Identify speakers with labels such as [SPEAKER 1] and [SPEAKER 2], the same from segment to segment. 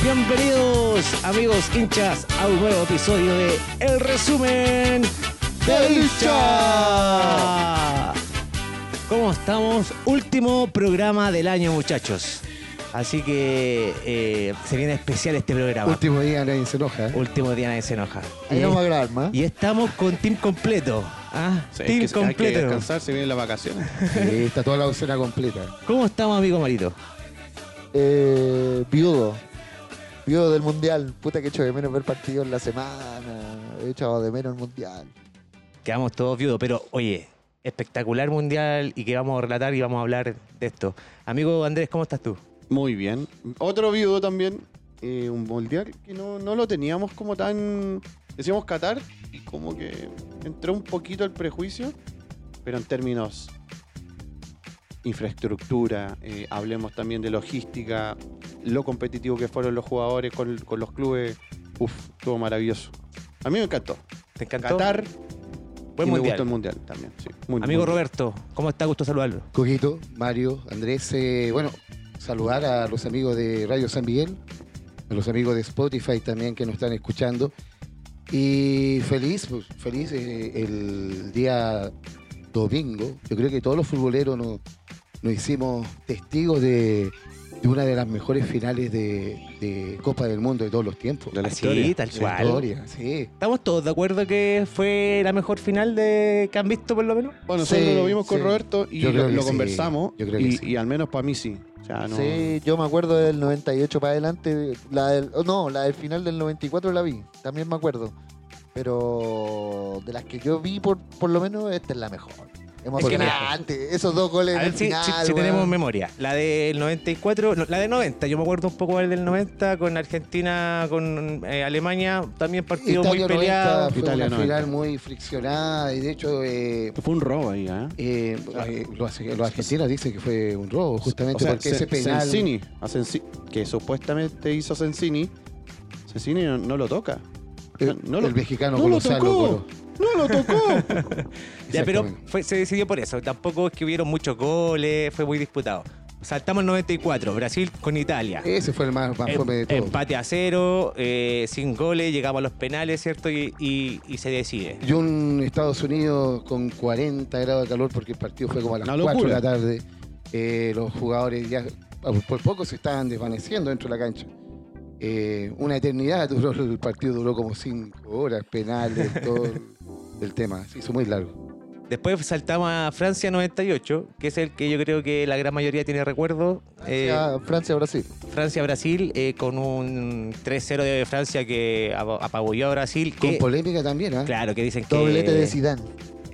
[SPEAKER 1] Bienvenidos amigos hinchas a un nuevo episodio de El Resumen del Hincha. ¿Cómo estamos? Último programa del año muchachos. Así que eh, se viene especial este programa.
[SPEAKER 2] Último día nadie se enoja. ¿eh?
[SPEAKER 1] Último día nadie se enoja.
[SPEAKER 2] Ahí
[SPEAKER 1] Y-
[SPEAKER 2] no vamos a grabar más.
[SPEAKER 1] y estamos con team completo. ¿ah?
[SPEAKER 3] Sí, es
[SPEAKER 1] team
[SPEAKER 3] que se- Hay que
[SPEAKER 1] completo.
[SPEAKER 3] descansar, se vienen las vacaciones.
[SPEAKER 1] eh,
[SPEAKER 2] Sí, está toda la docena completa.
[SPEAKER 1] ¿Cómo estamos, amigo Marito?
[SPEAKER 2] Eh, viudo. Viudo del mundial. Puta que echo de menos ver partidos en la semana. He echado de menos el mundial.
[SPEAKER 1] Quedamos todos viudos, pero oye, espectacular mundial y que vamos a relatar y vamos a hablar de esto. Amigo Andrés, ¿cómo estás tú?
[SPEAKER 3] Muy bien. Otro viudo también, eh, un mundial que no, no lo teníamos como tan. Decíamos Qatar y como que entró un poquito el prejuicio, pero en términos infraestructura, eh, hablemos también de logística, lo competitivo que fueron los jugadores con, con los clubes, uff, estuvo maravilloso. A mí me encantó.
[SPEAKER 1] ¿Te encantó?
[SPEAKER 3] Qatar,
[SPEAKER 1] Buen
[SPEAKER 3] y me
[SPEAKER 1] mundial.
[SPEAKER 3] gustó el mundial también. sí. Muy-
[SPEAKER 1] Amigo
[SPEAKER 3] muy-
[SPEAKER 1] Roberto, ¿cómo está? Gusto saludarlo.
[SPEAKER 2] Coquito, Mario, Andrés. eh, bueno, saludar a los amigos de Radio San Miguel, a los amigos de Spotify también que nos están escuchando. Y feliz, pues, feliz eh, el día domingo. Yo creo que todos los futboleros nos, nos hicimos testigos de, de una de las mejores finales de, de Copa del Mundo de todos los tiempos.
[SPEAKER 3] De la
[SPEAKER 1] Así,
[SPEAKER 3] historia.
[SPEAKER 1] tal
[SPEAKER 2] De la
[SPEAKER 1] cual.
[SPEAKER 2] historia, sí.
[SPEAKER 1] ¿Estamos todos de acuerdo que fue la mejor final de que han visto, por lo menos?
[SPEAKER 3] Bueno, nosotros
[SPEAKER 2] Sí,
[SPEAKER 3] lo vimos con
[SPEAKER 2] sí.
[SPEAKER 3] Roberto y
[SPEAKER 2] Yo creo
[SPEAKER 3] lo,
[SPEAKER 2] que
[SPEAKER 3] lo
[SPEAKER 2] sí.
[SPEAKER 3] conversamos.
[SPEAKER 2] Yo creo que
[SPEAKER 3] y,
[SPEAKER 2] sí.
[SPEAKER 3] y al menos para mí sí. O sea, no-
[SPEAKER 2] Sí, yo me acuerdo del 98 para adelante. La del- oh, no, la del final del 94 la vi, también me acuerdo. Pero de las que yo vi, por, por lo menos, esta es la mejor. Emocionante. Esos dos goles
[SPEAKER 1] A
[SPEAKER 2] en
[SPEAKER 1] ver
[SPEAKER 2] el
[SPEAKER 1] si,
[SPEAKER 2] final.
[SPEAKER 1] si- si
[SPEAKER 2] weón.
[SPEAKER 1] tenemos memoria. La del 94, no, la del 90, yo me acuerdo un poco del del 90, con Argentina, con eh, Alemania, también
[SPEAKER 3] Este
[SPEAKER 1] partido
[SPEAKER 2] Italia
[SPEAKER 1] muy
[SPEAKER 2] 90
[SPEAKER 1] peleado.
[SPEAKER 2] Fue
[SPEAKER 3] Italia
[SPEAKER 2] una
[SPEAKER 3] 90.
[SPEAKER 2] final muy friccionada y de hecho eh,
[SPEAKER 3] Fue un robo ahí, ¿eh?
[SPEAKER 2] eh, eh, los, los argentinos dicen que fue un robo justamente
[SPEAKER 3] O sea,
[SPEAKER 2] porque
[SPEAKER 3] Sen-
[SPEAKER 2] ese penal
[SPEAKER 3] Sensini, a Sensi- que supuestamente hizo Sensini, Sensini no, no lo toca. O sea,
[SPEAKER 2] eh, el,
[SPEAKER 3] no lo-
[SPEAKER 2] el mexicano
[SPEAKER 3] no lo
[SPEAKER 2] Gonzalo
[SPEAKER 3] tocó.
[SPEAKER 2] Coro.
[SPEAKER 3] No lo tocó.
[SPEAKER 1] Ya, pero
[SPEAKER 2] Exactamente.
[SPEAKER 1] fue- se decidió por eso. Tampoco es que hubieron muchos goles, fue muy disputado. Saltamos el 94, Brasil con Italia.
[SPEAKER 2] ese fue el más, más
[SPEAKER 1] Em-
[SPEAKER 2] fome de todo.
[SPEAKER 1] empate a cero, eh, sin goles, llegamos a los penales, ¿cierto? Y, y- y se decide.
[SPEAKER 2] Y un Estados Unidos con 40 grados de calor porque el partido fue como a las
[SPEAKER 3] Una
[SPEAKER 2] 4 de
[SPEAKER 3] locura.
[SPEAKER 2] la tarde. Eh, los jugadores ya ah, por poco se estaban desvaneciendo dentro de la cancha. Eh, una eternidad duró el partido, duró como 5 horas, penales, todo el- el tema. Se hizo muy largo.
[SPEAKER 1] Después saltamos a Francia 98, que es el que yo creo que la gran mayoría tiene recuerdo. Eh,
[SPEAKER 2] Francia-Brasil.
[SPEAKER 1] Francia-Brasil eh, con un 3-0 de Francia que ap- apabulló a Brasil.
[SPEAKER 2] Con
[SPEAKER 1] que-
[SPEAKER 2] polémica también, ¿ah?
[SPEAKER 1] claro, que dicen que...
[SPEAKER 4] Doblete de Zidane.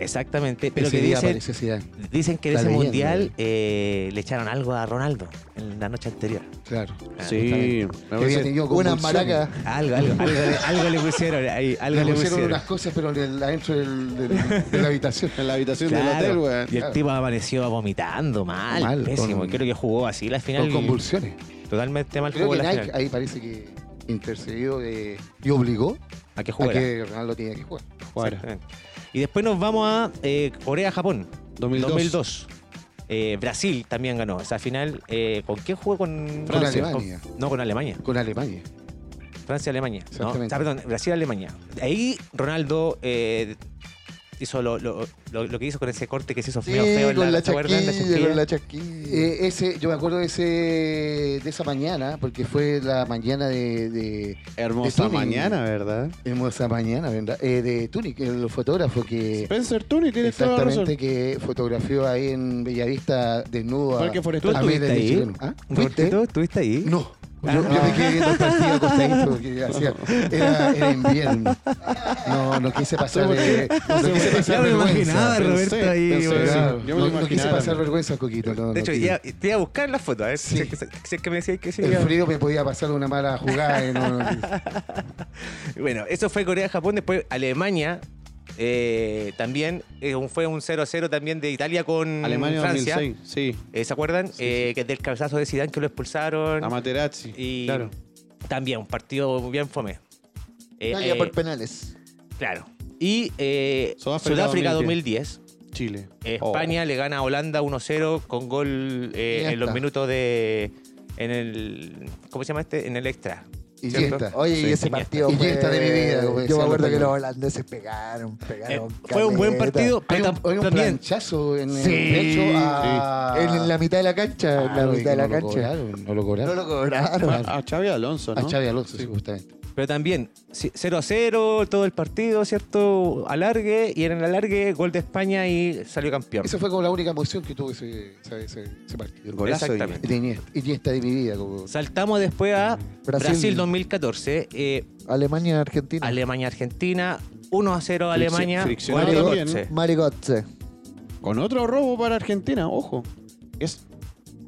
[SPEAKER 1] Exactamente, pero
[SPEAKER 2] Ese
[SPEAKER 1] que
[SPEAKER 2] día
[SPEAKER 1] dicen,
[SPEAKER 2] apareció Zidane,
[SPEAKER 1] dicen que en
[SPEAKER 2] la
[SPEAKER 1] ese
[SPEAKER 2] leyenda.
[SPEAKER 1] mundial eh, le echaron algo a Ronaldo en la noche anterior.
[SPEAKER 2] Claro.
[SPEAKER 3] sí, me
[SPEAKER 2] Que había
[SPEAKER 3] parece-
[SPEAKER 2] tenido
[SPEAKER 4] Buenas
[SPEAKER 2] convulsiones.
[SPEAKER 4] maracas.
[SPEAKER 1] Algo, algo, algo, le- algo le pusieron ahí, algo
[SPEAKER 2] Le
[SPEAKER 1] le
[SPEAKER 2] pusieron
[SPEAKER 1] pusieron.
[SPEAKER 2] unas cosas, pero en el- adentro del- del- de la habitación.
[SPEAKER 3] en la habitación
[SPEAKER 1] Claro,
[SPEAKER 3] del hotel, weón.
[SPEAKER 1] y el
[SPEAKER 2] claro.
[SPEAKER 1] tipo apareció vomitando mal,
[SPEAKER 2] Mal,
[SPEAKER 1] pésimo.
[SPEAKER 2] con-
[SPEAKER 1] Creo que jugó así la final.
[SPEAKER 2] Con convulsiones.
[SPEAKER 1] Totalmente mal
[SPEAKER 2] Creo
[SPEAKER 1] jugó
[SPEAKER 2] que
[SPEAKER 1] la
[SPEAKER 2] Nike
[SPEAKER 1] final.
[SPEAKER 2] ahí parece que intercedió eh, y obligó
[SPEAKER 1] A que
[SPEAKER 2] a
[SPEAKER 1] jugara.
[SPEAKER 2] que Ronaldo tenía que jugar.
[SPEAKER 3] Jugar.
[SPEAKER 1] Exactamente. Y después nos vamos a eh, Corea-Japón,
[SPEAKER 3] 2002.
[SPEAKER 1] 2002. Eh, Brasil también ganó esa final. eh, ¿Con quién jugó? Con Francia.
[SPEAKER 2] Alemania.
[SPEAKER 1] Con- no, con Alemania.
[SPEAKER 2] Con Alemania.
[SPEAKER 1] Francia-Alemania. ¿no?
[SPEAKER 2] Exactamente.
[SPEAKER 1] Ah, perdón, Brasil-Alemania. Ahí Ronaldo eh, hizo lo, lo- lo- lo que hizo con ese corte que se hizo
[SPEAKER 4] Sí,
[SPEAKER 1] medio feo en
[SPEAKER 4] con la
[SPEAKER 1] ¿te acuerdas? En la
[SPEAKER 4] chaquilla,
[SPEAKER 1] chaquilla.
[SPEAKER 4] con la chaquilla.
[SPEAKER 2] Eh, ese, yo me acuerdo de ese de esa mañana, porque fue la mañana de, de
[SPEAKER 3] Hermosa
[SPEAKER 2] Tuning.
[SPEAKER 3] mañana, ¿verdad?
[SPEAKER 2] hermosa mañana, ¿verdad? Eh, de Tunic, el fotógrafo que
[SPEAKER 3] Spencer Tuni tiene toda la razón.
[SPEAKER 2] exactamente que fotografió ahí en Bellavista desnudo a,
[SPEAKER 3] Parque Forestal.
[SPEAKER 1] ¿Tú
[SPEAKER 2] a
[SPEAKER 1] estuviste
[SPEAKER 2] miles de
[SPEAKER 1] ahí?
[SPEAKER 2] chilenos. ¿Ah? ¿Viste?
[SPEAKER 1] Robertito, ¿estuviste ahí?
[SPEAKER 2] No.
[SPEAKER 1] Ah,
[SPEAKER 2] Yo, yo
[SPEAKER 1] no.
[SPEAKER 2] me quedé viendo el partido acostadito porque hacía- era, era invierno. No, no quise pasar, eh, no quise pasar
[SPEAKER 1] Ya me
[SPEAKER 2] vergüenza.
[SPEAKER 1] imaginaba, Roberto,
[SPEAKER 3] Pensé,
[SPEAKER 1] ahí,
[SPEAKER 3] pensé,
[SPEAKER 1] weón.
[SPEAKER 3] sí.
[SPEAKER 2] Claro,
[SPEAKER 3] Yo me
[SPEAKER 2] no,
[SPEAKER 3] lo
[SPEAKER 2] no quise
[SPEAKER 3] imaginaba.
[SPEAKER 2] pasar vergüenza, Coquito. no,
[SPEAKER 1] De
[SPEAKER 2] no
[SPEAKER 1] hecho,
[SPEAKER 2] quise.
[SPEAKER 1] ya- te iba a buscar la foto, a ver si,
[SPEAKER 2] Sí.
[SPEAKER 1] es que, si es que me decías que sí.
[SPEAKER 2] el
[SPEAKER 1] ya.
[SPEAKER 2] frío me podía pasar una mala jugada. y no- no-
[SPEAKER 1] Bueno, eso fue Corea-Japón, después Alemania eh, también, eh, un- fue un 0-0 también de Italia
[SPEAKER 2] Mm,
[SPEAKER 1] con
[SPEAKER 3] Alemania
[SPEAKER 1] Francia.
[SPEAKER 3] 2006, sí.
[SPEAKER 1] Eh, ¿Se acuerdan? Eh, Que del cabezazo de Zidane que lo expulsaron.
[SPEAKER 3] Amaterazzi.
[SPEAKER 1] Y
[SPEAKER 3] Claro.
[SPEAKER 1] también un partido bien fome. Eh,
[SPEAKER 4] Italia
[SPEAKER 1] eh,
[SPEAKER 4] por penales.
[SPEAKER 1] claro. Y eh,
[SPEAKER 3] Sudáfrica
[SPEAKER 1] Sudáfrica, 2010.
[SPEAKER 3] Chile.
[SPEAKER 1] España le gana a Holanda 1-0 con gol eh,
[SPEAKER 4] Ya
[SPEAKER 1] en los
[SPEAKER 4] está.
[SPEAKER 1] minutos de. En el. ¿Cómo se llama este? En el extra.
[SPEAKER 2] Y
[SPEAKER 3] ¿Cierto?
[SPEAKER 2] Yesta.
[SPEAKER 4] Oye,
[SPEAKER 3] Sí.
[SPEAKER 4] y ese partido.
[SPEAKER 2] Y
[SPEAKER 4] fue-
[SPEAKER 2] esta de mi vida, como decía
[SPEAKER 4] Yo me acuerdo
[SPEAKER 2] López.
[SPEAKER 4] que los holandeses pegaron,
[SPEAKER 3] Eh,
[SPEAKER 4] pegaron.
[SPEAKER 1] Eh, fue un buen
[SPEAKER 4] caleta.
[SPEAKER 1] partido,
[SPEAKER 2] Hay
[SPEAKER 1] pero
[SPEAKER 2] un,
[SPEAKER 1] tam-
[SPEAKER 2] hay un
[SPEAKER 1] también
[SPEAKER 2] planchazo en el
[SPEAKER 4] Sí.
[SPEAKER 2] pecho a...
[SPEAKER 4] En, en la mitad de la cancha, en la
[SPEAKER 2] Claro, y
[SPEAKER 4] mitad de
[SPEAKER 2] Ah, no
[SPEAKER 4] la
[SPEAKER 2] lo
[SPEAKER 4] cancha.
[SPEAKER 2] cobraron, no lo
[SPEAKER 4] No
[SPEAKER 2] cobraron.
[SPEAKER 4] lo cobraron.
[SPEAKER 2] Claro.
[SPEAKER 3] A Oh. Ah, Xavi Alonso, ¿no?
[SPEAKER 2] A Xavi Alonso,
[SPEAKER 3] Sí.
[SPEAKER 2] sí, justamente.
[SPEAKER 1] Pero también, sí, 0 a 0, todo el partido, ¿cierto? Alargue, y en el alargue, gol de España y salió campeón.
[SPEAKER 2] Esa fue como la única emoción que tuvo ese, ese, ese- ese partido.
[SPEAKER 3] Golazo de
[SPEAKER 1] Exactamente.
[SPEAKER 2] De Iniesta, Iniesta de mi vida. Como...
[SPEAKER 1] Saltamos después a Brasil,
[SPEAKER 4] Brasil.
[SPEAKER 1] 2014, eh,
[SPEAKER 4] Alemania, Argentina.
[SPEAKER 1] Alemania-Argentina, 1 a 0 Alemania,
[SPEAKER 3] friccionado
[SPEAKER 1] gol de
[SPEAKER 3] también.
[SPEAKER 1] Götze.
[SPEAKER 4] Marigotze.
[SPEAKER 3] Con otro robo para Argentina, ojo. Es,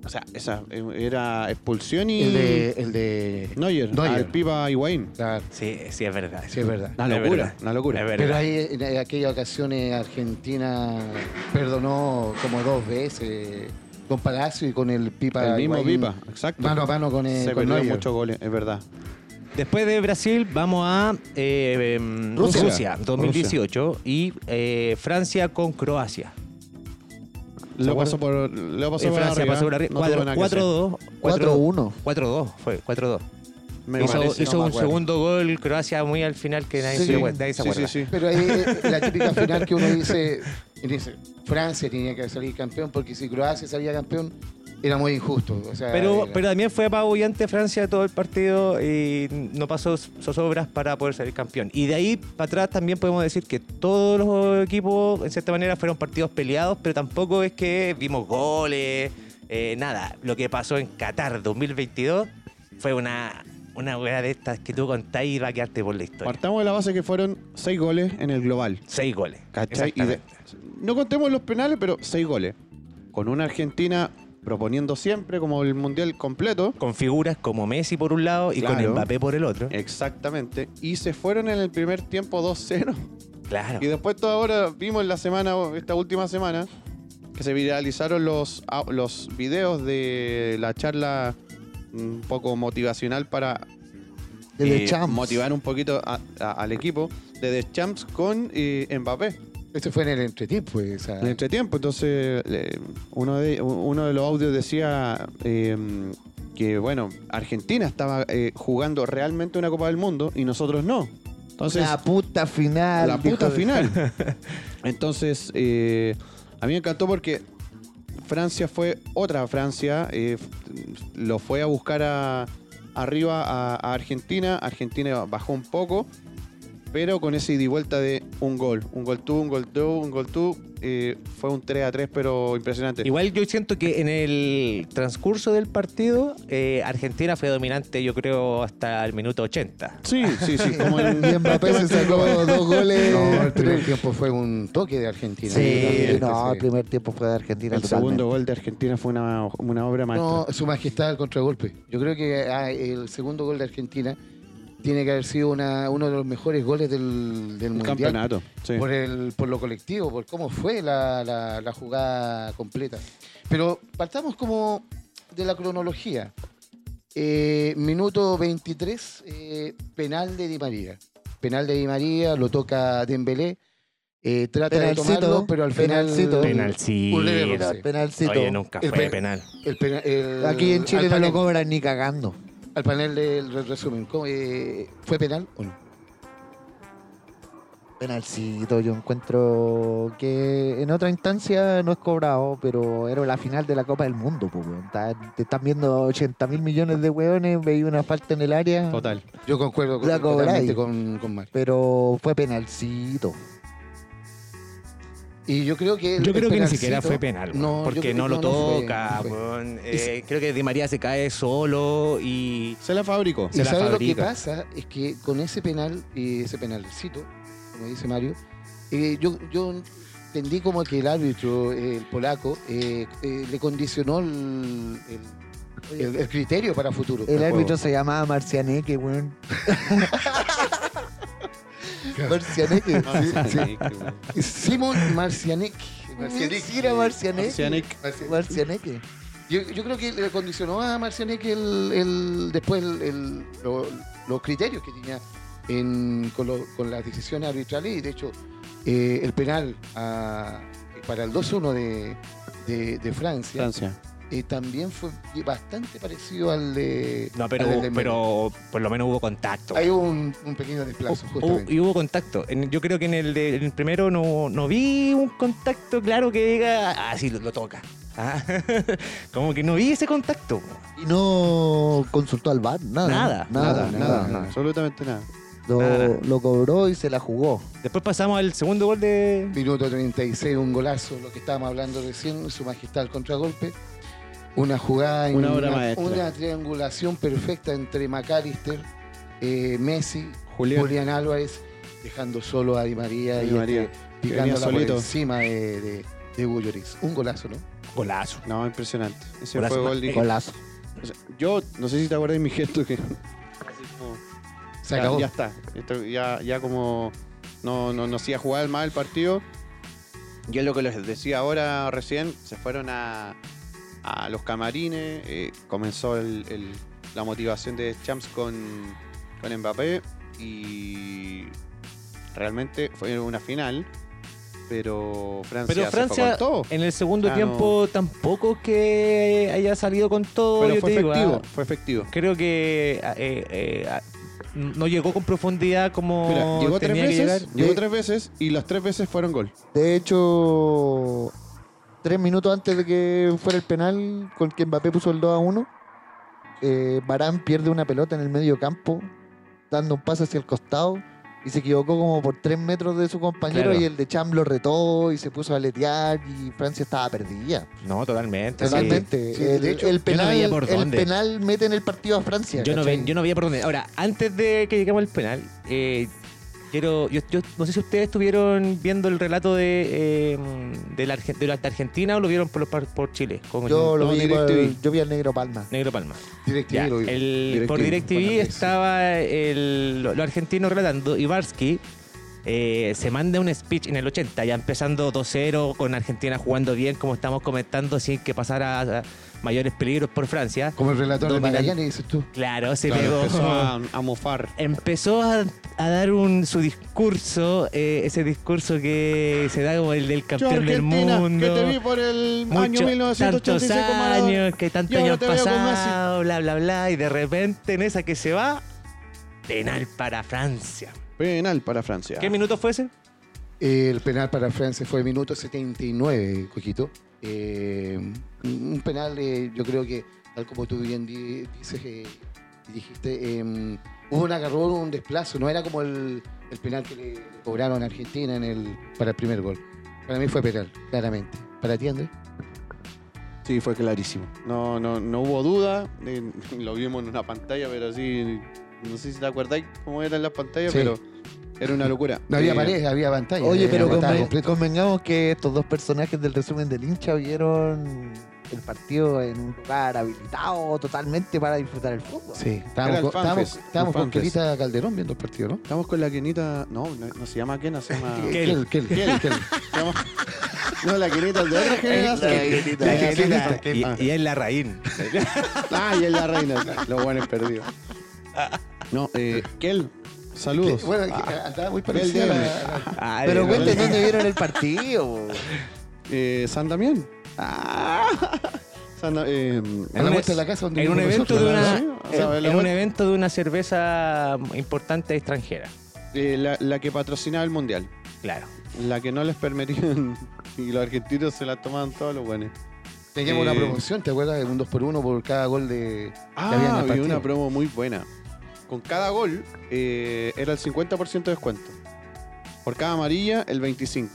[SPEAKER 3] o sea, esa eh, era expulsión y
[SPEAKER 2] El de... El de...
[SPEAKER 3] Neuer,
[SPEAKER 2] Neuer.
[SPEAKER 3] al Pipa Higuaín.
[SPEAKER 2] Claro,
[SPEAKER 1] Sí, sí, es verdad.
[SPEAKER 2] sí, es verdad.
[SPEAKER 3] Una
[SPEAKER 1] Es
[SPEAKER 3] locura,
[SPEAKER 1] verdad.
[SPEAKER 3] una locura.
[SPEAKER 1] Es
[SPEAKER 2] Pero
[SPEAKER 1] verdad.
[SPEAKER 2] ahí, en aquella ocasión, eh, Argentina perdonó como dos veces con Palacio y con el Pipa.
[SPEAKER 3] el mismo
[SPEAKER 2] Higuaín,
[SPEAKER 3] Pipa, exacto.
[SPEAKER 2] Mano a mano con, el
[SPEAKER 3] Se
[SPEAKER 2] con
[SPEAKER 3] perdió
[SPEAKER 2] Neuer.
[SPEAKER 3] muchos goles, es verdad.
[SPEAKER 1] Después de Brasil, vamos a eh, em, Rusia,
[SPEAKER 3] Rusia.
[SPEAKER 1] 2018, y eh, Francia con Croacia.
[SPEAKER 3] Lo pasó por. Lo pasó
[SPEAKER 1] Eh,
[SPEAKER 3] por
[SPEAKER 1] Francia
[SPEAKER 3] arriba.
[SPEAKER 1] pasó por arriba.
[SPEAKER 3] No
[SPEAKER 1] Cuatro-
[SPEAKER 3] tuvo nada que
[SPEAKER 1] 4-2. 4-2.
[SPEAKER 4] 4-1.
[SPEAKER 1] 4-2, fue 4-2.
[SPEAKER 3] hacer. Me
[SPEAKER 1] hizo
[SPEAKER 3] parece,
[SPEAKER 1] hizo
[SPEAKER 3] no me
[SPEAKER 1] un
[SPEAKER 3] acuerdo.
[SPEAKER 1] segundo gol Croacia muy al final que nadie
[SPEAKER 2] Sí.
[SPEAKER 1] se acuerda. nadie se
[SPEAKER 3] Sí, sí,
[SPEAKER 1] acuerda.
[SPEAKER 3] sí.
[SPEAKER 2] Pero ahí eh, la típica final que uno dice, y dice, Francia tenía que salir campeón, porque si Croacia salía campeón, era muy injusto. O sea,
[SPEAKER 1] Pero,
[SPEAKER 2] era-
[SPEAKER 1] pero también fue apabullante Francia todo el partido y no pasó zozobras para poder salir campeón. Y de ahí para atrás también podemos decir que todos los equipos, en cierta manera, fueron partidos peleados, pero tampoco es que vimos goles, eh, nada. Lo que pasó en Qatar 2022 fue una, una weá de estas que tú contás y va a quedarte por la historia.
[SPEAKER 3] Partamos de la base que fueron seis goles en el global.
[SPEAKER 1] Seis goles.
[SPEAKER 3] ¿Cachai? Y de-
[SPEAKER 1] Exactamente.
[SPEAKER 3] no contemos los penales, pero seis goles. Con una Argentina proponiendo siempre como el mundial completo.
[SPEAKER 1] Con figuras como Messi por un lado y con
[SPEAKER 3] Claro. Eh,
[SPEAKER 1] Mbappé por el otro.
[SPEAKER 3] Exactamente. Y se fueron en el primer tiempo 2-0.
[SPEAKER 1] Claro.
[SPEAKER 3] Y después toda ahora vimos en la semana, esta última semana, que se viralizaron los, au- los videos de la charla un poco motivacional para
[SPEAKER 4] De
[SPEAKER 3] eh, motivar un poquito a- a- al equipo de The Champs con eh, Mbappé.
[SPEAKER 2] Eso fue en el entretiempo. pues, o sea,
[SPEAKER 3] En el entretiempo, entonces le- uno, de, uno de los audios decía eh, que, bueno, Argentina estaba eh, jugando realmente una Copa del Mundo y nosotros no. Entonces,
[SPEAKER 4] la puta final.
[SPEAKER 3] la
[SPEAKER 4] dijo
[SPEAKER 3] puta
[SPEAKER 4] de-
[SPEAKER 3] final. Entonces, eh, a mí me encantó porque Francia fue otra Francia. eh, f- lo fue a buscar a- arriba a, a Argentina. Argentina bajó un poco, pero con ese ida y vuelta de un gol. Un gol tú, un gol tú, un gol tú. eh, fue un 3 a 3, pero impresionante.
[SPEAKER 1] Igual yo siento que en el transcurso del partido, eh, Argentina fue dominante, yo creo, hasta el minuto 80.
[SPEAKER 3] Sí, sí, sí. Como en-
[SPEAKER 4] Y Mbappé se sacó dos goles.
[SPEAKER 2] no, el primer tiempo fue un toque de Argentina.
[SPEAKER 4] Sí,
[SPEAKER 2] Totalmente,
[SPEAKER 4] no,
[SPEAKER 2] sí.
[SPEAKER 4] el primer tiempo fue de Argentina.
[SPEAKER 3] el
[SPEAKER 4] totalmente.
[SPEAKER 3] segundo gol de Argentina fue una, una obra maestra.
[SPEAKER 2] No, su majestad el contragolpe. Yo creo que ah, el segundo gol de Argentina tiene que haber sido una- uno de los mejores goles del, del
[SPEAKER 3] un
[SPEAKER 2] mundial.
[SPEAKER 3] campeonato. sí.
[SPEAKER 2] por, el, por lo colectivo, por cómo fue la, la- la jugada completa. Pero partamos como de la cronología. Eh, minuto 23, eh, penal de Di María. Penal de Di María, lo toca Dembélé. eh, trata de
[SPEAKER 4] Penalcito,
[SPEAKER 2] tomarlo, pero al final
[SPEAKER 4] penalcito.
[SPEAKER 1] Penalcito.
[SPEAKER 2] Un leve roce.
[SPEAKER 4] Penalcito.
[SPEAKER 1] Oye, nunca
[SPEAKER 2] El
[SPEAKER 1] fue
[SPEAKER 2] pe-
[SPEAKER 1] penal.
[SPEAKER 2] el pena- el-
[SPEAKER 4] Aquí en Chile
[SPEAKER 2] al
[SPEAKER 4] no lo
[SPEAKER 2] panel-
[SPEAKER 4] cobran ni cagando.
[SPEAKER 2] Al panel del re- resumen, ¿cómo, eh, ¿fue penal o no?
[SPEAKER 4] Penalcito, yo encuentro que en otra instancia no es cobrado, pero era la final de la Copa del Mundo, pues, weón. Está- te están viendo 80 mil millones de weones, veí una falta en el área,
[SPEAKER 3] Total.
[SPEAKER 2] Yo concuerdo con,
[SPEAKER 4] La cobráis.
[SPEAKER 2] totalmente con, con Mario.
[SPEAKER 4] pero fue penalcito.
[SPEAKER 2] Y yo creo que. el-
[SPEAKER 1] Yo
[SPEAKER 2] el
[SPEAKER 1] creo que ni siquiera
[SPEAKER 2] penalcito-
[SPEAKER 1] fue penal,
[SPEAKER 2] No,
[SPEAKER 1] weón,
[SPEAKER 2] yo
[SPEAKER 1] porque
[SPEAKER 2] creo-
[SPEAKER 1] no lo
[SPEAKER 2] fue,
[SPEAKER 1] toca.
[SPEAKER 2] no fue.
[SPEAKER 1] weón.
[SPEAKER 2] Y si-
[SPEAKER 1] Eh, creo que Di María se cae solo y
[SPEAKER 3] Se la fabricó.
[SPEAKER 1] se la
[SPEAKER 2] y ¿sabes lo que
[SPEAKER 1] fabrica.
[SPEAKER 2] pasa? Es que con ese penal y ese penalcito, como dice Mario, eh, yo, yo entendí como que el árbitro, eh, el polaco, eh, eh, le condicionó el, el- el- el criterio para futuro.
[SPEAKER 4] El
[SPEAKER 2] para
[SPEAKER 4] árbitro se llamaba Marcianeque, weón. Marcianeque.
[SPEAKER 3] Ah,
[SPEAKER 2] juego. Simon Marcianek.
[SPEAKER 4] Sí, era Marcianeque.
[SPEAKER 3] Marcianek.
[SPEAKER 4] Marcianeque.
[SPEAKER 2] Yo, yo creo que le condicionó a Marcianek el, el- después el- el- lo- los criterios que tenía en- con, lo- con las decisiones arbitrales y de hecho eh, el penal a- para el 2-1 de, de- de Francia,
[SPEAKER 3] Francia.
[SPEAKER 2] eh, también fue bastante parecido al de.
[SPEAKER 1] No, pero,
[SPEAKER 2] al del de Melo.
[SPEAKER 1] pero por lo menos hubo contacto.
[SPEAKER 2] Ahí hubo un, un pequeño desplazo,
[SPEAKER 1] Hubo-
[SPEAKER 2] justamente.
[SPEAKER 1] y hubo contacto. En- yo creo que en el, de- en el primero no, no vi un contacto claro que diga, ah, sí, lo, lo toca. Ah, como que no vi ese contacto.
[SPEAKER 4] Y no consultó al VAR, nada.
[SPEAKER 1] Nada,
[SPEAKER 4] Nada, nada.
[SPEAKER 2] nada,
[SPEAKER 4] nada.
[SPEAKER 3] Absolutamente nada.
[SPEAKER 4] Lo,
[SPEAKER 1] nada.
[SPEAKER 4] lo cobró y se la jugó.
[SPEAKER 1] Después pasamos al segundo gol de...
[SPEAKER 2] Minuto 36, un golazo, lo que estábamos hablando recién, su majestad al contragolpe. Una jugada, en
[SPEAKER 3] Una obra maestra.
[SPEAKER 2] una triangulación perfecta entre McAllister, eh, Messi,
[SPEAKER 3] Julián.
[SPEAKER 2] Julián. Álvarez, dejando solo a Di María
[SPEAKER 3] Di
[SPEAKER 2] y
[SPEAKER 3] María,
[SPEAKER 2] este,
[SPEAKER 3] que venía
[SPEAKER 2] picándola por
[SPEAKER 3] solito.
[SPEAKER 2] encima de, de, de Bulloriz. Un golazo, ¿no?
[SPEAKER 1] Golazo.
[SPEAKER 3] No, impresionante. Ese
[SPEAKER 1] Golazo.
[SPEAKER 3] fue gol. de-
[SPEAKER 4] Golazo.
[SPEAKER 3] o sea, yo no sé si te acuerdas de mi gesto que. así como-
[SPEAKER 2] Se
[SPEAKER 3] ya,
[SPEAKER 2] acabó.
[SPEAKER 3] ya está. Esto ya, ya como no, no, no hacía jugar mal el partido. Yo lo que les decía ahora recién, se fueron a, a los camarines, eh, comenzó el- el- la motivación de Champs con, con Mbappé y realmente fue una final, pero Francia,
[SPEAKER 1] Pero
[SPEAKER 3] se fue
[SPEAKER 1] Francia
[SPEAKER 3] con todo.
[SPEAKER 1] en el segundo
[SPEAKER 3] Ah,
[SPEAKER 1] tiempo tampoco que haya salido con todo.
[SPEAKER 3] Pero
[SPEAKER 1] yo
[SPEAKER 3] fue
[SPEAKER 1] te digo,
[SPEAKER 3] efectivo,
[SPEAKER 1] ah,
[SPEAKER 3] fue efectivo.
[SPEAKER 1] creo que eh, eh, ah, no llegó con profundidad como
[SPEAKER 3] Mira, llegó tres
[SPEAKER 1] tenía que
[SPEAKER 3] veces,
[SPEAKER 1] llegar.
[SPEAKER 3] llegó
[SPEAKER 4] Sí.
[SPEAKER 3] tres veces y las tres veces fueron gol.
[SPEAKER 4] De hecho, tres minutos antes de que fuera el penal con que Mbappé puso el 2 a 1, eh, Barán pierde una pelota en el medio campo, dando un paso hacia el costado. Y se equivocó como por tres metros de su compañero
[SPEAKER 1] Claro.
[SPEAKER 4] y el de Cham lo retó y se puso a aletear y Francia estaba perdida.
[SPEAKER 1] No, totalmente. sí.
[SPEAKER 4] Totalmente.
[SPEAKER 2] Sí, de
[SPEAKER 4] el,
[SPEAKER 2] hecho,
[SPEAKER 4] el
[SPEAKER 2] yo
[SPEAKER 1] no
[SPEAKER 4] penal,
[SPEAKER 1] veía por
[SPEAKER 4] el
[SPEAKER 1] dónde.
[SPEAKER 4] penal mete en el partido a Francia.
[SPEAKER 1] Yo no,
[SPEAKER 4] ¿cachai?
[SPEAKER 1] ve- yo no veía por dónde. Ahora, antes de que lleguemos al penal, eh, quiero. Yo, yo no sé si ustedes estuvieron viendo el relato de, eh, de, la, Argen- de la de Argentina o lo vieron por, los par- por Chile. Con
[SPEAKER 4] Yo
[SPEAKER 1] el-
[SPEAKER 4] lo
[SPEAKER 3] No,
[SPEAKER 4] vi,
[SPEAKER 3] DirecTV.
[SPEAKER 4] por- yo vi al Negro Palma.
[SPEAKER 1] Negro Palma.
[SPEAKER 2] DirecTV
[SPEAKER 1] Ya,
[SPEAKER 2] lo vio.
[SPEAKER 1] el-
[SPEAKER 2] DirecTV,
[SPEAKER 1] por DirecTV
[SPEAKER 2] Fernández.
[SPEAKER 1] estaba el, lo, lo argentino relatando y Barsky eh, se manda un speech en el 80, ya empezando 2-0 con Argentina jugando bien, como estamos comentando, sin que pasara a- a mayores peligros por Francia.
[SPEAKER 2] Como el relator de
[SPEAKER 1] Dominan-
[SPEAKER 2] Magallanes, dices tú.
[SPEAKER 1] Claro, se
[SPEAKER 3] Claro,
[SPEAKER 1] pegó.
[SPEAKER 3] empezó a, a mofar.
[SPEAKER 1] empezó a, a dar un, su discurso, eh, ese discurso que se da como el del campeón del mundo.
[SPEAKER 3] que te vi por el
[SPEAKER 1] Mucho-
[SPEAKER 3] año 1986
[SPEAKER 1] tantos
[SPEAKER 3] con Maradona.
[SPEAKER 1] años, que tantos
[SPEAKER 3] Y ahora
[SPEAKER 1] años
[SPEAKER 3] te veo con Messi.
[SPEAKER 1] pasado, bla, bla, bla, y de repente en esa que se va, penal para Francia.
[SPEAKER 3] Penal para Francia.
[SPEAKER 1] ¿Qué minuto fue ese?
[SPEAKER 2] El penal para Francia fue minuto 79, Coquito. Eh, un penal, eh, yo creo que, tal como tú bien di- dices eh, y dijiste, eh, hubo un agarrón, un desplazo. No era como el, el penal que le cobraron a Argentina en el, para el primer gol. Para mí fue penal, claramente. ¿Para ti, Andrés?
[SPEAKER 3] Sí, fue clarísimo. No, no, no hubo duda. eh, lo vimos en una pantalla, pero sí. No sé si te acordáis cómo eran las pantallas,
[SPEAKER 2] Sí.
[SPEAKER 3] pero era una locura.
[SPEAKER 2] No había
[SPEAKER 3] Eh,
[SPEAKER 2] pared, había pantalla.
[SPEAKER 4] Oye,
[SPEAKER 2] Era
[SPEAKER 4] pero
[SPEAKER 2] una patada
[SPEAKER 4] conven-
[SPEAKER 2] completa.
[SPEAKER 4] convengamos que estos dos personajes del resumen del hincha vieron el partido en un lugar habilitado totalmente para disfrutar el fútbol.
[SPEAKER 2] Sí,
[SPEAKER 3] Era
[SPEAKER 2] estábamos,
[SPEAKER 3] el fanfest,
[SPEAKER 2] con- estábamos-
[SPEAKER 3] el
[SPEAKER 2] estábamos con
[SPEAKER 3] fanfest.
[SPEAKER 2] Querita Calderón viendo el partido, ¿no? Eh,
[SPEAKER 3] Estamos con la Kenita. No, no, no se llama Kena, se llama.
[SPEAKER 1] ¿Qué?
[SPEAKER 2] Kel, Kel,
[SPEAKER 3] Kel.
[SPEAKER 2] Kel.
[SPEAKER 3] se llama- No, la Kenita es de otra generación.
[SPEAKER 1] La
[SPEAKER 3] La
[SPEAKER 1] Angelina.
[SPEAKER 3] Kenita. Ah.
[SPEAKER 1] Y, y es la Raín.
[SPEAKER 3] Ah, y es la reina. Los buenos perdidos. No, eh, Kel, saludos.
[SPEAKER 2] Bueno, que-
[SPEAKER 3] Ah,
[SPEAKER 2] andaba muy parecido
[SPEAKER 3] Kel,
[SPEAKER 2] a la- a la-
[SPEAKER 3] Ah,
[SPEAKER 1] Ay,
[SPEAKER 4] Pero
[SPEAKER 1] no.
[SPEAKER 4] cuenten dónde vieron el partido.
[SPEAKER 3] eh, San Damián. Ah, San Da- eh,
[SPEAKER 2] a la
[SPEAKER 1] un-
[SPEAKER 2] vuelta de la casa donde
[SPEAKER 1] En un,
[SPEAKER 2] vivimos
[SPEAKER 1] evento de
[SPEAKER 2] nosotros,
[SPEAKER 1] una,
[SPEAKER 2] ¿no?
[SPEAKER 3] ¿no? O sea,
[SPEAKER 1] en-
[SPEAKER 3] la
[SPEAKER 1] en un
[SPEAKER 3] vuelta-
[SPEAKER 1] evento de una cerveza importante extranjera.
[SPEAKER 3] eh, la, la que patrocinaba el mundial.
[SPEAKER 1] Claro.
[SPEAKER 3] La que no les permitían. Y los argentinos se la tomaban todos los buenos.
[SPEAKER 2] Teníamos
[SPEAKER 3] Eh,
[SPEAKER 2] una promoción, ¿te acuerdas? Un 2 por 1 por cada gol de.
[SPEAKER 3] Ah,
[SPEAKER 2] que había en el
[SPEAKER 3] había
[SPEAKER 2] partido.
[SPEAKER 3] una promo muy buena. Con cada gol eh, era el 50% de descuento. Por cada amarilla, el 25%.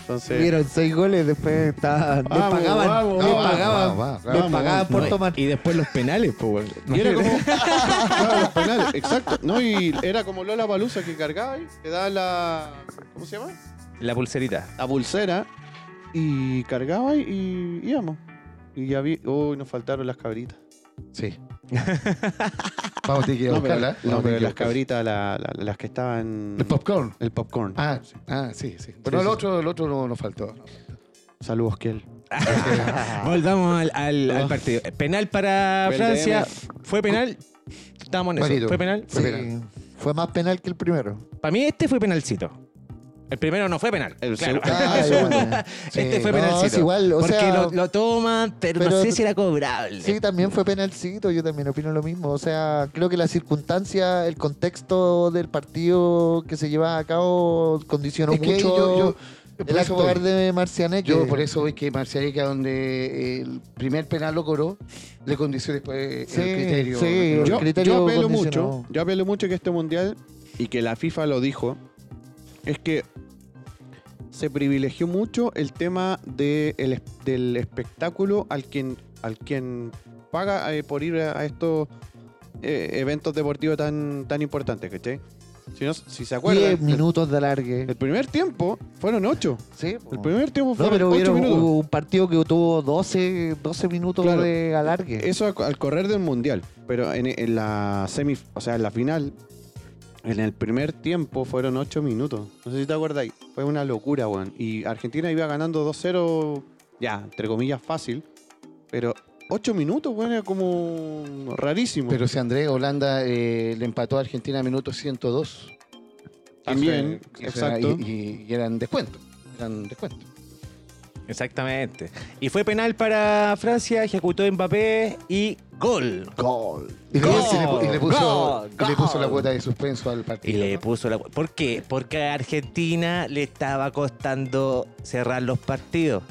[SPEAKER 3] Entonces.
[SPEAKER 4] Vieron seis goles, después estaban. les
[SPEAKER 3] Vamos,
[SPEAKER 4] pagaban,
[SPEAKER 3] vamos,
[SPEAKER 4] les
[SPEAKER 3] vamos,
[SPEAKER 4] pagaban,
[SPEAKER 2] vamos,
[SPEAKER 4] les
[SPEAKER 3] vamos,
[SPEAKER 2] Ah,
[SPEAKER 4] pagaban por tomar.
[SPEAKER 1] Y después los penales, pues.
[SPEAKER 3] Y era como. Claro, los penales, exacto. No, y era como Lola Palusa que cargaba y te daba la. ¿Cómo se llama?
[SPEAKER 1] La pulserita.
[SPEAKER 3] La pulsera. Y cargaba y, y íbamos. Y ya vi. Uy, nos faltaron las cabritas.
[SPEAKER 2] Sí. vamos, tiene que ir a
[SPEAKER 3] No, pero,
[SPEAKER 2] buscarla.
[SPEAKER 3] no,
[SPEAKER 2] Vamos,
[SPEAKER 3] pero
[SPEAKER 2] tiene que ir a
[SPEAKER 3] las
[SPEAKER 2] buscarla.
[SPEAKER 3] cabritas, la- la- las que estaban.
[SPEAKER 2] El popcorn.
[SPEAKER 3] el popcorn.
[SPEAKER 2] Ah, sí, ah, sí, sí. Pero
[SPEAKER 3] Sí,
[SPEAKER 2] el
[SPEAKER 3] sí.
[SPEAKER 2] otro, el otro no nos faltó.
[SPEAKER 3] Saludos, Kiel.
[SPEAKER 1] Ah. Volvamos al, al- al
[SPEAKER 3] Ah.
[SPEAKER 1] partido. Penal para
[SPEAKER 3] Fue el
[SPEAKER 1] Francia.
[SPEAKER 3] DM.
[SPEAKER 1] Fue penal. Estábamos en eso.
[SPEAKER 2] Marito.
[SPEAKER 1] Fue penal.
[SPEAKER 2] Fue
[SPEAKER 4] Sí,
[SPEAKER 2] penal.
[SPEAKER 4] Fue más penal que el primero.
[SPEAKER 1] Para mí este fue penalcito. El primero no fue penal.
[SPEAKER 3] El
[SPEAKER 1] claro.
[SPEAKER 3] seg-
[SPEAKER 2] Ah,
[SPEAKER 1] El
[SPEAKER 2] ya,
[SPEAKER 1] segundo.
[SPEAKER 2] ya.
[SPEAKER 1] Este
[SPEAKER 2] Sí.
[SPEAKER 1] fue
[SPEAKER 2] No,
[SPEAKER 1] penalcito.
[SPEAKER 2] es igual, o
[SPEAKER 1] Porque
[SPEAKER 2] sea-
[SPEAKER 1] lo, lo toman, pero, no
[SPEAKER 4] Pero-
[SPEAKER 1] sé si era cobrable.
[SPEAKER 4] Sí, también fue penalcito, yo también opino lo mismo. O sea, creo que la circunstancia, el contexto del partido que se llevaba a cabo condicionó
[SPEAKER 2] Es que
[SPEAKER 4] mucho
[SPEAKER 2] yo- yo- por
[SPEAKER 4] el
[SPEAKER 2] eso
[SPEAKER 4] actuar
[SPEAKER 2] voy.
[SPEAKER 4] de Marcianeque.
[SPEAKER 2] Yo por eso voy que Marcianeca, donde el primer penal lo cobró, le condicionó después
[SPEAKER 4] Sí,
[SPEAKER 2] el criterio.
[SPEAKER 4] sí,
[SPEAKER 2] Yo-
[SPEAKER 4] el
[SPEAKER 3] Yo,
[SPEAKER 4] criterio
[SPEAKER 3] yo apelo
[SPEAKER 4] condicionado.
[SPEAKER 3] mucho, yo apelo mucho que este mundial, y que la FIFA lo dijo, es que se privilegió mucho el tema de el es- del espectáculo al quien, al quien paga eh, por ir a, a estos eh, eventos deportivos tan, tan importantes, ¿cachai? Si, no- si se acuerdan,
[SPEAKER 4] 10
[SPEAKER 3] el,
[SPEAKER 4] minutos de alargue.
[SPEAKER 3] el primer tiempo fueron ocho.
[SPEAKER 4] Sí, po.
[SPEAKER 3] El primer tiempo
[SPEAKER 4] no,
[SPEAKER 3] fueron
[SPEAKER 4] pero
[SPEAKER 3] ocho
[SPEAKER 4] hubieron-
[SPEAKER 3] minutos.
[SPEAKER 4] hubo un partido que tuvo 12, 12 minutos
[SPEAKER 3] Claro.
[SPEAKER 4] de alargue.
[SPEAKER 3] Eso al- al correr del mundial, pero en, en la semi, o sea, en la final, en el primer tiempo fueron 8 minutos. No sé si te acordáis, fue una locura, weón. Y Argentina iba ganando 2-0, ya, entre comillas, fácil, pero 8 minutos, weón, era como rarísimo.
[SPEAKER 2] Pero si Andrés Holanda eh, le empató a Argentina a minuto 102.
[SPEAKER 3] También,
[SPEAKER 2] O sea,
[SPEAKER 3] exacto.
[SPEAKER 2] y, y- y eran descuento. Eran descuento.
[SPEAKER 1] Exactamente. Y fue penal para Francia, ejecutó Mbappé y gol.
[SPEAKER 4] Gol.
[SPEAKER 2] Y le,
[SPEAKER 1] Gol,
[SPEAKER 2] y le- y le puso,
[SPEAKER 1] gol,
[SPEAKER 2] y le puso
[SPEAKER 1] gol.
[SPEAKER 2] la cuota de suspenso al
[SPEAKER 1] Y
[SPEAKER 2] partido.
[SPEAKER 1] le
[SPEAKER 2] ¿no?
[SPEAKER 1] puso la... ¿Por qué? Porque a Argentina le estaba costando cerrar los partidos.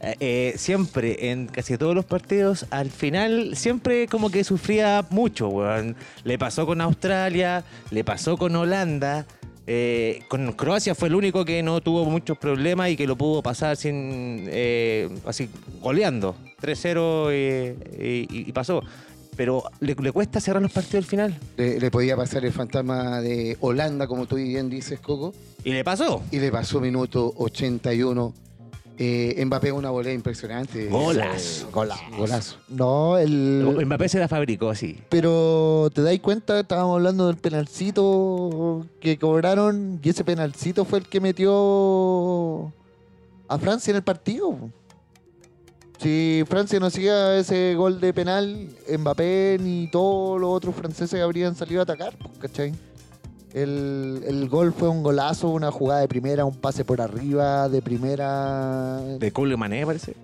[SPEAKER 1] Eh, eh, siempre, en casi todos los partidos, al final siempre como que sufría mucho, weón. Le pasó con Australia, le pasó con Holanda, eh, con Croacia fue el único que no tuvo muchos problemas y que lo pudo pasar sin eh, así goleando 3-0 eh, y, y- y pasó. Pero le, le cuesta cerrar los partidos al final.
[SPEAKER 2] Le, le podía pasar el fantasma de Holanda, como tú bien dices, Coco.
[SPEAKER 1] Y le pasó.
[SPEAKER 2] Y le pasó minuto 81. Eh, Mbappé una volea impresionante.
[SPEAKER 1] Golazo, golazo.
[SPEAKER 2] Golazo.
[SPEAKER 4] No, el,
[SPEAKER 1] Mbappé se la fabricó así.
[SPEAKER 4] Pero te dais cuenta, estábamos hablando del penalcito que cobraron y ese penalcito fue el que metió a Francia en el partido. Si Francia no hacía ese gol de penal, Mbappé ni todos los otros franceses habrían salido a atacar, pues, ¿cachai? El, el gol fue un golazo, una jugada de primera, un pase por arriba, de primera.
[SPEAKER 1] De Cole Mané, parece.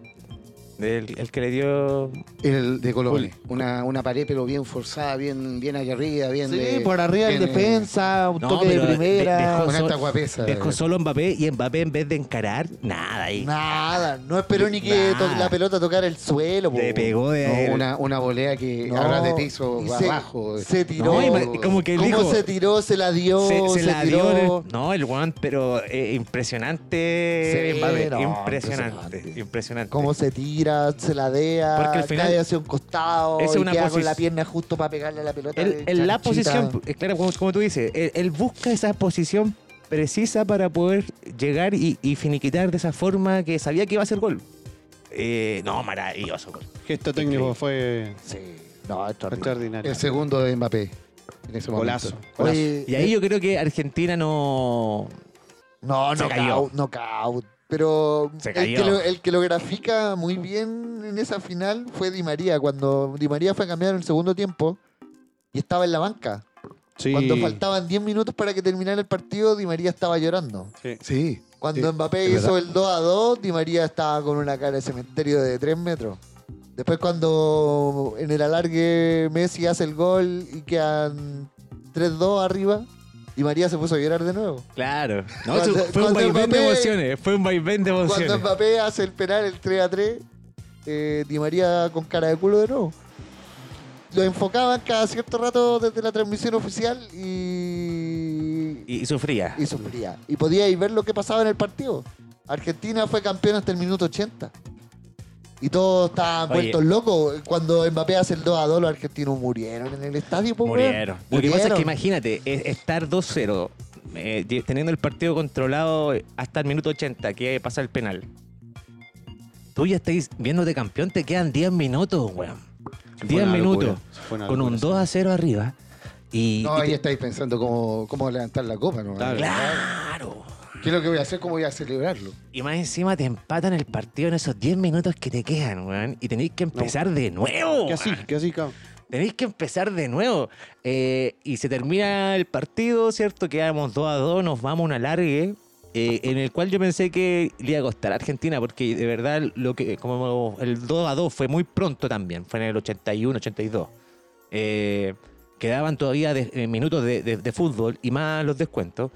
[SPEAKER 1] El, el que le dio.
[SPEAKER 2] El de Colón. Una, una pared, pero bien forzada, bien, bien aguerrida, bien.
[SPEAKER 4] Sí,
[SPEAKER 2] de-
[SPEAKER 4] por arriba el
[SPEAKER 2] bien, eh,
[SPEAKER 4] defensa, un
[SPEAKER 1] No,
[SPEAKER 4] toque de
[SPEAKER 1] pero de-
[SPEAKER 4] primera.
[SPEAKER 1] dejó
[SPEAKER 2] Con alta guapesa.
[SPEAKER 1] Dejó solo a Mbappé y Mbappé en vez de encarar, nada ahí.
[SPEAKER 4] Nada, no esperó ni que to-
[SPEAKER 1] Nada.
[SPEAKER 4] la pelota tocara el suelo. po. Eh,
[SPEAKER 1] Le pegó de
[SPEAKER 2] No, una, una volea que
[SPEAKER 4] No,
[SPEAKER 2] habla de piso
[SPEAKER 4] y se-
[SPEAKER 2] abajo.
[SPEAKER 4] Se tiró.
[SPEAKER 1] No, y ma- como que
[SPEAKER 4] ¿Cómo
[SPEAKER 1] dijo-
[SPEAKER 4] se tiró? Se la dio.
[SPEAKER 1] se,
[SPEAKER 4] Se,
[SPEAKER 1] se la
[SPEAKER 4] tiró.
[SPEAKER 1] dio. en el- no, el one, pero eh, impresionante.
[SPEAKER 4] Sí,
[SPEAKER 1] Mbappé.
[SPEAKER 4] no,
[SPEAKER 1] impresionante.
[SPEAKER 4] impresionante.
[SPEAKER 1] Impresionante.
[SPEAKER 4] Cómo se tira, se la dea,
[SPEAKER 1] Porque al final-
[SPEAKER 4] cae hacia un costado,
[SPEAKER 1] Esa es
[SPEAKER 4] y
[SPEAKER 1] una
[SPEAKER 4] queda
[SPEAKER 1] posi-
[SPEAKER 4] con la pierna justo para pegarle a la pelota.
[SPEAKER 1] Él-
[SPEAKER 4] de
[SPEAKER 1] en la
[SPEAKER 4] chanchita.
[SPEAKER 1] posición, eh, claro, como, como tú dices, él, él busca esa posición precisa para poder llegar y, y finiquitar de esa forma que sabía que iba a ser gol. Eh, no, maravilloso gol.
[SPEAKER 3] Gesto este técnico fue
[SPEAKER 4] Sí, no, esto es horrible.
[SPEAKER 3] extraordinario.
[SPEAKER 2] El segundo de Mbappé. En ese momento.
[SPEAKER 3] Golazo.
[SPEAKER 4] Oye,
[SPEAKER 1] Y ahí yo creo que Argentina no.
[SPEAKER 4] No,
[SPEAKER 1] Se
[SPEAKER 4] no
[SPEAKER 1] cayó.
[SPEAKER 4] knockout, knockout. Pero
[SPEAKER 1] Se
[SPEAKER 4] El,
[SPEAKER 1] cayó.
[SPEAKER 4] que lo, el que lo grafica muy bien en esa final fue Di María. Cuando Di María fue a cambiar en el segundo tiempo y estaba en la banca.
[SPEAKER 3] Sí.
[SPEAKER 4] Cuando faltaban 10 minutos para que terminara el partido, Di María estaba llorando.
[SPEAKER 3] Sí.
[SPEAKER 2] Sí.
[SPEAKER 4] Cuando
[SPEAKER 2] Sí,
[SPEAKER 4] Mbappé
[SPEAKER 2] es
[SPEAKER 4] hizo el 2 a 2, Di María estaba con una cara de cementerio de 3 metros. Después cuando en el alargue Messi hace el gol y quedan 3-2 arriba, Di María se puso a llorar de nuevo.
[SPEAKER 1] Claro. No,
[SPEAKER 4] Cuando-
[SPEAKER 1] su- fue un
[SPEAKER 4] cuando
[SPEAKER 1] vaivén de
[SPEAKER 4] Mbappé-
[SPEAKER 1] emociones. Fue un vaivén de
[SPEAKER 4] Cuando
[SPEAKER 1] emociones.
[SPEAKER 4] Mbappé hace el penal, el 3 a 3, eh, Di María con cara de culo de nuevo. Lo enfocaban cada cierto rato desde la transmisión oficial y.
[SPEAKER 1] Y, y sufría.
[SPEAKER 4] y sufría. Y podíais ver lo que pasaba en el partido. Argentina fue campeón hasta el minuto 80. Y todos estaban
[SPEAKER 1] Oye.
[SPEAKER 4] vueltos locos. Cuando Mbappé hace el 2 a 2, los argentinos murieron en el estadio. po, weón.
[SPEAKER 1] Murieron. Lo que pasa es
[SPEAKER 4] Murieron.
[SPEAKER 1] que imagínate, es- estar 2-0, eh, lle- teniendo el partido controlado hasta el minuto 80, que pasa el penal. Tú ya estáis viéndote campeón, te quedan 10 minutos, weón. 10
[SPEAKER 3] una locura,
[SPEAKER 1] minutos.
[SPEAKER 3] fue una
[SPEAKER 1] Con un
[SPEAKER 3] locura.
[SPEAKER 1] 2 a 0 arriba. Y.
[SPEAKER 2] No,
[SPEAKER 1] y
[SPEAKER 2] ahí
[SPEAKER 1] te-
[SPEAKER 2] estáis pensando cómo, cómo levantar la copa, ¿no?
[SPEAKER 3] Claro.
[SPEAKER 1] claro.
[SPEAKER 2] ¿Qué es lo que voy a hacer? ¿Cómo voy a celebrarlo?
[SPEAKER 1] Y más encima te empatan el partido en esos 10 minutos que te quedan, weón. Y tenéis que empezar de nuevo.
[SPEAKER 3] Que así,
[SPEAKER 1] weón.
[SPEAKER 3] que así, cabrón.
[SPEAKER 1] Tenéis que empezar de nuevo. Eh, y se termina el partido, ¿cierto? Quedamos 2 a 2, nos vamos a un alargue. eh, en el cual yo pensé que le iba a costar a Argentina, porque de verdad lo que como el 2 a 2 fue muy pronto también, fue en el 81, 82. Eh, quedaban todavía de- eh, minutos de, de- de fútbol y más los descuentos.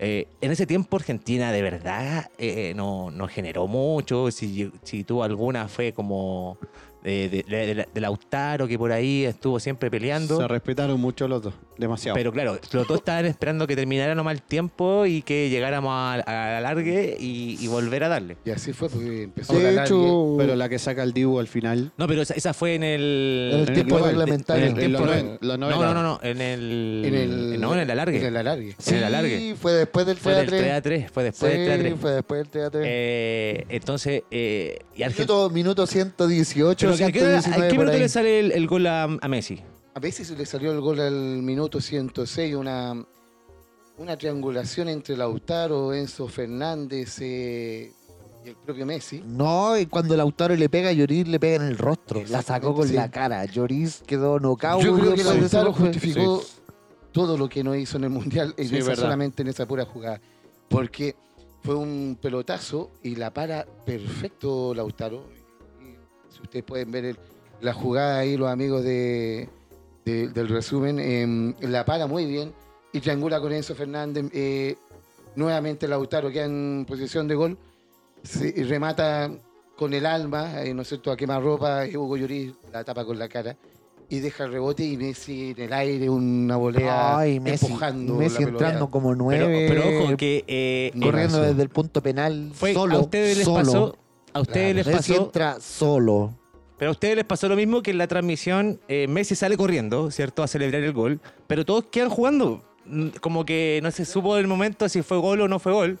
[SPEAKER 1] Eh, en ese tiempo Argentina de verdad eh, no, no generó mucho, si, si tuvo alguna fue como eh, de, de- de la- de Lautaro que por ahí estuvo siempre peleando.
[SPEAKER 3] Se respetaron mucho los dos. Demasiado.
[SPEAKER 1] Pero claro, los dos estaban esperando que terminara nomás el tiempo y que llegáramos al al alargue y, y volver a darle.
[SPEAKER 2] Y así fue, porque empezó a
[SPEAKER 3] de
[SPEAKER 2] ganar
[SPEAKER 3] hecho, pero la que saca el Dibu al final.
[SPEAKER 1] No, pero esa, esa fue en el.
[SPEAKER 4] En el
[SPEAKER 1] en
[SPEAKER 4] tiempo
[SPEAKER 1] global.
[SPEAKER 4] reglamentario.
[SPEAKER 1] En el tiempo.
[SPEAKER 3] En los noven- los
[SPEAKER 1] no,
[SPEAKER 3] noventa.
[SPEAKER 1] no, no, no, en el.
[SPEAKER 2] en el,
[SPEAKER 1] no, en el alargue.
[SPEAKER 2] En el alargue.
[SPEAKER 1] en el alargue.
[SPEAKER 4] Sí, fue después del
[SPEAKER 1] fue
[SPEAKER 4] 3 a
[SPEAKER 1] del
[SPEAKER 4] 3.
[SPEAKER 1] 3 a 3, fue después
[SPEAKER 4] Sí,
[SPEAKER 1] del 3 a 3.
[SPEAKER 4] fue después del 3 a 3.
[SPEAKER 1] Eh, entonces, eh, y Argentina.
[SPEAKER 4] minuto, minuto 118,
[SPEAKER 1] Pero ¿a qué, hora- a qué
[SPEAKER 4] 119 por
[SPEAKER 1] minuto
[SPEAKER 4] ahí.
[SPEAKER 1] le sale el, el gol a, a Messi?
[SPEAKER 2] A veces le salió el gol al minuto 106, una, una triangulación entre Lautaro, Enzo Fernández eh, y el propio Messi.
[SPEAKER 4] No, y cuando Lautaro le pega a Lloris, le pega en el rostro. La sacó con
[SPEAKER 2] Sí.
[SPEAKER 4] la cara. Lloris quedó knockout.
[SPEAKER 2] Yo creo que
[SPEAKER 4] Lloris
[SPEAKER 2] Lautaro
[SPEAKER 4] fue-
[SPEAKER 2] justificó todo lo que no hizo en el Mundial, en
[SPEAKER 3] Sí,
[SPEAKER 2] esa-
[SPEAKER 3] verdad.
[SPEAKER 2] solamente en esa pura jugada. Porque fue un pelotazo y la para perfecto Lautaro. Y si ustedes pueden ver el- la jugada ahí, los amigos de, de- del resumen, em, la para muy bien y triangula con Enzo Fernández. eh, nuevamente Lautaro queda en posición de gol. se- y remata con el alma, eh, ¿no es cierto? A quemarropa, eh, Hugo Lloris la tapa con la cara y deja el rebote y Messi en el aire, una volea
[SPEAKER 4] Ay, Messi,
[SPEAKER 2] empujando
[SPEAKER 4] Messi
[SPEAKER 2] la pelota.
[SPEAKER 4] entrando como
[SPEAKER 1] Pero,
[SPEAKER 4] nueve.
[SPEAKER 1] pero ojo, que. eh,
[SPEAKER 2] no,
[SPEAKER 4] corriendo
[SPEAKER 2] Golazo.
[SPEAKER 4] desde el punto penal.
[SPEAKER 1] fue,
[SPEAKER 4] solo.
[SPEAKER 1] a ustedes les
[SPEAKER 4] solo.
[SPEAKER 1] pasó. A ustedes les
[SPEAKER 4] Messi
[SPEAKER 1] pasó.
[SPEAKER 4] entra solo.
[SPEAKER 1] Pero a ustedes les pasó lo mismo que en la transmisión. eh, Messi sale corriendo, ¿cierto? A celebrar el gol. Pero todos quedan jugando. Mm, Como que no se supo el momento si fue gol o no fue gol.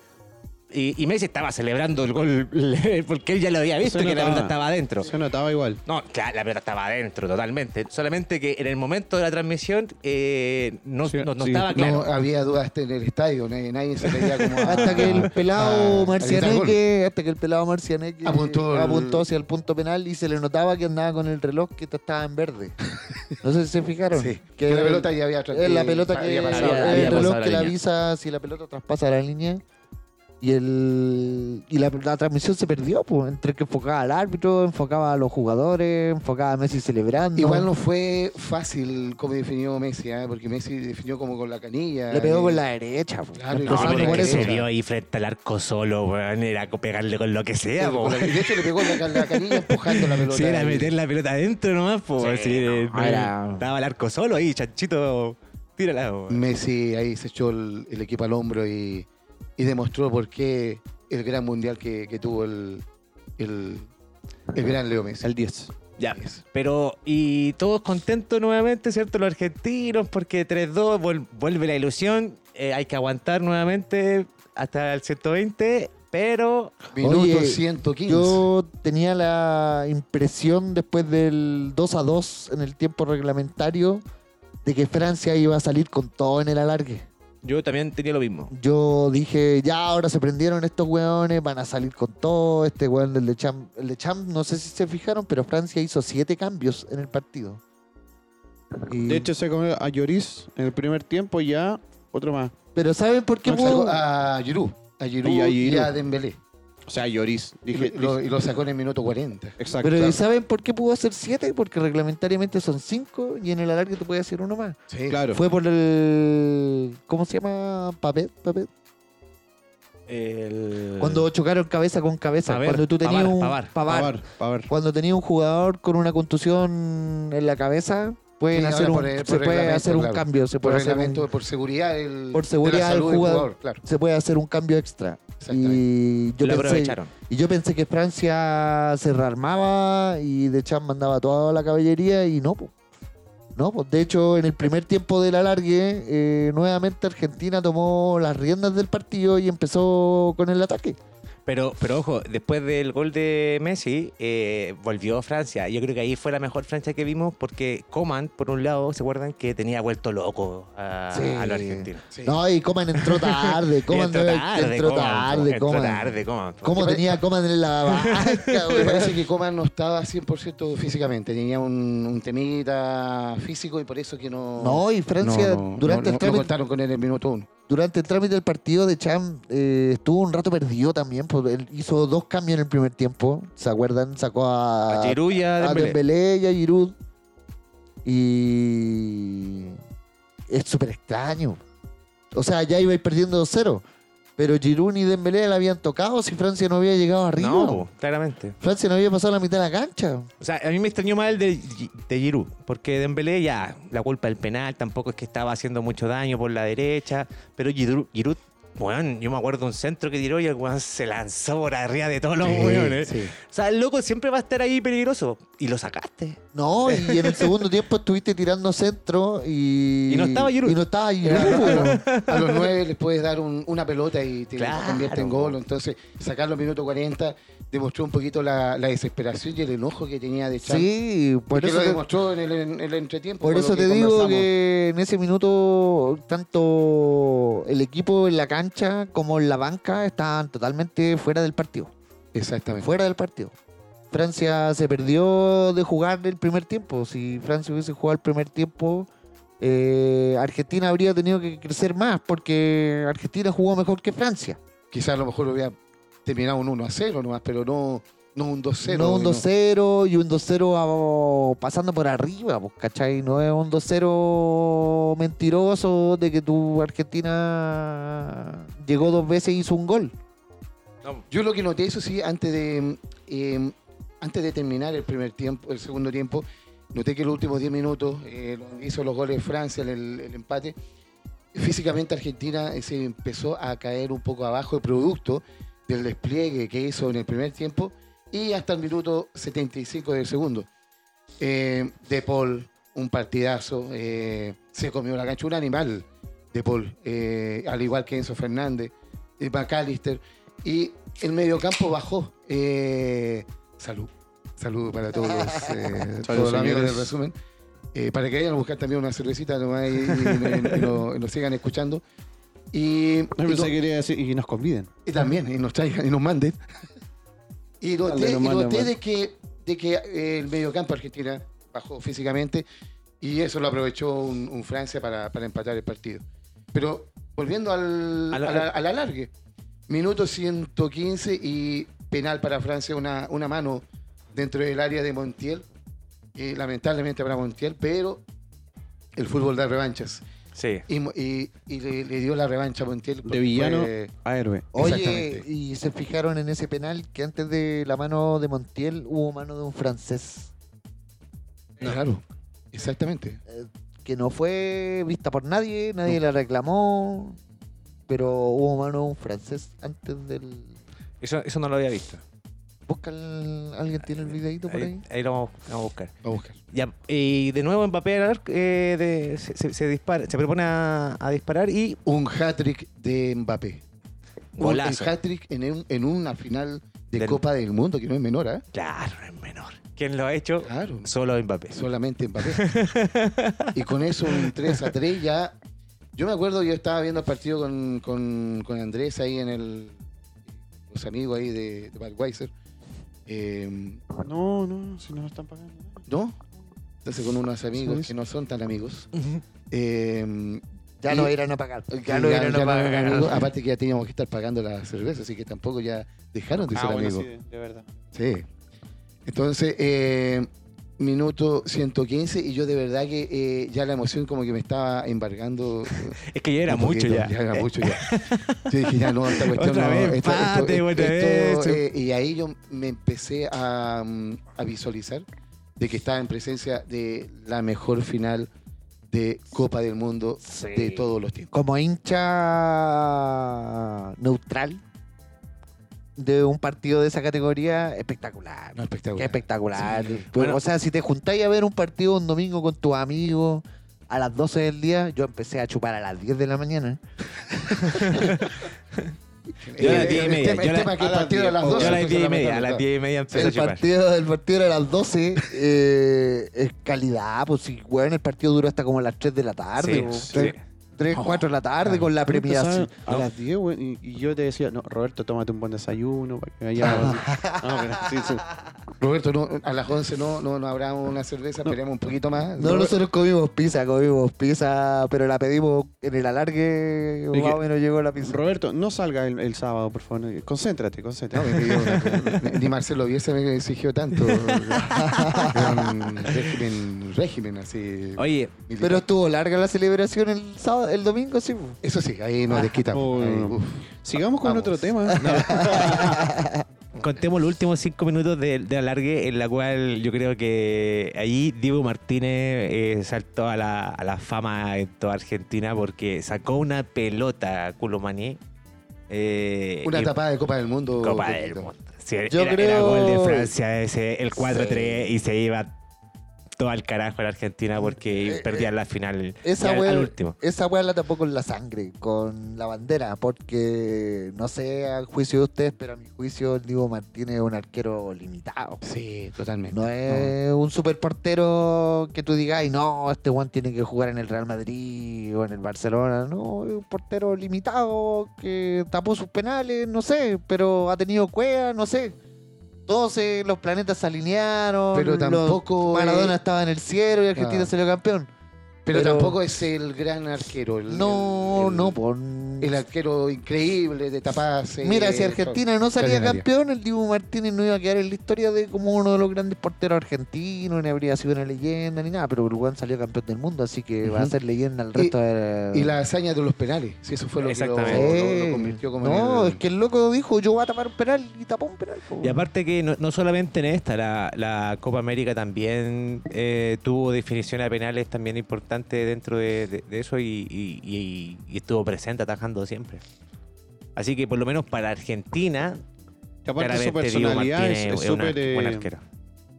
[SPEAKER 1] Y, y Messi estaba celebrando el gol porque él ya lo había visto
[SPEAKER 3] Se
[SPEAKER 1] que la
[SPEAKER 3] notaba.
[SPEAKER 1] pelota estaba adentro.
[SPEAKER 3] Se notaba igual.
[SPEAKER 1] No, claro, la pelota estaba adentro totalmente. Solamente que en el momento de la transmisión eh, no,
[SPEAKER 3] Sí,
[SPEAKER 1] no- no
[SPEAKER 3] sí.
[SPEAKER 1] estaba
[SPEAKER 2] No ah,
[SPEAKER 1] claro.
[SPEAKER 2] había dudas hasta en el estadio, nadie, nadie se veía como a-
[SPEAKER 4] Hasta que
[SPEAKER 2] a-
[SPEAKER 4] el pelado
[SPEAKER 2] a- a gritar
[SPEAKER 4] Marcianeque, hasta que el pelado Marcianeque
[SPEAKER 2] Apuntó el-
[SPEAKER 4] apuntó hacia el punto penal y se le notaba que andaba con el reloj que estaba en verde. No sé si se fijaron.
[SPEAKER 2] gol. Sí, que la
[SPEAKER 4] el-
[SPEAKER 2] pelota ya había
[SPEAKER 4] Es la pelota que
[SPEAKER 2] había
[SPEAKER 4] es
[SPEAKER 2] pasado.
[SPEAKER 1] había-
[SPEAKER 4] el reloj
[SPEAKER 1] pasado la
[SPEAKER 4] que la
[SPEAKER 1] línea.
[SPEAKER 4] avisa si la pelota traspasa la línea y el y la, la transmisión se perdió, pues, entre que enfocaba al árbitro, enfocaba a los jugadores, enfocaba a Messi celebrando.
[SPEAKER 2] Igual no fue fácil como definió Messi, ¿eh? porque Messi definió como con la canilla.
[SPEAKER 4] le pegó
[SPEAKER 2] eh,
[SPEAKER 4] con la derecha, pues.
[SPEAKER 2] Claro,
[SPEAKER 1] No,
[SPEAKER 4] Empezando
[SPEAKER 1] pero es
[SPEAKER 4] por
[SPEAKER 1] que
[SPEAKER 4] eso.
[SPEAKER 1] se vio ahí frente al arco solo, weón. Era co- pegarle con lo que sea, po,
[SPEAKER 2] con la- De hecho, le pegó la, la canilla empujando la pelota.
[SPEAKER 1] Sí, era meter la pelota adentro nomás, pues.
[SPEAKER 4] Sí,
[SPEAKER 1] sí,
[SPEAKER 4] no,
[SPEAKER 1] eh, no,
[SPEAKER 4] era-
[SPEAKER 1] Estaba el arco solo ahí, chanchito. Tírala, po.
[SPEAKER 2] Mm. Messi ahí se echó el, el equipo al hombro y, y demostró por qué el gran mundial que, que tuvo el, el, el gran Leo Messi.
[SPEAKER 3] El 10.
[SPEAKER 1] Ya.
[SPEAKER 2] Eso.
[SPEAKER 1] Pero, y todos contentos nuevamente, ¿cierto? Los argentinos, porque 3-2 vuel- vuelve la ilusión. eh, hay que aguantar nuevamente hasta el 120, pero.
[SPEAKER 2] Minuto
[SPEAKER 4] Oye,
[SPEAKER 2] 115.
[SPEAKER 4] Yo tenía la impresión después del 2 a 2 en el tiempo reglamentario de que Francia iba a salir con todo en el alargue.
[SPEAKER 1] Yo también tenía lo mismo.
[SPEAKER 4] Yo dije, ya ahora se prendieron estos weones, van a salir con todo. Este weón del de Champ, el de Champ, no sé si se fijaron, pero Francia hizo siete cambios en el partido. Y-
[SPEAKER 3] De hecho, se comió a Lloris en el primer tiempo y ya otro más.
[SPEAKER 4] pero ¿saben por qué
[SPEAKER 3] no ah,
[SPEAKER 4] pudo?
[SPEAKER 2] Sacó a Giroud. A Giroud
[SPEAKER 3] Y
[SPEAKER 2] y
[SPEAKER 3] a
[SPEAKER 2] a,
[SPEAKER 3] Giroud.
[SPEAKER 2] Dembélé.
[SPEAKER 3] O sea, Lloris.
[SPEAKER 2] Y
[SPEAKER 3] Dije,
[SPEAKER 2] lo,
[SPEAKER 3] dije-
[SPEAKER 2] y lo sacó en el minuto 40.
[SPEAKER 3] exacto.
[SPEAKER 4] Pero ¿saben por qué pudo hacer siete? Porque reglamentariamente son cinco y en el alargue te puede hacer uno más.
[SPEAKER 2] Sí.
[SPEAKER 3] claro.
[SPEAKER 4] Fue por el. ¿Cómo se llama? Papet. Papet.
[SPEAKER 1] El-
[SPEAKER 4] Cuando chocaron cabeza con cabeza.
[SPEAKER 1] Pavar,
[SPEAKER 4] cuando tú tenías
[SPEAKER 1] Pavar,
[SPEAKER 4] un.
[SPEAKER 1] Pavar.
[SPEAKER 4] Pavar.
[SPEAKER 3] Pavar, Pavar.
[SPEAKER 4] Cuando tenía un jugador con una contusión en la cabeza, pueden
[SPEAKER 2] Sí,
[SPEAKER 4] hacer
[SPEAKER 2] ahora
[SPEAKER 4] un,
[SPEAKER 2] por- por
[SPEAKER 4] se puede
[SPEAKER 2] reglamento,
[SPEAKER 4] hacer un
[SPEAKER 2] claro.
[SPEAKER 4] cambio. Se
[SPEAKER 2] Por
[SPEAKER 4] puede, hacer
[SPEAKER 2] reglamento,
[SPEAKER 4] un,
[SPEAKER 2] por seguridad del
[SPEAKER 4] por
[SPEAKER 2] de la
[SPEAKER 4] seguridad del
[SPEAKER 2] salud del
[SPEAKER 4] jugador.
[SPEAKER 2] Claro,
[SPEAKER 4] se puede hacer un cambio extra.
[SPEAKER 2] exactamente.
[SPEAKER 4] Y yo,
[SPEAKER 1] lo
[SPEAKER 4] pensé,
[SPEAKER 1] aprovecharon.
[SPEAKER 4] y yo pensé que Francia se rearmaba y De Champ mandaba toda la caballería y no, po. No, pues de hecho, en el primer tiempo del alargue, eh, nuevamente Argentina tomó las riendas del partido y empezó con el ataque.
[SPEAKER 1] Pero, pero ojo, después del gol de Messi, eh, volvió Francia. Yo creo que ahí fue la mejor Francia que vimos porque Coman, por un lado, ¿se acuerdan? Que tenía vuelto loco a,
[SPEAKER 4] Sí.
[SPEAKER 1] a los argentinos.
[SPEAKER 2] Sí.
[SPEAKER 4] No, y Coman entró tarde, Coman
[SPEAKER 1] entró
[SPEAKER 4] debe-
[SPEAKER 1] tarde,
[SPEAKER 4] entró
[SPEAKER 1] Coman,
[SPEAKER 4] tarde,
[SPEAKER 1] entró
[SPEAKER 4] Coman.
[SPEAKER 1] tarde, Coman.
[SPEAKER 4] ¿Cómo tenía Coman en la banca,
[SPEAKER 2] Me
[SPEAKER 4] güey?
[SPEAKER 2] parece que Coman no estaba 100% físicamente, tenía un, un temita físico y por eso que no...
[SPEAKER 4] No, y Francia
[SPEAKER 2] No, no,
[SPEAKER 4] durante
[SPEAKER 2] no,
[SPEAKER 4] el
[SPEAKER 2] no
[SPEAKER 4] trámite
[SPEAKER 2] contaron con él en el minuto uno.
[SPEAKER 4] durante el trámite del partido de Cham eh, estuvo un rato perdido también. Porque él hizo dos cambios en el primer tiempo. ¿Se acuerdan? Sacó a,
[SPEAKER 1] A Giroud y a
[SPEAKER 4] a
[SPEAKER 1] Dembélé.
[SPEAKER 4] Ah, Dembélé y a Giroud. Y es súper extraño. O sea, ya iba a ir perdiendo 2-0. Pero Giroud y Dembélé la habían tocado si Francia no había llegado arriba.
[SPEAKER 1] No, po, claramente.
[SPEAKER 4] Francia no había pasado la mitad de la cancha.
[SPEAKER 1] O sea, a mí me extrañó más el de, Gi- de Giroud, porque Dembélé ya, la culpa del penal, tampoco es que estaba haciendo mucho daño por la derecha, pero Giroud, Giroud weón, yo me acuerdo un centro que tiró y el weón se lanzó por arriba de todos los weones.
[SPEAKER 2] sí.
[SPEAKER 1] O sea, el loco siempre va a estar ahí peligroso, y lo sacaste.
[SPEAKER 4] No, y en el segundo tiempo estuviste tirando centro y.
[SPEAKER 1] Y no estaba Giroud.
[SPEAKER 4] Y no estaba Giroud, weón.
[SPEAKER 2] A los nueve les puedes dar un- una pelota y te
[SPEAKER 1] Claro.
[SPEAKER 2] convierte en gol. Entonces, sacar los minutos 40 demostró un poquito la, la desesperación y el enojo que tenía de Champ.
[SPEAKER 4] Sí, por
[SPEAKER 2] Porque
[SPEAKER 4] eso.
[SPEAKER 2] lo
[SPEAKER 4] te-
[SPEAKER 2] demostró en el, en el entretiempo.
[SPEAKER 4] Por
[SPEAKER 2] con
[SPEAKER 4] eso
[SPEAKER 2] lo
[SPEAKER 4] te digo
[SPEAKER 2] conversamos.
[SPEAKER 4] que en ese minuto, tanto el equipo en la cancha como en la banca estaban totalmente fuera del partido.
[SPEAKER 2] Exactamente.
[SPEAKER 4] Fuera del partido. Francia se perdió de jugar el primer tiempo. Si Francia hubiese jugado el primer tiempo, eh, Argentina habría tenido que crecer más porque Argentina jugó mejor que Francia.
[SPEAKER 2] Quizás a lo mejor hubiera terminado un 1 a 0 nomás, pero no, no un 2 0.
[SPEAKER 4] no un 2-0 y un 2-0 a- pasando por arriba, pues, ¿cachai? No es un 2-0 mentiroso de que tu Argentina llegó dos veces e hizo un gol.
[SPEAKER 2] Yo lo que noté, eso sí, antes de, eh, antes de terminar el primer tiempo, el segundo tiempo, noté que los últimos 10 minutos eh, lo- hizo los goles de Francia, el, el empate. Físicamente Argentina eh, se empezó a caer un poco abajo el producto del despliegue que hizo en el primer tiempo y hasta el minuto 75 del segundo. Eh, de Paul, un partidazo, eh, se comió la cancha, un animal de Paul, eh, al igual que Enzo Fernández, eh, McAllister, y el mediocampo bajó. Eh, salud, salud para todos, eh, todos los amigos
[SPEAKER 3] señores.
[SPEAKER 2] del resumen. Eh, para que vayan a buscar también una cervecita nomás y, y- y nos- y nos sigan escuchando. Y,
[SPEAKER 3] No
[SPEAKER 2] y no-
[SPEAKER 3] pensé que quería decir, y nos conviden.
[SPEAKER 2] y también, y nos traigan, y nos manden. Y noté,
[SPEAKER 3] Dale, nos
[SPEAKER 2] y
[SPEAKER 3] mandan,
[SPEAKER 2] noté
[SPEAKER 3] man.
[SPEAKER 2] de que, de que eh, el mediocampo argentina bajó físicamente y eso lo aprovechó un, un Francia para, para empatar el partido. Pero volviendo al,
[SPEAKER 1] Al-
[SPEAKER 2] al, al, alargue, minuto 115 y penal para Francia, una, una mano dentro del área de Montiel, eh, lamentablemente para Montiel, pero el fútbol da revanchas.
[SPEAKER 1] Sí.
[SPEAKER 2] Y, mo- y- y le, le dio la revancha a Montiel.
[SPEAKER 3] De villano a héroe.
[SPEAKER 4] Oye,
[SPEAKER 2] Exactamente.
[SPEAKER 4] y se fijaron en ese penal que antes de la mano de Montiel hubo mano de un francés
[SPEAKER 2] Claro, exactamente.
[SPEAKER 4] que no fue vista por nadie, nadie la reclamó, pero hubo mano de un francés antes del...
[SPEAKER 1] Eso, eso no lo había visto.
[SPEAKER 4] Busca el- ¿Alguien tiene el videito por ahí?
[SPEAKER 1] Ahí, ahí lo vamos, vamos a buscar.
[SPEAKER 2] Vamos a buscar.
[SPEAKER 1] Ya, y de nuevo Mbappé al arco, eh, de- se, se- se dispara, se propone a, a disparar y
[SPEAKER 2] Un hat-trick de Mbappé.
[SPEAKER 1] golazo.
[SPEAKER 2] Un hat-trick en, un- en una final de
[SPEAKER 1] Del-
[SPEAKER 2] Copa del Mundo, que no es menor, ¿ah?
[SPEAKER 1] Claro, es menor. ¿Quién lo ha hecho?
[SPEAKER 2] Claro.
[SPEAKER 1] Ah. Solo Mbappé.
[SPEAKER 2] Solamente Mbappé. y con eso un 3 a 3 ya. Yo me acuerdo, yo estaba viendo el partido con, con- con Andrés ahí en el. Los amigos ahí de, de Budweiser. Eh,
[SPEAKER 3] No, no, si no nos están pagando.
[SPEAKER 2] ¿No? Entonces con unos amigos
[SPEAKER 3] ¿Sabes?
[SPEAKER 2] que no son tan amigos. Eh,
[SPEAKER 4] Ya
[SPEAKER 2] Y-
[SPEAKER 4] lo irán a pagar. Ya
[SPEAKER 2] Y
[SPEAKER 4] lo
[SPEAKER 2] ya-
[SPEAKER 4] irán
[SPEAKER 2] ya
[SPEAKER 4] a
[SPEAKER 2] no eran
[SPEAKER 4] pagar.
[SPEAKER 2] amigos. Aparte que ya teníamos que estar pagando la cerveza, así que tampoco ya dejaron de
[SPEAKER 3] Ah,
[SPEAKER 2] ser
[SPEAKER 3] bueno,
[SPEAKER 2] amigos.
[SPEAKER 3] sí, de, de verdad.
[SPEAKER 2] Sí. Entonces, eh, minuto 115 y yo de verdad que eh, ya la emoción como que me estaba embargando. eh,
[SPEAKER 1] Es que ya era
[SPEAKER 2] un
[SPEAKER 1] mucho
[SPEAKER 2] poquito,
[SPEAKER 1] ya.
[SPEAKER 2] era mucho ya. Yo dije, ya no, esta cuestión
[SPEAKER 1] Otra
[SPEAKER 2] no,
[SPEAKER 1] vez
[SPEAKER 2] esto- esto-
[SPEAKER 1] empate, otra
[SPEAKER 2] esto,
[SPEAKER 1] vez.
[SPEAKER 2] eh, y ahí yo me empecé a, mm, a visualizar de que estaba en presencia de la mejor final de Copa del Mundo
[SPEAKER 1] Sí.
[SPEAKER 2] de todos los tiempos.
[SPEAKER 4] Como hincha neutral de un partido de esa categoría, espectacular.
[SPEAKER 2] No, espectacular.
[SPEAKER 4] Qué espectacular.
[SPEAKER 2] Sí.
[SPEAKER 4] Pero,
[SPEAKER 1] Bueno.
[SPEAKER 4] o sea, si te juntáis a ver un partido un domingo con tus amigos a las 12 del día, yo empecé a chupar a las 10 de la mañana.
[SPEAKER 1] Yo a las
[SPEAKER 2] Eh,
[SPEAKER 1] 10 y
[SPEAKER 2] el
[SPEAKER 1] media,
[SPEAKER 2] tema-
[SPEAKER 1] yo
[SPEAKER 2] El
[SPEAKER 1] la-
[SPEAKER 2] tema es que
[SPEAKER 3] a
[SPEAKER 2] el
[SPEAKER 3] las
[SPEAKER 2] partido a
[SPEAKER 3] 10,
[SPEAKER 2] las
[SPEAKER 3] o-
[SPEAKER 1] Yo
[SPEAKER 2] 12.
[SPEAKER 1] a las
[SPEAKER 2] empezó
[SPEAKER 1] 10 y media, a
[SPEAKER 2] mitad.
[SPEAKER 1] las 10 y media empecé a
[SPEAKER 4] El
[SPEAKER 1] chupar.
[SPEAKER 4] partido, el partido era a las 12 eh, es calidad, pues si weón, el partido duró hasta como las 3 de la tarde.
[SPEAKER 1] Sí,
[SPEAKER 4] pues,
[SPEAKER 1] sí.
[SPEAKER 4] 3, 4 de la tarde con la premiación.
[SPEAKER 3] A las 10, güey, y, y yo te decía, no, Roberto, tómate un buen desayuno. Para que vaya no, pero sí, sí.
[SPEAKER 2] Roberto, no, a las 11 no, no, no habrá una cerveza, esperemos un poquito más.
[SPEAKER 4] No, nosotros comimos pizza, comimos pizza, pero la pedimos en el alargue,
[SPEAKER 3] Oye,
[SPEAKER 4] más o menos llegó la pizza.
[SPEAKER 3] Roberto, no salga el, el sábado, por favor. Concéntrate,
[SPEAKER 2] No,
[SPEAKER 3] concéntrate.
[SPEAKER 2] me pidió una- ni Marcelo Bielsa me exigió tanto. Era un régimen, régimen así.
[SPEAKER 1] Oye,
[SPEAKER 2] militar.
[SPEAKER 4] Pero estuvo larga la celebración el sábado, el domingo, sí. po.
[SPEAKER 2] eso sí, ahí nos desquitamos.
[SPEAKER 3] Oh,
[SPEAKER 2] Ahí,
[SPEAKER 3] no.
[SPEAKER 2] uf.
[SPEAKER 3] Sigamos con
[SPEAKER 2] Vamos.
[SPEAKER 3] otro tema.
[SPEAKER 1] contemos los últimos cinco minutos de, de alargue en la cual yo creo que ahí Diego Martínez eh, saltó a la, a la fama en toda Argentina porque sacó una pelota Culomaní. eh,
[SPEAKER 2] Una
[SPEAKER 1] y-
[SPEAKER 2] tapada de Copa del Mundo.
[SPEAKER 4] Oh,
[SPEAKER 1] Copa del
[SPEAKER 2] Roberto.
[SPEAKER 1] Mundo. Sí,
[SPEAKER 3] Yo
[SPEAKER 1] era, era
[SPEAKER 3] creo-
[SPEAKER 1] gol de Francia ese, el 4-3 y se iba todo al carajo la Argentina porque
[SPEAKER 4] Eh,
[SPEAKER 1] perdían la final
[SPEAKER 4] Esa
[SPEAKER 1] ya al,
[SPEAKER 4] wea,
[SPEAKER 1] al último.
[SPEAKER 4] esa wea la tapó con la sangre, con la bandera, porque no sé al juicio de ustedes, pero a mi juicio el Diego Martínez es un arquero limitado.
[SPEAKER 2] Sí, totalmente.
[SPEAKER 4] No es un super portero que tú digas, "Ay, no, este Juan tiene que jugar en el Real Madrid o en el Barcelona. No, es un portero limitado que tapó sus penales, no sé, pero ha tenido cueva, no sé. Todos eh, los planetas se alinearon.
[SPEAKER 2] Pero
[SPEAKER 4] los-
[SPEAKER 2] tampoco
[SPEAKER 4] Maradona
[SPEAKER 2] es-
[SPEAKER 4] estaba en el cielo y Argentina
[SPEAKER 2] Ah.
[SPEAKER 4] salió campeón.
[SPEAKER 2] Pero,
[SPEAKER 4] Pero-
[SPEAKER 2] tampoco es el gran arquero. el-
[SPEAKER 4] No,
[SPEAKER 2] el-
[SPEAKER 4] no, por.
[SPEAKER 2] El arquero increíble de tapadas. eh,
[SPEAKER 4] Mira, si Argentina no salía
[SPEAKER 2] extraordinaria.
[SPEAKER 4] campeón, el Dibu Martínez no iba a quedar en la historia de como uno de los grandes porteros argentinos, ni habría sido una leyenda ni nada, pero el Juan salió campeón del mundo, así que va a ser leyenda al resto de.
[SPEAKER 2] Y la hazaña de los penales. Sí, eso fue lo que lo,
[SPEAKER 1] Exactamente.
[SPEAKER 2] lo- lo
[SPEAKER 4] Sí.
[SPEAKER 2] convirtió como en
[SPEAKER 4] No,
[SPEAKER 2] el-
[SPEAKER 4] es que el loco dijo, yo voy a tapar un penal y tapó un penal. po.
[SPEAKER 1] Y aparte que no, no solamente en esta, la, la Copa América también eh, tuvo definición a penales también importante dentro de, de- de eso y, y- y- y estuvo presente atajando siempre. Así que por lo menos para Argentina,
[SPEAKER 3] Que aparte su
[SPEAKER 1] claramente Diego
[SPEAKER 3] personalidad
[SPEAKER 1] Martínez
[SPEAKER 3] es
[SPEAKER 1] es
[SPEAKER 3] es
[SPEAKER 1] un ar-
[SPEAKER 3] súper...
[SPEAKER 1] buen
[SPEAKER 3] eh,
[SPEAKER 1] arquero.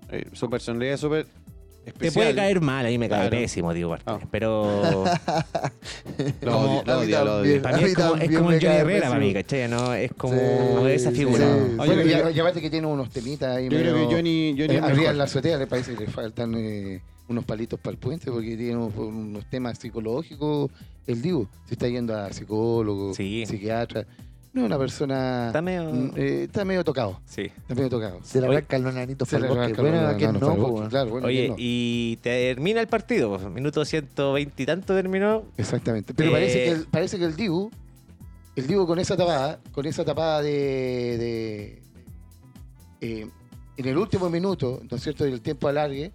[SPEAKER 3] eh, Su personalidad es súper
[SPEAKER 1] Te
[SPEAKER 3] especial.
[SPEAKER 1] puede caer mal, a mí me cae
[SPEAKER 3] Claro.
[SPEAKER 1] pésimo Diego Martínez,
[SPEAKER 3] Ah.
[SPEAKER 1] pero...
[SPEAKER 3] Lo
[SPEAKER 1] Como-
[SPEAKER 3] odio, lo
[SPEAKER 4] a mí
[SPEAKER 3] odio, lo odio.
[SPEAKER 4] también.
[SPEAKER 1] Para mí
[SPEAKER 4] A
[SPEAKER 1] es
[SPEAKER 4] mí
[SPEAKER 1] como, es
[SPEAKER 4] también
[SPEAKER 1] como
[SPEAKER 4] me
[SPEAKER 1] un Johnny
[SPEAKER 4] cae
[SPEAKER 1] Herrera, para mí,
[SPEAKER 4] pésimo.
[SPEAKER 1] ¿cachai? ¿no? Es como
[SPEAKER 4] Sí,
[SPEAKER 1] esa
[SPEAKER 4] sí,
[SPEAKER 1] figura.
[SPEAKER 4] sí.
[SPEAKER 1] ¿no?
[SPEAKER 3] Oye,
[SPEAKER 2] Bueno,
[SPEAKER 3] pero
[SPEAKER 2] y
[SPEAKER 3] yo-
[SPEAKER 2] a- y aparte que tiene unos temitas ahí.
[SPEAKER 3] Yo creo que
[SPEAKER 2] medio-
[SPEAKER 3] Johnny, Johnny
[SPEAKER 2] Eh,
[SPEAKER 3] es
[SPEAKER 2] arriba
[SPEAKER 3] mejor.
[SPEAKER 2] en la azotea le parece que le faltan eh, unos palitos para el puente porque tiene un- unos, temas psicológicos. El Divo se está yendo a psicólogo,
[SPEAKER 1] Sí.
[SPEAKER 2] psiquiatra. No es una persona.
[SPEAKER 1] Está medio-
[SPEAKER 2] mm, eh, está medio tocado.
[SPEAKER 1] Sí.
[SPEAKER 2] Está medio tocado.
[SPEAKER 4] Se le
[SPEAKER 1] Oye.
[SPEAKER 4] arranca el nananito
[SPEAKER 2] Se le
[SPEAKER 4] Falcón, que
[SPEAKER 2] arranca
[SPEAKER 4] bueno,
[SPEAKER 2] la-
[SPEAKER 4] ¿a quién
[SPEAKER 2] la- la-
[SPEAKER 4] no,
[SPEAKER 2] la-
[SPEAKER 4] po, weón?
[SPEAKER 2] claro, bueno,
[SPEAKER 1] Oye,
[SPEAKER 2] ¿quién no?
[SPEAKER 1] y termina el partido. pues, Minuto 120 y tanto terminó.
[SPEAKER 2] Exactamente. Pero
[SPEAKER 1] Eh,
[SPEAKER 2] parece, que el, parece que el Dibu, el Dibu con esa tapada, con esa tapada de. de, eh, en el último minuto, ¿no es cierto? Del tiempo alargue,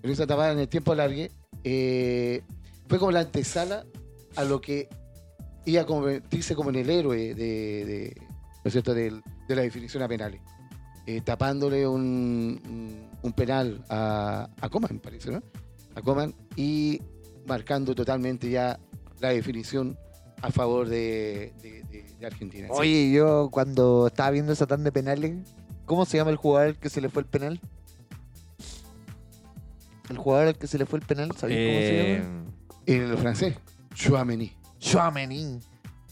[SPEAKER 2] con esa tapada en el tiempo alargue, eh, fue como la antesala a lo que iba a convertirse como en el héroe de. de- ¿no es cierto? del- de la definición a penales. Eh, tapándole un, un- un penal a, a Coman, parece, ¿no? A Coman y marcando totalmente ya la definición a favor de, de- de- de Argentina. Sí.
[SPEAKER 4] Oye, yo cuando estaba viendo esa tan de penales, ¿cómo se llama el jugador al que se le fue el penal? El jugador al que se le fue el penal, ¿sabes cómo se
[SPEAKER 1] Eh,
[SPEAKER 4] llama?
[SPEAKER 2] En el francés, Chouameni.
[SPEAKER 4] Chouameni.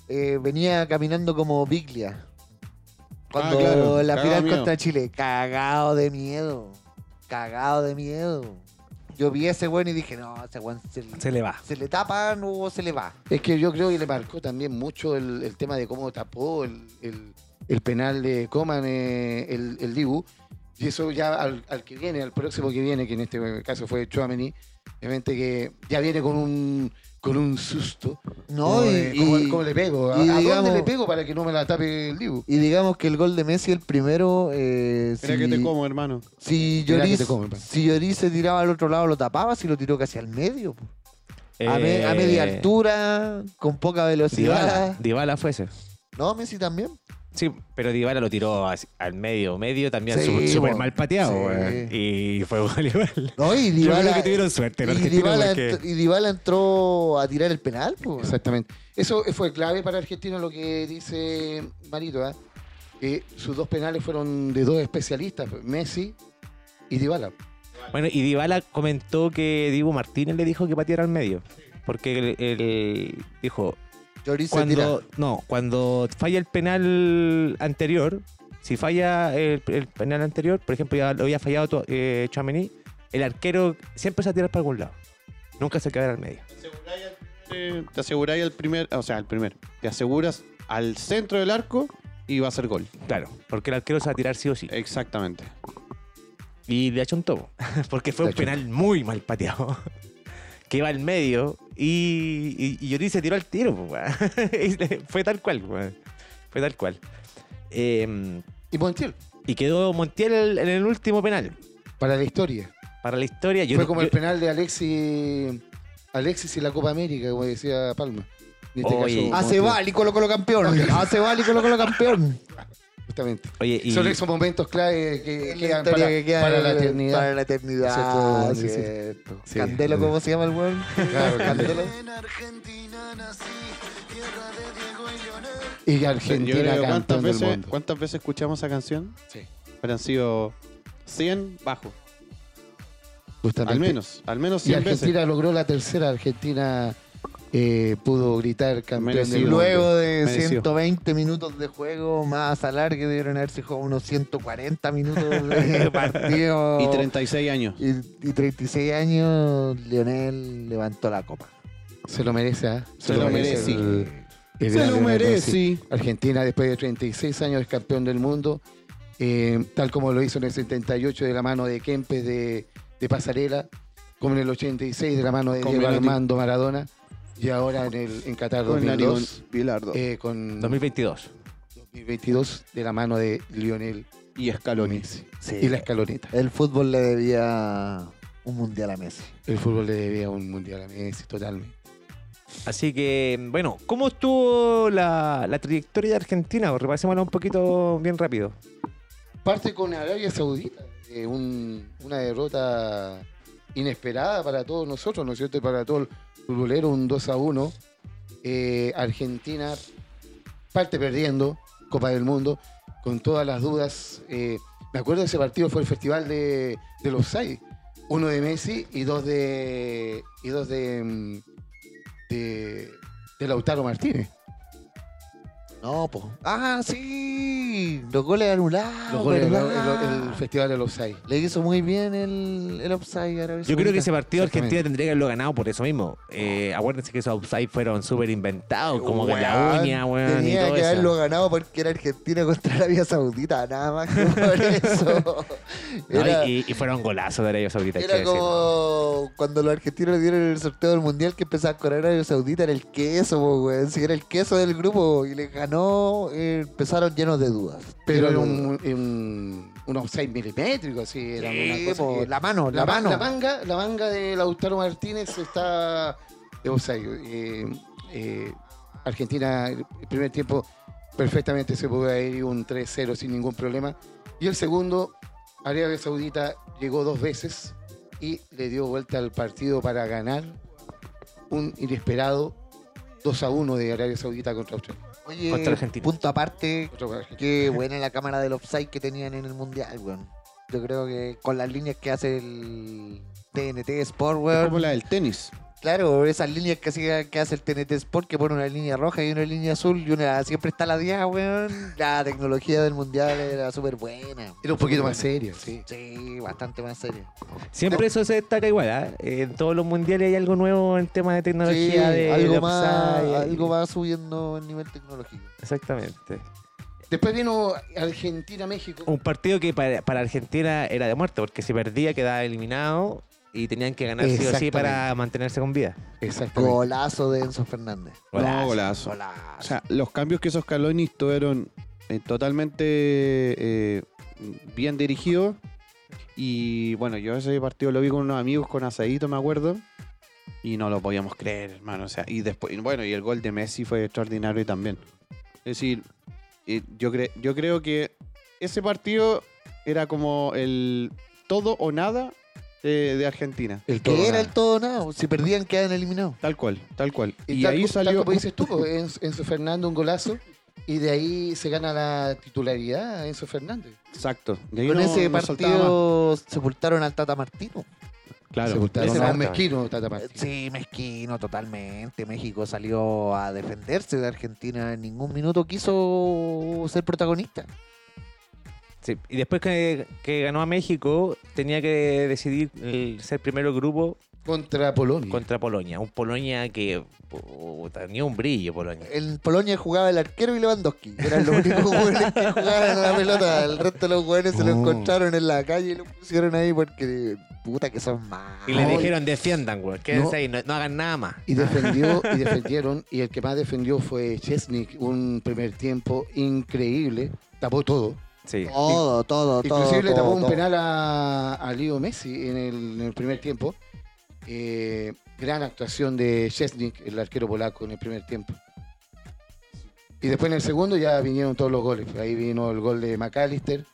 [SPEAKER 4] Eh, venía caminando como Biglia.
[SPEAKER 2] Ah,
[SPEAKER 4] Cuando
[SPEAKER 3] claro,
[SPEAKER 4] la
[SPEAKER 3] cagado de
[SPEAKER 4] final
[SPEAKER 3] miedo.
[SPEAKER 4] contra Chile. Cagado de miedo. Cagado de miedo. Yo vi a ese weón y dije, no, ese weón se,
[SPEAKER 1] se le va.
[SPEAKER 4] se le tapan o se le va.
[SPEAKER 2] Es que yo creo que le marcó también mucho el, el tema de cómo tapó el, el- el penal de Coman, eh, el, el Dibu. Y eso ya al, al que viene, al próximo que viene, que en este caso fue Chouameni, obviamente que ya viene con un, con un susto.
[SPEAKER 4] No,
[SPEAKER 2] Como
[SPEAKER 4] y,
[SPEAKER 2] de, ¿cómo,
[SPEAKER 4] y-
[SPEAKER 2] cómo le pego? ¿A,
[SPEAKER 4] y
[SPEAKER 2] a
[SPEAKER 4] Ah, digamos-
[SPEAKER 2] dónde le pego para que no me la tape el Dibu?
[SPEAKER 4] y digamos que el gol de Messi, el primero... Eh,
[SPEAKER 3] Espera
[SPEAKER 4] sí-
[SPEAKER 3] que te como, hermano.
[SPEAKER 4] Si
[SPEAKER 2] Mira que
[SPEAKER 4] Lloris,
[SPEAKER 2] te pues. comen, pa.
[SPEAKER 4] si Lloris se tiraba al otro lado, lo tapaba, si lo tiró casi al medio. po. A, me- a
[SPEAKER 1] Eh,
[SPEAKER 4] media altura, con poca
[SPEAKER 1] Dybala,
[SPEAKER 4] velocidad.
[SPEAKER 1] Dybala fue ese.
[SPEAKER 4] No, Messi también.
[SPEAKER 1] Sí, pero Dybala lo tiró así- al medio. Medio también
[SPEAKER 4] Sí,
[SPEAKER 1] su- súper
[SPEAKER 4] bo.
[SPEAKER 1] mal pateado.
[SPEAKER 4] Sí.
[SPEAKER 1] weón. Y fue gol igual.
[SPEAKER 4] No, y Dybala,
[SPEAKER 1] Yo creo que tuvieron suerte los
[SPEAKER 4] y,
[SPEAKER 1] argentinos
[SPEAKER 4] Dybala
[SPEAKER 1] porque-
[SPEAKER 4] ent- y Dybala entró a tirar el penal. po.
[SPEAKER 2] Exactamente. Eso fue clave para Argentina lo que dice Marito, ¿ah? que sus dos penales fueron de dos especialistas, Messi y Dybala.
[SPEAKER 1] Bueno, y Dybala comentó que Dibu Martínez le dijo que pateara al medio. Porque él- él dijo,
[SPEAKER 4] Lloris se tira.
[SPEAKER 1] cuando no cuando falla el penal anterior si falla el, el penal anterior por ejemplo ya lo había fallado tu- eh, Tchouaméni, el arquero siempre se va a tirar para algún lado nunca se queda al medio
[SPEAKER 3] te, Eh, te aseguráis al primer, o sea, al primer, te aseguras al centro del arco y va a ser gol.
[SPEAKER 1] Claro, porque el arquero se va a tirar sí o
[SPEAKER 3] Eh,
[SPEAKER 1] sí.
[SPEAKER 3] Exactamente.
[SPEAKER 1] Y le achontó, porque fue
[SPEAKER 2] Le
[SPEAKER 1] un penal muy mal pateado. Que iba al medio y, y, y Lloris se tiró al tiro, po, weón. Y le- Fue tal cual, weón. Fue tal cual. Eh,
[SPEAKER 2] Y Montiel,
[SPEAKER 1] y quedó Montiel en el último penal.
[SPEAKER 2] para la historia.
[SPEAKER 1] Para la historia, yo,
[SPEAKER 2] Fue
[SPEAKER 1] no-
[SPEAKER 2] como
[SPEAKER 1] yo-
[SPEAKER 2] el penal de Alexis, Alexis y la Copa América, como decía Palma. En este
[SPEAKER 1] Oye.
[SPEAKER 2] caso,
[SPEAKER 4] Hace
[SPEAKER 2] Montiel,
[SPEAKER 4] bal y Colo Colo campeón. Hace bal y Colo Colo campeón.
[SPEAKER 2] Justamente.
[SPEAKER 1] Oye, y-
[SPEAKER 2] Son esos momentos clave que
[SPEAKER 4] Es
[SPEAKER 2] quedan para, para la eternidad.
[SPEAKER 4] Para la eternidad.
[SPEAKER 2] Cierto,
[SPEAKER 4] sí,
[SPEAKER 2] sí, sí.
[SPEAKER 4] cierto.
[SPEAKER 2] Sí.
[SPEAKER 4] Candelo, ¿cómo se llama el weón?
[SPEAKER 2] Claro,
[SPEAKER 4] Candelo.
[SPEAKER 2] Y
[SPEAKER 3] Yo
[SPEAKER 2] Argentina
[SPEAKER 3] creo,
[SPEAKER 2] campeón
[SPEAKER 3] ¿cuántas,
[SPEAKER 2] del
[SPEAKER 3] veces,
[SPEAKER 2] mundo.
[SPEAKER 3] ¿Cuántas veces escuchamos esa canción?
[SPEAKER 2] Sí.
[SPEAKER 3] Habrán sido 100 bajo.
[SPEAKER 2] Justamente.
[SPEAKER 3] Al menos, al menos
[SPEAKER 2] Este, Y
[SPEAKER 3] 100 veces.
[SPEAKER 2] Argentina logró la tercera. Argentina eh, pudo gritar campeón
[SPEAKER 3] Merecido.
[SPEAKER 2] del
[SPEAKER 3] Sí,
[SPEAKER 4] Luego
[SPEAKER 2] mundo.
[SPEAKER 4] de
[SPEAKER 3] Mereció.
[SPEAKER 4] 120 minutos de juego más alargue, debieron haberse jugado unos 140 minutos de partido.
[SPEAKER 3] Y 36 años.
[SPEAKER 4] Y- y 36 años, Lionel levantó la copa.
[SPEAKER 2] Se lo merece, ¿ah?
[SPEAKER 3] Se lo merece.
[SPEAKER 2] el- el
[SPEAKER 3] Se
[SPEAKER 2] gran
[SPEAKER 3] lo
[SPEAKER 2] Lionel Messi.
[SPEAKER 3] merece.
[SPEAKER 2] Argentina, después de 36 años, es campeón del mundo. eh, tal como lo hizo en el 78 de la mano de Kempes de, de Pasarela, como en el 86 de la mano de
[SPEAKER 3] Con
[SPEAKER 2] Diego
[SPEAKER 3] Menotti.
[SPEAKER 2] Armando Maradona, y ahora en, el, en Qatar
[SPEAKER 3] Con
[SPEAKER 2] 2002,
[SPEAKER 3] Narigón Bilardo.
[SPEAKER 2] eh, con
[SPEAKER 1] 2022.
[SPEAKER 2] 2022 de la mano de Lionel
[SPEAKER 3] y Scaloni.
[SPEAKER 2] Messi.
[SPEAKER 4] Sí.
[SPEAKER 2] Y la escaloneta.
[SPEAKER 4] El fútbol le debía un mundial a Messi.
[SPEAKER 2] El fútbol le debía un mundial a Messi, totalmente.
[SPEAKER 1] Así que, bueno, ¿cómo estuvo la, la trayectoria de Argentina? Repasémosla un poquito bien rápido.
[SPEAKER 2] Parte con Arabia Saudita, eh, un- una derrota inesperada para todos nosotros, ¿no es cierto? Y Para todo el futbolero, un 2 a 1. Eh, Argentina parte perdiendo Copa del Mundo, con todas las dudas. Eh, me acuerdo de ese partido, fue el festival de, de los seis. Uno de Messi y dos de. y dos de. mm, de, de Lautaro Martínez.
[SPEAKER 4] No, po. Ah, sí. Los goles anulados.
[SPEAKER 2] Los goles,
[SPEAKER 4] Ah, ¿verdad?
[SPEAKER 2] el, el- el festival de los seis.
[SPEAKER 4] Le hizo muy bien el, el offside. a Arabia
[SPEAKER 1] Yo creo que ese
[SPEAKER 4] Saudita.
[SPEAKER 1] partido Argentina
[SPEAKER 2] Exactamente.
[SPEAKER 1] tendría que haberlo ganado por eso mismo. Eh, acuérdense que esos offside fueron súper inventados, como que la
[SPEAKER 4] Weón,
[SPEAKER 1] uña, weón, y
[SPEAKER 4] Tenía
[SPEAKER 1] todo
[SPEAKER 4] que
[SPEAKER 1] eso.
[SPEAKER 4] haberlo ganado porque era Argentina contra Arabia Saudita, nada más que por eso.
[SPEAKER 1] No,
[SPEAKER 4] Era,
[SPEAKER 1] y, y fueron golazos de Arabia Saudita, hay
[SPEAKER 4] era
[SPEAKER 1] que decirlo.
[SPEAKER 4] como cuando los argentinos le dieron el sorteo del mundial que empezaba a correr Arabia Saudita, era el queso, po, weón. Si era el queso del grupo y le ganó, eh, empezaron llenos de dudas.
[SPEAKER 2] Pero era
[SPEAKER 4] Llenos de dudas.
[SPEAKER 2] un, un, un offside milimétrico, así. Era
[SPEAKER 4] Sí,
[SPEAKER 2] una cosa
[SPEAKER 4] po,
[SPEAKER 2] que-
[SPEAKER 4] la mano, la,
[SPEAKER 2] la, man-
[SPEAKER 4] mano.
[SPEAKER 2] la manga, la manga de Lautaro Martínez está de offside. Eh, eh, Argentina, el primer tiempo, perfectamente se pudo ir un 3-0 sin ningún problema. Y el segundo, Arabia Saudita llegó dos veces y le dio vuelta al partido para ganar un inesperado 2 a 1 de Arabia Saudita contra Australia.
[SPEAKER 4] Oye,
[SPEAKER 1] Contra Argentina.
[SPEAKER 4] punto aparte,
[SPEAKER 2] Contra Argentina.
[SPEAKER 4] qué buena la cámara del offside que tenían en el mundial, weón. Yo creo que con las líneas que hace el TNT Sport,
[SPEAKER 2] Eh,
[SPEAKER 3] Es
[SPEAKER 4] weón.
[SPEAKER 3] como la del tenis.
[SPEAKER 4] Claro, esas líneas que, hacía- que hace el TNT Sport, que pone una línea roja y una línea azul y una siempre está la 10, weón. La tecnología del mundial era súper buena.
[SPEAKER 2] Era un poquito más serio, sí.
[SPEAKER 4] Sí, bastante más seria.
[SPEAKER 1] Siempre eso se destaca igual, ¿ah? En todos los mundiales hay algo nuevo en tema de
[SPEAKER 4] Sí,
[SPEAKER 1] tecnología, de, de
[SPEAKER 4] algo, más,
[SPEAKER 1] offside.
[SPEAKER 4] algo va subiendo el nivel tecnológico.
[SPEAKER 1] Exactamente.
[SPEAKER 2] Después vino Argentina-México.
[SPEAKER 3] Oh.
[SPEAKER 1] Un partido que para, para Argentina era de muerte, porque si perdía quedaba eliminado y tenían que ganar sí o sí
[SPEAKER 2] Exactamente.
[SPEAKER 1] para mantenerse con vida.
[SPEAKER 2] Exactamente.
[SPEAKER 4] Golazo de Enzo Fernández.
[SPEAKER 1] Golazo.
[SPEAKER 3] No, golazo.
[SPEAKER 4] Golazo.
[SPEAKER 3] O sea, los cambios que esos Scaloni tuvieron eh, totalmente eh, bien dirigidos. Y bueno, yo ese partido lo vi con unos amigos, con Asadito, me acuerdo. Y no lo podíamos creer, hermano. O sea, y después, y bueno, y el gol de Messi fue extraordinario también. Es decir, eh, yo, cre- yo creo que ese partido era como el todo o nada de, de Argentina.
[SPEAKER 2] El todo
[SPEAKER 4] que era
[SPEAKER 2] nada.
[SPEAKER 4] el todo o nada. Si perdían, quedaban eliminados.
[SPEAKER 3] Tal cual, tal cual. Y,
[SPEAKER 2] Y, tal,
[SPEAKER 3] ahí
[SPEAKER 2] co- tal
[SPEAKER 3] salió.
[SPEAKER 2] como dices tú, pues, Enzo, Enzo Fernando un golazo y de ahí se gana la titularidad a Enzo Fernández.
[SPEAKER 3] Exacto. Y ahí
[SPEAKER 4] Con
[SPEAKER 3] no-
[SPEAKER 4] ese
[SPEAKER 3] no soltaba más.
[SPEAKER 4] partido sepultaron al Tata Martino.
[SPEAKER 3] Claro.
[SPEAKER 2] se
[SPEAKER 1] ese
[SPEAKER 2] gustaron a
[SPEAKER 1] era-
[SPEAKER 2] un mezquino Tata Martino.
[SPEAKER 4] Sí, mezquino totalmente. México salió a defenderse de Argentina. En ningún minuto quiso ser protagonista.
[SPEAKER 1] Sí, Y después que, que ganó a México, tenía que decidir el ser primero el grupo
[SPEAKER 2] Contra Polonia.
[SPEAKER 1] contra Polonia. Un Polonia que puta, ni un brillo Polonia.
[SPEAKER 4] En Polonia jugaba el arquero y Lewandowski. Eran los únicos jugadores que jugaban a la pelota. El resto de los jugadores se lo
[SPEAKER 2] Oh.
[SPEAKER 4] encontraron en la calle y lo pusieron ahí porque puta que son malos.
[SPEAKER 1] Y le
[SPEAKER 2] No, y-
[SPEAKER 1] dijeron, defiendan, weón. Quédense ahí, no, no hagan nada más.
[SPEAKER 2] Y defendió, y defendieron, y el que más defendió fue Chesnik, un primer tiempo increíble, tapó todo.
[SPEAKER 1] Sí.
[SPEAKER 4] Todo, todo, todo.
[SPEAKER 2] Inclusive le
[SPEAKER 4] todo,
[SPEAKER 2] tapó un
[SPEAKER 4] todo.
[SPEAKER 2] penal a, a Leo Messi en el, en el primer tiempo. Eh, gran actuación de Chesnik, el arquero polaco, en el primer tiempo. Y después en el segundo ya vinieron todos los goles. Ahí vino el gol de McAllister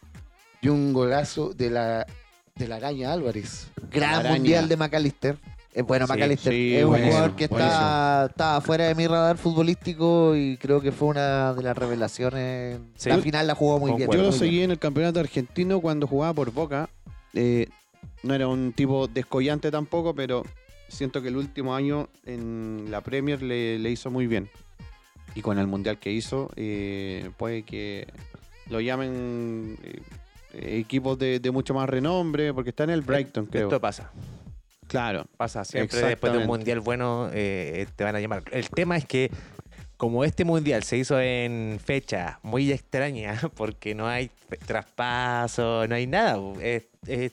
[SPEAKER 2] y un golazo de la, de la araña Álvarez.
[SPEAKER 4] Gran
[SPEAKER 2] Araña.
[SPEAKER 4] mundial de McAllister. Es bueno,
[SPEAKER 1] Sí,
[SPEAKER 4] McAllister
[SPEAKER 3] sí,
[SPEAKER 4] es un
[SPEAKER 2] buenísimo,
[SPEAKER 4] jugador que está, está fuera de mi radar futbolístico y creo que fue una de las revelaciones.
[SPEAKER 1] Sí.
[SPEAKER 4] La final la jugó muy bien.
[SPEAKER 1] Concuerdo.
[SPEAKER 3] Yo lo
[SPEAKER 4] muy
[SPEAKER 3] seguí
[SPEAKER 4] bien.
[SPEAKER 3] en el campeonato argentino cuando jugaba por Boca. Eh, no era un tipo descollante tampoco, pero siento que el último año en la Premier le, le hizo muy bien. Y con el mundial que hizo, eh, puede que lo llamen eh, eh, equipos de, de mucho más renombre, porque está en el Brighton, creo.
[SPEAKER 1] Esto pasa.
[SPEAKER 3] Claro.
[SPEAKER 1] Pasa siempre después de un
[SPEAKER 3] Exactamente.
[SPEAKER 1] mundial bueno, eh, te van a llamar. El tema es que, como este mundial se hizo en fecha muy extraña, porque no hay fe- traspaso, no hay nada. es- es-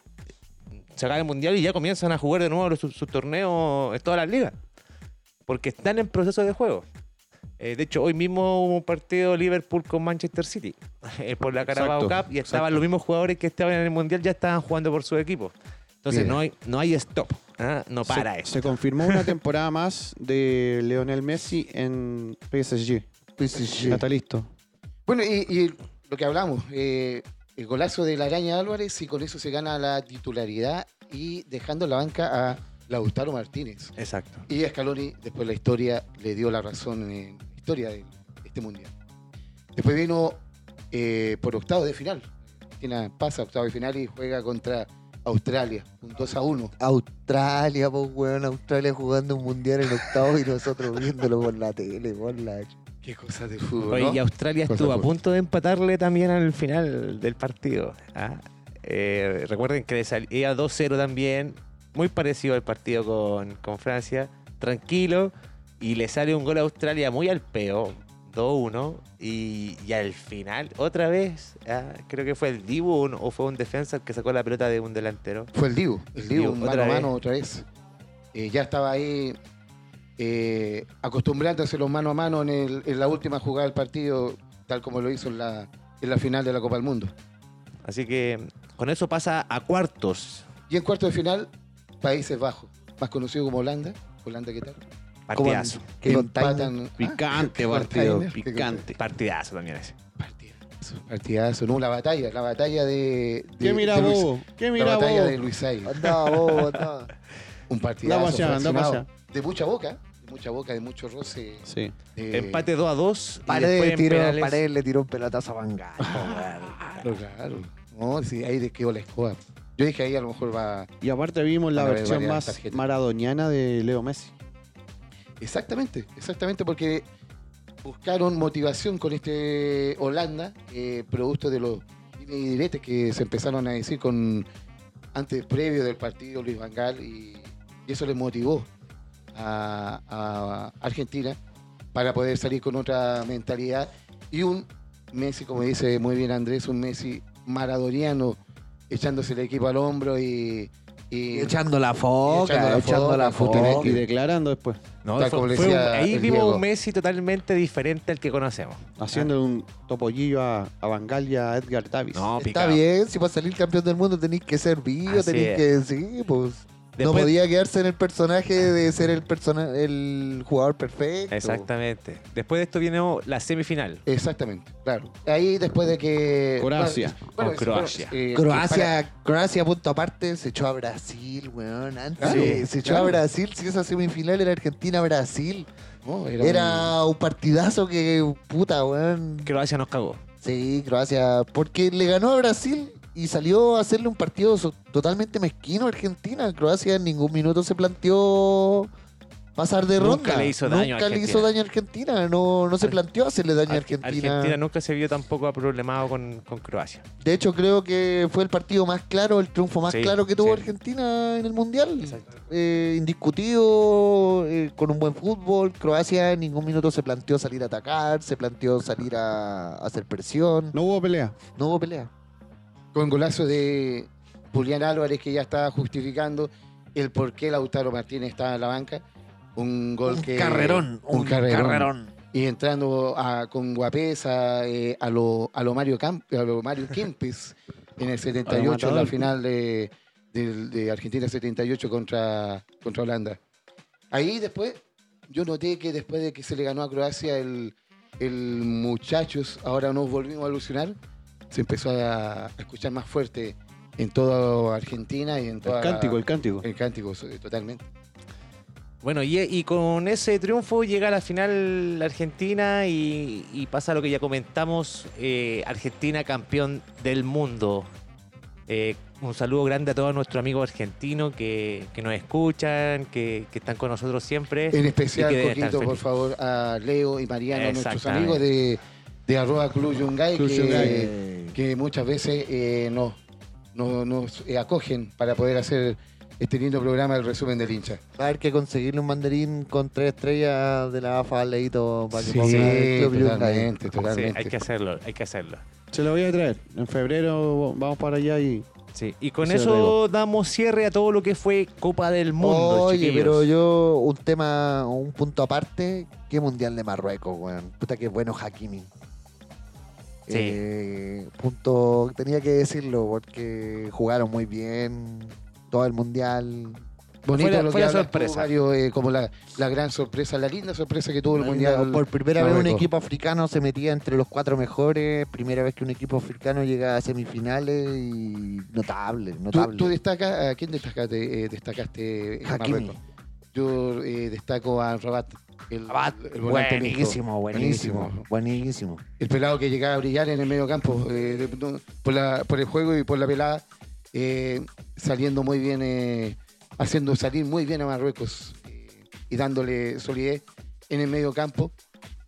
[SPEAKER 1] se acaba el mundial y ya comienzan a jugar de nuevo los- sus sus torneos en todas las ligas. Porque están en proceso de juego. Eh, de hecho, hoy mismo hubo un partido Liverpool con Manchester City eh, por la Carabao
[SPEAKER 3] Exacto,
[SPEAKER 1] Cup y
[SPEAKER 3] exacto.
[SPEAKER 1] estaban los mismos jugadores que estaban en el mundial ya estaban jugando por su equipo. Entonces
[SPEAKER 2] Bien.
[SPEAKER 1] no hay, no hay stop. ¿ah? No para
[SPEAKER 3] se,
[SPEAKER 1] eso.
[SPEAKER 3] se confirmó una temporada más de Leonel Messi en PSG. Ya está listo.
[SPEAKER 2] Bueno, y, y lo que hablamos, eh, el golazo de la araña Álvarez y con eso se gana la titularidad y dejando en la banca a Lautaro Martínez.
[SPEAKER 1] Exacto.
[SPEAKER 2] Y a Scaloni, después la historia le dio la razón en la historia de este mundial. Después vino eh, por octavos de final. Argentina pasa a octavos de final y juega contra Australia, un 2 a 1.
[SPEAKER 4] Australia, pues, weón. Australia jugando un mundial en octavos y nosotros viéndolo por la tele, por la.
[SPEAKER 2] Qué cosa de fútbol.
[SPEAKER 1] Oye,
[SPEAKER 2] ¿no?
[SPEAKER 1] y Australia
[SPEAKER 2] Cosa
[SPEAKER 1] estuvo a
[SPEAKER 2] fuerte.
[SPEAKER 1] punto de empatarle también al final del partido. ¿ah? Eh, recuerden que le salía 2-0 también, muy parecido al partido con, con Francia, tranquilo, y le sale un gol a Australia muy al peo, 2-1, y, y al final otra vez, ah, creo que fue el Dibu un- o fue un defensa el que sacó la pelota de un delantero.
[SPEAKER 2] Fue el Divo, el Divo,
[SPEAKER 1] Divo,
[SPEAKER 2] un
[SPEAKER 1] otra
[SPEAKER 2] mano a
[SPEAKER 1] vez.
[SPEAKER 2] mano otra vez. Eh, ya estaba ahí eh, acostumbrándose los mano a mano en, el- en la última jugada del partido, tal como lo hizo en la, en la final de la Copa del Mundo.
[SPEAKER 1] Así que con eso pasa a cuartos.
[SPEAKER 2] Y en cuarto de final, Países Bajos, más conocido como Holanda. Holanda, ¿qué tal?
[SPEAKER 1] Partidazo.
[SPEAKER 4] Que con timing.
[SPEAKER 2] Empatan.
[SPEAKER 3] Picante
[SPEAKER 2] Con
[SPEAKER 3] partido,
[SPEAKER 2] timing.
[SPEAKER 3] picante.
[SPEAKER 1] Partidazo también ese.
[SPEAKER 2] Ah, Partidazo, partidazo, no, la batalla, la batalla de. de-
[SPEAKER 3] ¿Qué mira
[SPEAKER 2] de Luis-
[SPEAKER 3] vos? ¿Qué
[SPEAKER 2] La
[SPEAKER 3] mira
[SPEAKER 2] batalla de
[SPEAKER 3] vos?
[SPEAKER 2] Luis Ay.
[SPEAKER 4] Andaba, bobo, andaba.
[SPEAKER 2] Un partidazo.
[SPEAKER 3] Anda pa' allá, anda pa'
[SPEAKER 2] fraccionado. De mucha boca, de mucha boca, de mucho roce.
[SPEAKER 3] Sí.
[SPEAKER 2] de-
[SPEAKER 1] Empate 2 a 2.
[SPEAKER 4] Paredes, tiró, Paredes le tiró un pelotazo a Vangal.
[SPEAKER 2] Claro, claro. No, sí, ahí le quedó la escoba. Yo dije ahí a lo mejor va.
[SPEAKER 3] Y aparte vimos la
[SPEAKER 2] Van a haber
[SPEAKER 3] versión
[SPEAKER 2] varias
[SPEAKER 3] más
[SPEAKER 2] tarjetas.
[SPEAKER 3] maradoniana de Leo Messi.
[SPEAKER 2] Exactamente, exactamente, porque buscaron motivación con este Holanda, eh, producto de los dimes y diretes que se empezaron a decir con antes previo del partido Luis Vangal y, y eso les motivó a, a Argentina para poder salir con otra mentalidad y un Messi, como dice muy bien Andrés, un Messi maradoniano echándose el equipo al hombro y, y-
[SPEAKER 4] echando la foca, echando la
[SPEAKER 2] Tenés
[SPEAKER 4] foca.
[SPEAKER 2] que-
[SPEAKER 3] Y declarando después,
[SPEAKER 1] No,
[SPEAKER 2] Tal
[SPEAKER 1] fue-
[SPEAKER 2] como le
[SPEAKER 1] fue un-
[SPEAKER 2] decía
[SPEAKER 1] ahí
[SPEAKER 2] el
[SPEAKER 1] vimos
[SPEAKER 2] Diego.
[SPEAKER 1] un Messi totalmente diferente al que conocemos.
[SPEAKER 2] Ah.
[SPEAKER 3] haciendo un topollillo a, a Bangal y a Edgar Davis.
[SPEAKER 1] No,
[SPEAKER 4] Está
[SPEAKER 1] picado.
[SPEAKER 4] bien, si para salir campeón del mundo tenéis que ser vivo,
[SPEAKER 1] Así
[SPEAKER 4] tenéis
[SPEAKER 1] es.
[SPEAKER 4] que. Sí, pues. No
[SPEAKER 1] Ah, Después-
[SPEAKER 4] podía quedarse en el personaje de ser el, persona el jugador perfecto.
[SPEAKER 1] Exactamente. Después de esto viene la semifinal.
[SPEAKER 2] Exactamente, claro. Ahí después de
[SPEAKER 3] Eh,
[SPEAKER 2] que.
[SPEAKER 3] Croacia.
[SPEAKER 1] Con Croacia.
[SPEAKER 2] eh,
[SPEAKER 4] Croacia, Croacia, punto aparte, se echó a Brasil, weón. Antes
[SPEAKER 2] Claro,
[SPEAKER 4] se- se echó
[SPEAKER 2] claro.
[SPEAKER 4] a Brasil, si esa semifinal era Argentina-Brasil.
[SPEAKER 2] para- no, era. un-
[SPEAKER 4] Era un partidazo que, puta, weón.
[SPEAKER 1] Croacia nos cagó.
[SPEAKER 4] Sí, Croacia. Porque le ganó a Brasil y salió a hacerle un partido so- totalmente mezquino a Argentina. Croacia en ningún minuto se planteó pasar de
[SPEAKER 1] Nunca
[SPEAKER 4] ronda.
[SPEAKER 1] le hizo daño a
[SPEAKER 4] Nunca le
[SPEAKER 1] Argentina.
[SPEAKER 4] hizo daño a Argentina. No, no se
[SPEAKER 1] Ar-
[SPEAKER 4] planteó hacerle daño a
[SPEAKER 1] Ar-
[SPEAKER 4] Argentina.
[SPEAKER 1] Argentina nunca se vio tampoco problemado con, con Croacia.
[SPEAKER 4] De hecho, creo que fue el partido más claro, el triunfo más
[SPEAKER 1] Sí,
[SPEAKER 4] claro que tuvo
[SPEAKER 1] sí.
[SPEAKER 4] Argentina en el Mundial. Eh, indiscutido, eh, con un buen fútbol. Croacia en ningún minuto se planteó salir a atacar, se planteó salir a, a hacer presión.
[SPEAKER 3] No hubo pelea.
[SPEAKER 4] No hubo pelea.
[SPEAKER 2] Con golazo de Julián Álvarez, que ya estaba justificando el por qué Lautaro Martínez estaba en la banca. Un gol que. Un, carrerón. Y entrando a- con guapesa eh, a, lo, a lo Mario Camp, a lo Mario Kempes en el 78, en la
[SPEAKER 1] matador.
[SPEAKER 2] final de, del- de Argentina 78 contra, contra Holanda. Ahí después, yo noté que después de que se le ganó a Croacia el, el muchachos, ahora nos volvimos a alucinar, se empezó a, a escuchar más fuerte en toda Argentina y en toda
[SPEAKER 3] El cántico, el cántico.
[SPEAKER 2] el cántico, sí, totalmente.
[SPEAKER 1] Bueno, y, y con ese triunfo llega a la final la Argentina y, y pasa lo que ya comentamos, eh, Argentina campeón del mundo. Eh, un saludo grande a todos nuestros amigos argentinos que, que nos escuchan, que, que están con nosotros siempre.
[SPEAKER 2] En
[SPEAKER 1] Y
[SPEAKER 2] especial,
[SPEAKER 1] que debe estar
[SPEAKER 2] Coquito, por
[SPEAKER 1] feliz.
[SPEAKER 2] favor, a Leo y Mariano, nuestros
[SPEAKER 1] Exactamente.
[SPEAKER 2] amigos de, de arroba Club Yungay,
[SPEAKER 3] Club Yungay.
[SPEAKER 2] que, que muchas veces eh, nos, nos, nos, eh, acogen para poder hacer este lindo programa del resumen del hincha.
[SPEAKER 4] Va a haber que conseguirle un mandarín con tres estrellas de la AFA a Leito para que
[SPEAKER 2] Sí,
[SPEAKER 4] ponga el Club Yungay.
[SPEAKER 2] totalmente, totalmente.
[SPEAKER 1] Sí, hay que hacerlo, hay que hacerlo.
[SPEAKER 3] Se lo voy a traer. En febrero vamos para allá y.
[SPEAKER 1] Sí, y con
[SPEAKER 3] Ese
[SPEAKER 1] eso
[SPEAKER 3] arraigo.
[SPEAKER 1] damos cierre a todo lo que fue Copa del Mundo.
[SPEAKER 4] Oye,
[SPEAKER 1] chiquillos.
[SPEAKER 4] pero yo, un tema, un punto aparte, qué mundial de Marruecos, weón. Puta que bueno Hakimi.
[SPEAKER 1] Sí.
[SPEAKER 4] Eh, punto, tenía que decirlo porque jugaron muy bien todo el mundial.
[SPEAKER 2] Bonito
[SPEAKER 1] Fue la-
[SPEAKER 2] lo
[SPEAKER 1] fue
[SPEAKER 2] que
[SPEAKER 1] la
[SPEAKER 2] hablas tú,
[SPEAKER 1] sorpresa.
[SPEAKER 2] Mario, eh, como la, la gran sorpresa, la linda sorpresa que tuvo el Mundial.
[SPEAKER 4] Por primera vez un
[SPEAKER 2] Marruecos.
[SPEAKER 4] equipo africano se metía entre los cuatro mejores, primera vez que un equipo africano llega a semifinales y notable,
[SPEAKER 2] Tú,
[SPEAKER 4] notable.
[SPEAKER 2] tú destacas, ¿a quién destacaste, eh, destacaste en
[SPEAKER 4] Hakimi.
[SPEAKER 2] Marruecos? Yo eh, destaco a Rabat, el,
[SPEAKER 1] Rabat,
[SPEAKER 2] el volante mixto.
[SPEAKER 4] buenísimo, buenísimo,
[SPEAKER 2] Buenísimo.
[SPEAKER 4] buenísimo.
[SPEAKER 2] El pelado que llegaba a brillar en el medio campo eh, de- no, por, la- por el juego y por la pelada, eh, saliendo muy bien, eh, haciendo salir muy bien a Marruecos eh, y dándole solidez en el medio campo.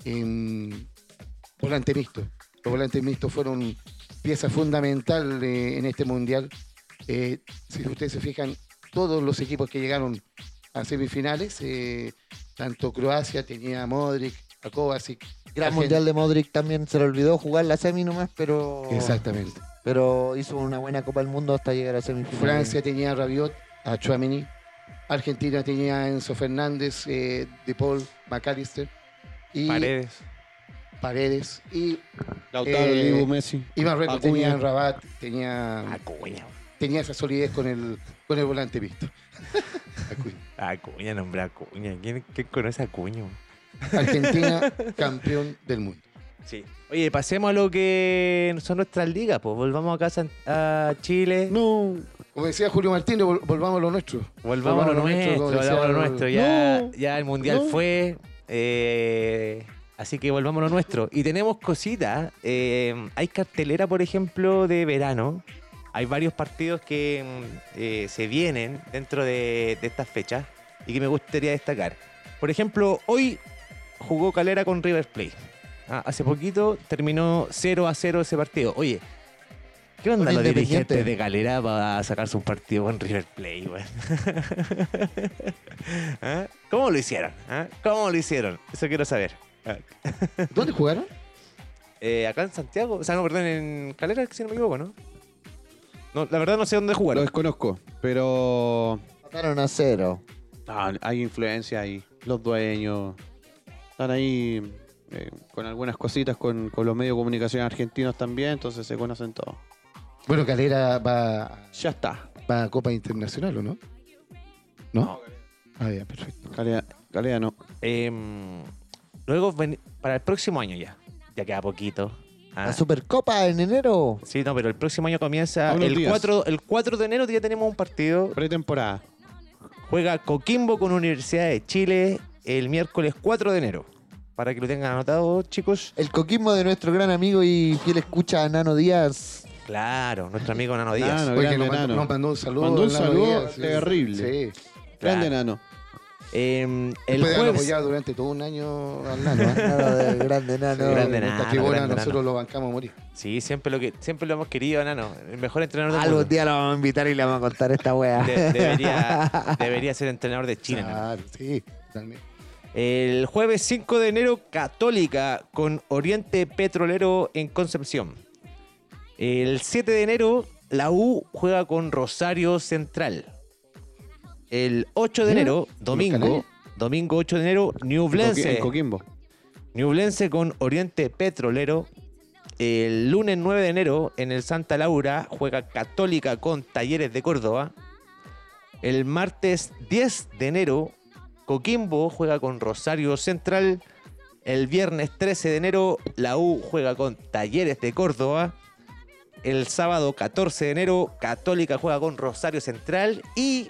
[SPEAKER 2] en volante mixto. Los volantes mixtos fueron pieza fundamental eh, en este mundial. Eh, si ustedes se fijan, todos los equipos que llegaron a semifinales, eh, tanto Croacia tenía a Modric, a Kovacic,
[SPEAKER 4] Gran
[SPEAKER 2] Argen-
[SPEAKER 4] mundial de Modric también se le olvidó jugar la semi nomás, pero.
[SPEAKER 2] Exactamente.
[SPEAKER 4] Pero hizo una buena Copa del Mundo hasta llegar a semifinales.
[SPEAKER 2] Francia tenía a Rabiot, a Chouameni. Argentina tenía a Enzo Fernández, eh, De Paul, McAllister y
[SPEAKER 1] Paredes.
[SPEAKER 2] Paredes. Y,
[SPEAKER 3] Lautaro,
[SPEAKER 2] Eh,
[SPEAKER 3] Libu, Messi.
[SPEAKER 2] y Marruecos
[SPEAKER 3] Acuña. Ah.
[SPEAKER 2] tenía a Rabat, tenía,
[SPEAKER 1] Acuña.
[SPEAKER 2] tenía esa solidez con el, con el volante visto.
[SPEAKER 1] Acuña, nombre Acuña. ¿Quién, quién conoce a Acuña?
[SPEAKER 2] Argentina, campeón del mundo.
[SPEAKER 1] Sí. Oye, pasemos a lo que son nuestras ligas, pues. Volvamos acá a San- a Chile.
[SPEAKER 3] No.
[SPEAKER 2] Como decía Julio Martínez, vol- volvamos a lo nuestro.
[SPEAKER 1] Volvamos a lo nuestro,
[SPEAKER 2] como decía
[SPEAKER 1] volvamos a lo
[SPEAKER 2] el-
[SPEAKER 1] nuestro. Ya,
[SPEAKER 3] No,
[SPEAKER 1] ya el mundial
[SPEAKER 3] no.
[SPEAKER 1] fue. eh, así que volvamos a lo nuestro. Y tenemos cositas. eh, hay cartelera, por ejemplo, de verano. Hay varios partidos que mm, eh, se vienen dentro de, de estas fechas y que me gustaría destacar. Por ejemplo, hoy jugó Calera con River Plate. Ah, hace poquito terminó 0 a 0 ese partido. Oye, ¿qué onda
[SPEAKER 4] Con
[SPEAKER 1] los
[SPEAKER 4] Independiente.
[SPEAKER 1] dirigentes de Calera para sacarse un partido con River Plate, weón? ¿Ah? ¿Cómo lo hicieron? ah? ¿Cómo lo hicieron? Eso quiero saber. Ah,
[SPEAKER 2] ¿Dónde jugaron?
[SPEAKER 1] eh, acá en Santiago, o sea, no, perdón, en Calera, si no me equivoco, ¿no? No, la verdad no sé dónde
[SPEAKER 3] Lo
[SPEAKER 1] jugaron.
[SPEAKER 3] desconozco. Pero.
[SPEAKER 4] Mataron a cero.
[SPEAKER 3] Ah, hay influencia ahí. Los dueños están ahí eh, con algunas cositas con, con los medios de comunicación argentinos también, entonces se conocen todos.
[SPEAKER 2] Bueno, Calera va,
[SPEAKER 3] Ya está.
[SPEAKER 2] va a Copa Internacional, ¿o no? ¿No? Ah, ya, perfecto.
[SPEAKER 3] Calea, Calea no.
[SPEAKER 1] Em, luego, ven- para el próximo año ya. Ya queda poquito. Ah,
[SPEAKER 4] La Supercopa en enero.
[SPEAKER 1] Sí, no, pero el próximo año comienza
[SPEAKER 3] A unos
[SPEAKER 1] el
[SPEAKER 3] días.
[SPEAKER 1] 4, el 4 de enero ya tenemos un partido.
[SPEAKER 3] Pretemporada.
[SPEAKER 1] Juega Coquimbo con Universidad de Chile el miércoles 4 de enero. Para que lo tengan anotado, chicos.
[SPEAKER 4] El coquismo de nuestro gran amigo y fiel escucha Nano Díaz.
[SPEAKER 1] Claro, nuestro amigo Nano Díaz.
[SPEAKER 3] Nano,
[SPEAKER 2] Porque
[SPEAKER 3] grande
[SPEAKER 2] nos mandó,
[SPEAKER 3] nano.
[SPEAKER 2] nos mandó un saludo.
[SPEAKER 3] Mandó un
[SPEAKER 2] Nano
[SPEAKER 3] saludo
[SPEAKER 2] Díaz, sí.
[SPEAKER 3] terrible.
[SPEAKER 2] Sí.
[SPEAKER 1] Claro.
[SPEAKER 3] Grande nano.
[SPEAKER 1] Eh, el
[SPEAKER 2] Después de haberlo
[SPEAKER 1] jueves.
[SPEAKER 2] apoyado durante todo un año al nano. ¿ah?
[SPEAKER 4] Nano de- grande nano.
[SPEAKER 1] Sí, grande
[SPEAKER 2] en
[SPEAKER 1] nano,
[SPEAKER 2] esta tribuna
[SPEAKER 1] grande
[SPEAKER 2] nosotros lo bancamos a morir.
[SPEAKER 1] Sí, siempre lo, que, siempre lo hemos querido, Nano. El mejor entrenador del
[SPEAKER 4] Algún
[SPEAKER 1] mundo.
[SPEAKER 4] día lo vamos a invitar y le vamos a contar esta weá.
[SPEAKER 1] De- debería, debería ser entrenador de Chile, Nano.
[SPEAKER 2] Claro, sí, totalmente.
[SPEAKER 1] El jueves 5 de enero, Católica con Oriente Petrolero en Concepción. El 7 de enero, la U juega con Rosario Central. El 8 de
[SPEAKER 2] Mira,
[SPEAKER 1] enero, domingo,
[SPEAKER 2] canales.
[SPEAKER 1] domingo 8 de enero, Newblense.
[SPEAKER 3] En Coquimbo.
[SPEAKER 1] Newblense con Oriente Petrolero. El lunes 9 de enero en el Santa Laura juega Católica con Talleres de Córdoba. El martes 10 de enero Coquimbo juega con Rosario Central. El viernes 13 de enero la U juega con Talleres de Córdoba. El sábado 14 de enero Católica juega con Rosario Central y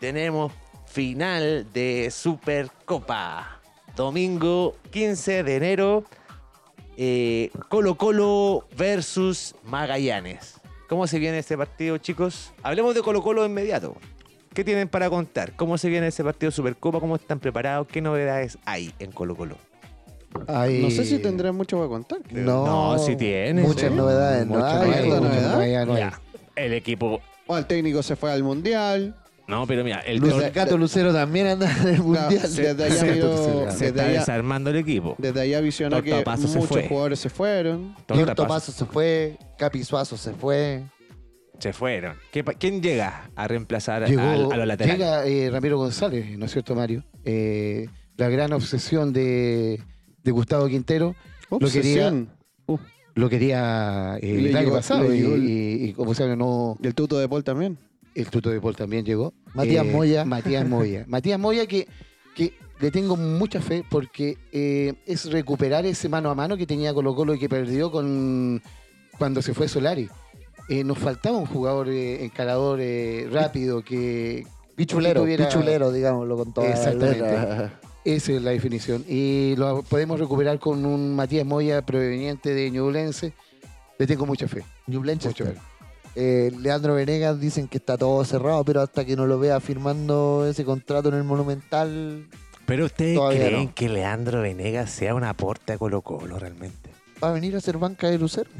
[SPEAKER 1] tenemos final de Supercopa. Domingo 15 de enero, eh, Colo Colo versus Magallanes. ¿Cómo se viene este partido, chicos? Hablemos de Colo Colo de inmediato. ¿Qué tienen para contar? ¿Cómo se viene ese partido de Supercopa? ¿Cómo están preparados? ¿Qué novedades hay en Colo Colo?
[SPEAKER 4] Ay,
[SPEAKER 3] No sé si tendrán mucho para contar. creo.
[SPEAKER 4] No,
[SPEAKER 1] No, sí tiene,
[SPEAKER 4] Muchas
[SPEAKER 1] sí.
[SPEAKER 4] novedades, no
[SPEAKER 2] Mucha
[SPEAKER 4] hay.
[SPEAKER 2] novedad,
[SPEAKER 4] muchas
[SPEAKER 2] mucha
[SPEAKER 3] novedad.
[SPEAKER 2] novedad no hay.
[SPEAKER 1] El equipo.
[SPEAKER 3] O el técnico se fue al mundial.
[SPEAKER 1] No, pero mira, el
[SPEAKER 4] Luz
[SPEAKER 1] torneo-
[SPEAKER 4] del Gato Lucero también anda en el mundial.
[SPEAKER 3] desde allá miró-
[SPEAKER 1] se
[SPEAKER 3] desde
[SPEAKER 1] está
[SPEAKER 3] allá-
[SPEAKER 1] desarmando el equipo.
[SPEAKER 3] Desde allá visionó que
[SPEAKER 1] Tortapazo se
[SPEAKER 3] muchos
[SPEAKER 1] fue.
[SPEAKER 3] jugadores se fueron.
[SPEAKER 4] Nilton
[SPEAKER 1] Tortapazo.
[SPEAKER 4] Paso se fue, Capizuazo se fue.
[SPEAKER 1] Se fueron. ¿Qué pa- ¿Quién llega a reemplazar
[SPEAKER 2] Llegó,
[SPEAKER 1] al- a, los laterales?
[SPEAKER 2] llega eh, Ramiro González, ¿no es cierto, Mario? Eh, la gran obsesión de, de Gustavo Quintero. Lo quería-
[SPEAKER 3] Obsesión. Uh,
[SPEAKER 2] Lo quería eh,
[SPEAKER 3] Y le
[SPEAKER 2] el año
[SPEAKER 3] llegó-
[SPEAKER 2] pasado
[SPEAKER 3] le
[SPEAKER 2] y,
[SPEAKER 3] llegó el-
[SPEAKER 2] y- y como saben, no,
[SPEAKER 3] y el tuto de Paul también.
[SPEAKER 2] el tuto de Paul también llegó. Eh,
[SPEAKER 4] Matías Moya.
[SPEAKER 2] Matías Moya. Matías Moya que, que le tengo mucha fe porque eh, es recuperar ese mano a mano que tenía Colo Colo y que perdió con cuando se fue Solari. Eh, nos faltaba un jugador eh, encarador eh, rápido que...
[SPEAKER 4] Pichulero,
[SPEAKER 2] que tuviera-
[SPEAKER 4] pichulero, digámoslo con toda
[SPEAKER 2] Exactamente.
[SPEAKER 4] letra.
[SPEAKER 2] Esa es la definición. Y lo podemos recuperar con un Matías Moya proveniente de Ñublense. Le tengo mucha fe.
[SPEAKER 4] New
[SPEAKER 2] Mucha
[SPEAKER 4] Blanchester.
[SPEAKER 2] fe.
[SPEAKER 4] Eh, Leandro Venegas dicen que está todo cerrado, pero hasta que no lo vea firmando ese contrato en el Monumental,
[SPEAKER 1] Pero ustedes
[SPEAKER 4] Todavía
[SPEAKER 1] creen
[SPEAKER 4] no.
[SPEAKER 1] que Leandro Venegas sea un aporte a Colo Colo realmente.
[SPEAKER 4] va a venir a ser banca de Lucero.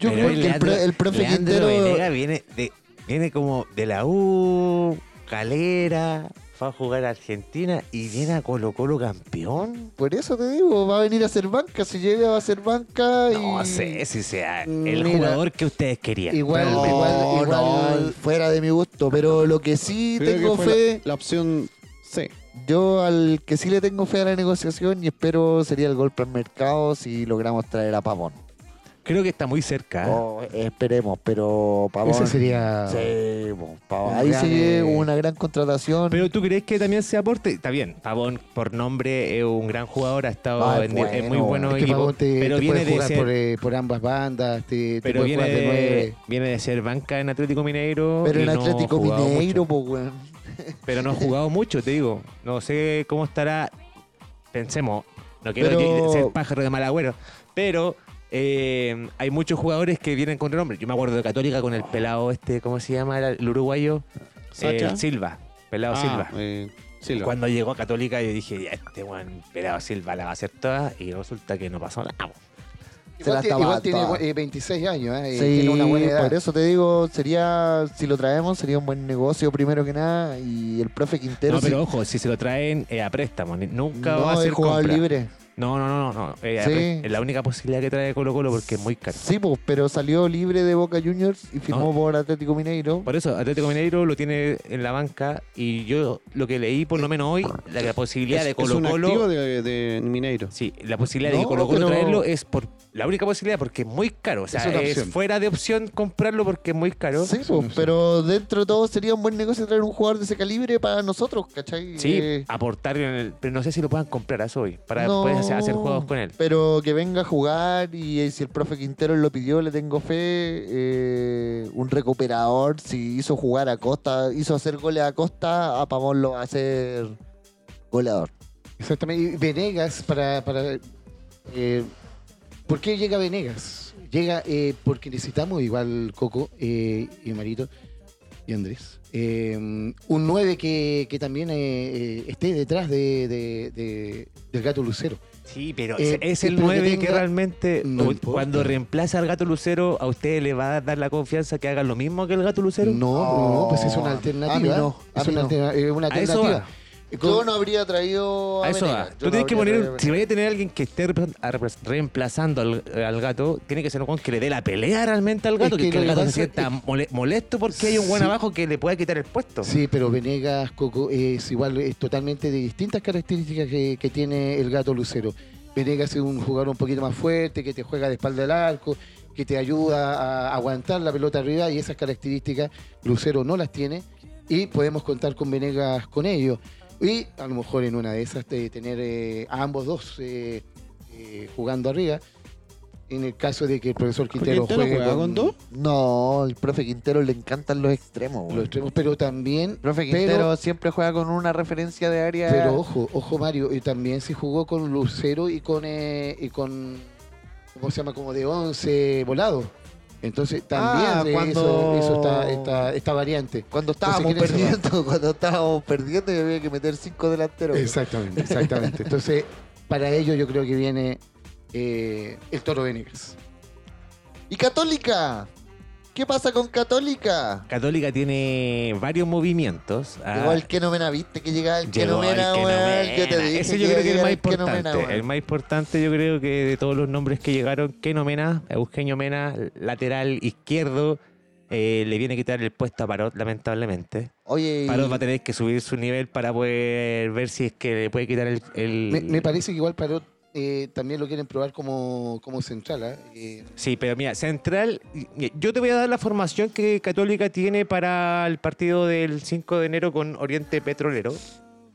[SPEAKER 4] Yo
[SPEAKER 1] Pero
[SPEAKER 4] creo que el,
[SPEAKER 1] Leandro-
[SPEAKER 4] pro- el profe
[SPEAKER 1] Leandro
[SPEAKER 4] Quintero.
[SPEAKER 1] Venegas viene, de, viene como de la U, Calera, va a jugar a Argentina y viene a Colo Colo campeón.
[SPEAKER 4] Por eso te digo, va a venir a ser banca. Si llega, va a ser banca. y-
[SPEAKER 1] No sé si sea el
[SPEAKER 2] Mira.
[SPEAKER 1] jugador que ustedes querían.
[SPEAKER 2] Igual,
[SPEAKER 4] No,
[SPEAKER 2] igual,
[SPEAKER 4] no,
[SPEAKER 2] igual.
[SPEAKER 4] fuera de mi gusto. Pero lo que sí
[SPEAKER 3] Creo que
[SPEAKER 4] tengo
[SPEAKER 3] fue
[SPEAKER 4] fe.
[SPEAKER 3] La, la opción C.
[SPEAKER 4] Yo al que sí le tengo fe a la negociación y espero sería el golpe al mercado si logramos traer a Pavón.
[SPEAKER 1] Creo que está muy cerca. ¿eh?
[SPEAKER 4] O esperemos, pero Pavón.
[SPEAKER 2] Ese sería...
[SPEAKER 4] Sí, po, Pavón.
[SPEAKER 2] Un
[SPEAKER 4] Ahí
[SPEAKER 2] gran,
[SPEAKER 4] sigue
[SPEAKER 2] eh,
[SPEAKER 4] una gran contratación.
[SPEAKER 1] Pero tú crees que también sea aporte? Está bien, Pavón por nombre es un gran jugador, ha estado
[SPEAKER 4] Ah, es
[SPEAKER 1] en, en muy
[SPEAKER 4] bueno,
[SPEAKER 1] buenos
[SPEAKER 2] Es que
[SPEAKER 1] equipos,
[SPEAKER 2] Pavón te,
[SPEAKER 1] pero
[SPEAKER 2] te
[SPEAKER 1] viene
[SPEAKER 2] puede
[SPEAKER 1] de
[SPEAKER 2] jugar
[SPEAKER 1] ser,
[SPEAKER 2] por, eh, por ambas bandas, te, te
[SPEAKER 1] pero
[SPEAKER 2] puede
[SPEAKER 1] viene
[SPEAKER 2] jugar de
[SPEAKER 1] de,
[SPEAKER 2] nueve.
[SPEAKER 1] viene de ser banca en Atlético Mineiro,
[SPEAKER 4] Pero
[SPEAKER 1] y
[SPEAKER 4] el
[SPEAKER 1] no ha
[SPEAKER 4] Atlético
[SPEAKER 1] jugado
[SPEAKER 4] Mineiro,
[SPEAKER 1] mucho.
[SPEAKER 4] pues, weón.
[SPEAKER 1] pero no ha jugado mucho, te digo, no sé cómo estará, pensemos, no quiero
[SPEAKER 4] Pero-
[SPEAKER 1] que- ser pájaro de mal agüero, pero eh, hay muchos jugadores que vienen con nombre. Yo me acuerdo de Católica con el pelado este, ¿cómo se llama? El, el uruguayo,
[SPEAKER 3] Sacha.
[SPEAKER 1] El Silva, pelado
[SPEAKER 3] Ah,
[SPEAKER 1] Silva.
[SPEAKER 3] eh, Silva.
[SPEAKER 1] Cuando llegó a Católica yo dije, ya, este weón pelado Silva la va a hacer toda y resulta que no pasó nada. po.
[SPEAKER 4] Se la
[SPEAKER 2] Igual, tiene-
[SPEAKER 4] estaba
[SPEAKER 2] igual tiene
[SPEAKER 4] toda.
[SPEAKER 2] eh, 26 años, eh,
[SPEAKER 4] Sí,
[SPEAKER 2] tiene una buena edad.
[SPEAKER 4] por eso te digo, sería, si lo traemos, sería un buen negocio primero que nada. Y el profe Quintero
[SPEAKER 1] no, pero
[SPEAKER 4] sí-
[SPEAKER 1] ojo, si se lo traen eh, a préstamo, ni- nunca va a
[SPEAKER 4] no es
[SPEAKER 1] ser
[SPEAKER 4] jugador
[SPEAKER 1] compra.
[SPEAKER 4] libre.
[SPEAKER 1] No, no, no, no. no, eh, a
[SPEAKER 4] Sí.
[SPEAKER 1] pré- Es la única posibilidad que trae Colo Colo porque es muy caro.
[SPEAKER 4] Sí, pues, pero salió libre de Boca Juniors y firmó
[SPEAKER 1] No.
[SPEAKER 4] por Atlético Mineiro.
[SPEAKER 1] Por eso, Atlético Mineiro lo tiene en la banca y yo lo que leí, por lo menos hoy, la, la posibilidad
[SPEAKER 3] es,
[SPEAKER 1] de
[SPEAKER 3] es
[SPEAKER 1] Colo
[SPEAKER 3] un activo
[SPEAKER 1] Colo...
[SPEAKER 3] de, de Mineiro.
[SPEAKER 1] Sí, la posibilidad de
[SPEAKER 4] No,
[SPEAKER 1] que Colo Colo
[SPEAKER 4] pero-
[SPEAKER 1] traerlo es por... La única posibilidad porque es muy caro. O sea,
[SPEAKER 2] Es una
[SPEAKER 1] es,
[SPEAKER 2] opción.
[SPEAKER 1] fuera de opción comprarlo porque es muy caro.
[SPEAKER 4] Sí, pues, pero dentro de todo sería un buen negocio traer un jugador de ese calibre para nosotros, ¿cachai?
[SPEAKER 1] Sí,
[SPEAKER 4] Eh,
[SPEAKER 1] aportar en el- Pero no sé si lo puedan comprar a Zoe para
[SPEAKER 4] no,
[SPEAKER 1] después hacer, hacer juegos con él.
[SPEAKER 4] Pero que venga a jugar y, eh, si el profe Quintero lo pidió, le tengo fe. eh, un recuperador, si hizo jugar a Costa, hizo hacer goles a Costa, a Pavón lo va a hacer goleador.
[SPEAKER 2] Exactamente. Y Venegas para... para eh, ¿Por qué llega Venegas? Llega eh, porque necesitamos, igual Coco eh, y Marito, y Andrés. Eh, un 9 que, que también eh, eh, esté detrás de, de- de- del gato Lucero.
[SPEAKER 1] Sí, pero
[SPEAKER 2] Eh,
[SPEAKER 1] es- es
[SPEAKER 2] sí,
[SPEAKER 1] el
[SPEAKER 2] pero que
[SPEAKER 1] 9 que
[SPEAKER 2] tenga-
[SPEAKER 1] realmente
[SPEAKER 2] No
[SPEAKER 1] u-
[SPEAKER 2] importa.
[SPEAKER 1] cuando reemplaza al gato lucero, a usted le va a dar la confianza que haga lo mismo que el gato lucero.
[SPEAKER 2] No, no, pues es una
[SPEAKER 4] a mí
[SPEAKER 2] alternativa.
[SPEAKER 4] no, a
[SPEAKER 2] es
[SPEAKER 4] mí
[SPEAKER 2] una,
[SPEAKER 4] no.
[SPEAKER 2] alterna- eh, una
[SPEAKER 1] A eso
[SPEAKER 2] alternativa.
[SPEAKER 1] va.
[SPEAKER 2] Eh, con-
[SPEAKER 5] Yo no habría traído a,
[SPEAKER 1] A eso va.
[SPEAKER 5] Venegas. Yo
[SPEAKER 1] Tú
[SPEAKER 5] no
[SPEAKER 1] tienes que
[SPEAKER 5] habría
[SPEAKER 1] poner,
[SPEAKER 5] traído a
[SPEAKER 1] si vaya a tener alguien que esté repre- a repre- reemplazando al, al gato, tiene que ser un guan que le dé la pelea realmente al gato,
[SPEAKER 2] Es
[SPEAKER 1] que,
[SPEAKER 2] que
[SPEAKER 1] que el
[SPEAKER 2] lo que
[SPEAKER 1] gato se
[SPEAKER 2] pasa es
[SPEAKER 1] sienta mole- molesto porque hay un guan
[SPEAKER 2] Sí.
[SPEAKER 1] abajo que le pueda quitar el puesto.
[SPEAKER 2] Sí, pero Venegas Coco es igual, es totalmente de distintas características que, que tiene el gato Lucero. Venegas es un jugador un poquito más fuerte, que te juega de espalda al arco, que te ayuda a aguantar la pelota arriba y esas características Lucero no las tiene y podemos contar con Venegas con ello. Y a lo mejor en una de esas te- tener eh, a ambos dos eh, eh, jugando arriba. En el caso de que el profesor Quintero,
[SPEAKER 3] Quintero
[SPEAKER 2] juegue
[SPEAKER 3] juega con dos.
[SPEAKER 4] No, el profe Quintero le encantan los extremos, weón.
[SPEAKER 2] los extremos, pero también
[SPEAKER 4] El profe
[SPEAKER 2] pero-
[SPEAKER 4] Quintero siempre juega con una referencia de área.
[SPEAKER 2] Pero ojo, ojo Mario, y también se jugó con Lucero y con eh, y con ¿cómo se llama? como de 11 volado. Entonces también
[SPEAKER 4] Ah,
[SPEAKER 2] eh,
[SPEAKER 4] cuando-
[SPEAKER 2] eso, eso está, está- está variante.
[SPEAKER 4] cuando estábamos
[SPEAKER 2] Entonces, ¿quién es
[SPEAKER 4] perdiendo, cuando estábamos perdiendo y había que meter cinco delanteros. weón.
[SPEAKER 2] Exactamente, exactamente. Entonces, para ello yo creo que viene eh, el toro Venegas.
[SPEAKER 5] Venegas. ¿Y Católica? ¿Qué pasa con Católica?
[SPEAKER 1] Católica tiene varios movimientos. Ah,
[SPEAKER 5] Igual que Nomena, viste que llegaba el que
[SPEAKER 1] llegó el
[SPEAKER 5] Nomena, weón. Yo te
[SPEAKER 1] Kenomena.
[SPEAKER 5] dije
[SPEAKER 1] Ese yo creo
[SPEAKER 5] iba
[SPEAKER 1] que es el
[SPEAKER 5] a
[SPEAKER 1] más
[SPEAKER 5] llegar Kenomena,
[SPEAKER 1] importante.
[SPEAKER 5] weón.
[SPEAKER 1] el más importante yo creo que de todos los nombres que llegaron, Kenomena, Eugenio Mena, lateral izquierdo, eh, le viene a quitar el puesto a Parot, lamentablemente.
[SPEAKER 5] Oye, y-
[SPEAKER 1] Parot va a tener que subir su nivel para poder ver si es que le puede quitar el... el-
[SPEAKER 2] Me, me parece que igual Parot eh, también lo quieren probar como, como central. ¿ah? Eh,
[SPEAKER 1] Sí, pero mira, Central, y- mira, yo te voy a dar la formación que Católica tiene para el partido del 5 de enero con Oriente Petrolero.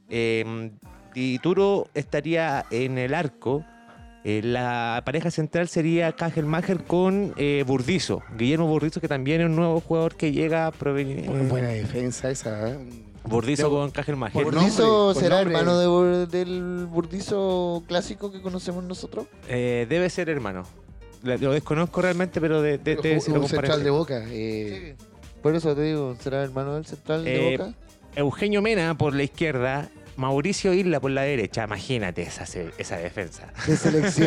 [SPEAKER 1] Eh, Dituro estaría en el arco. Eh, la pareja central sería Kajelmacher con eh, Burdizo, Guillermo Burdizo, que también es un nuevo jugador que llega proveniente.
[SPEAKER 2] bu- buena defensa esa. ¿ah?
[SPEAKER 1] Burdizo con Kajelmacher.
[SPEAKER 2] por
[SPEAKER 5] ¿Burdizo
[SPEAKER 2] nombre, por
[SPEAKER 5] será
[SPEAKER 2] nombre.
[SPEAKER 5] hermano de Bur- del Burdizo clásico que conocemos nosotros?
[SPEAKER 1] Eh, debe ser hermano. La- Lo desconozco realmente, pero de, de-
[SPEAKER 2] Pero
[SPEAKER 1] debe ser
[SPEAKER 2] jugó- un
[SPEAKER 1] algo
[SPEAKER 2] central
[SPEAKER 1] parecido.
[SPEAKER 2] de boca. eh,
[SPEAKER 4] Por eso te digo, será hermano del central de
[SPEAKER 1] Eh,
[SPEAKER 4] Boca.
[SPEAKER 1] Eugenio Mena por la izquierda, Mauricio Isla por la derecha. Imagínate esa, se- esa defensa.
[SPEAKER 4] De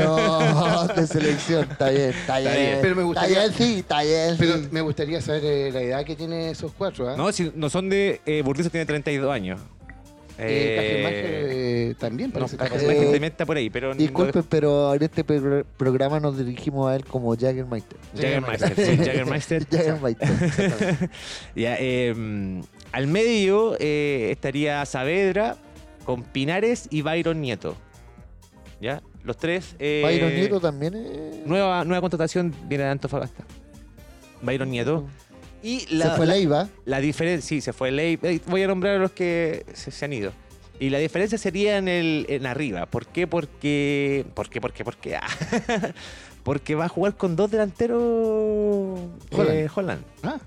[SPEAKER 4] selección, de selección, está bien, está bien.
[SPEAKER 1] bien.
[SPEAKER 2] Pero me gustaría-
[SPEAKER 4] Está bien, sí, está bien.
[SPEAKER 2] Pero
[SPEAKER 4] sí.
[SPEAKER 2] me gustaría saber eh, la edad que tienen esos cuatro. ¿ah?
[SPEAKER 1] No, si no son de. Eh, Burdizo tiene 32 años.
[SPEAKER 2] Eh,
[SPEAKER 1] Eh,
[SPEAKER 2] Cajelmacher, eh, también
[SPEAKER 1] no,
[SPEAKER 2] parece que está
[SPEAKER 1] Cajelmacher
[SPEAKER 4] eh,
[SPEAKER 1] también está por ahí, pero.
[SPEAKER 4] Disculpen, pero en este pro- programa nos dirigimos a él como Jaggermeister.
[SPEAKER 1] Jaggermeister, sí, Jaggermeister.
[SPEAKER 4] Jaggermeister.
[SPEAKER 1] Ya, eh, mm, al medio eh, estaría Saavedra con Pinares y Byron Nieto. ¿Ya? Los tres. eh,
[SPEAKER 4] Byron Nieto también es...
[SPEAKER 1] Nueva, nueva contratación viene de Antofagasta. Byron Nieto. Y la,
[SPEAKER 4] Se fue Leiva.
[SPEAKER 1] La diferencia, sí, se fue Ley. eh, Voy a nombrar a los que se, se han ido. Y la diferencia sería en el en arriba. ¿Por qué? Porque. ¿Por qué? ¿Por qué? ¿Por qué? Ah, porque va a jugar con dos delanteros eh, Holland.
[SPEAKER 2] Holland. Ah.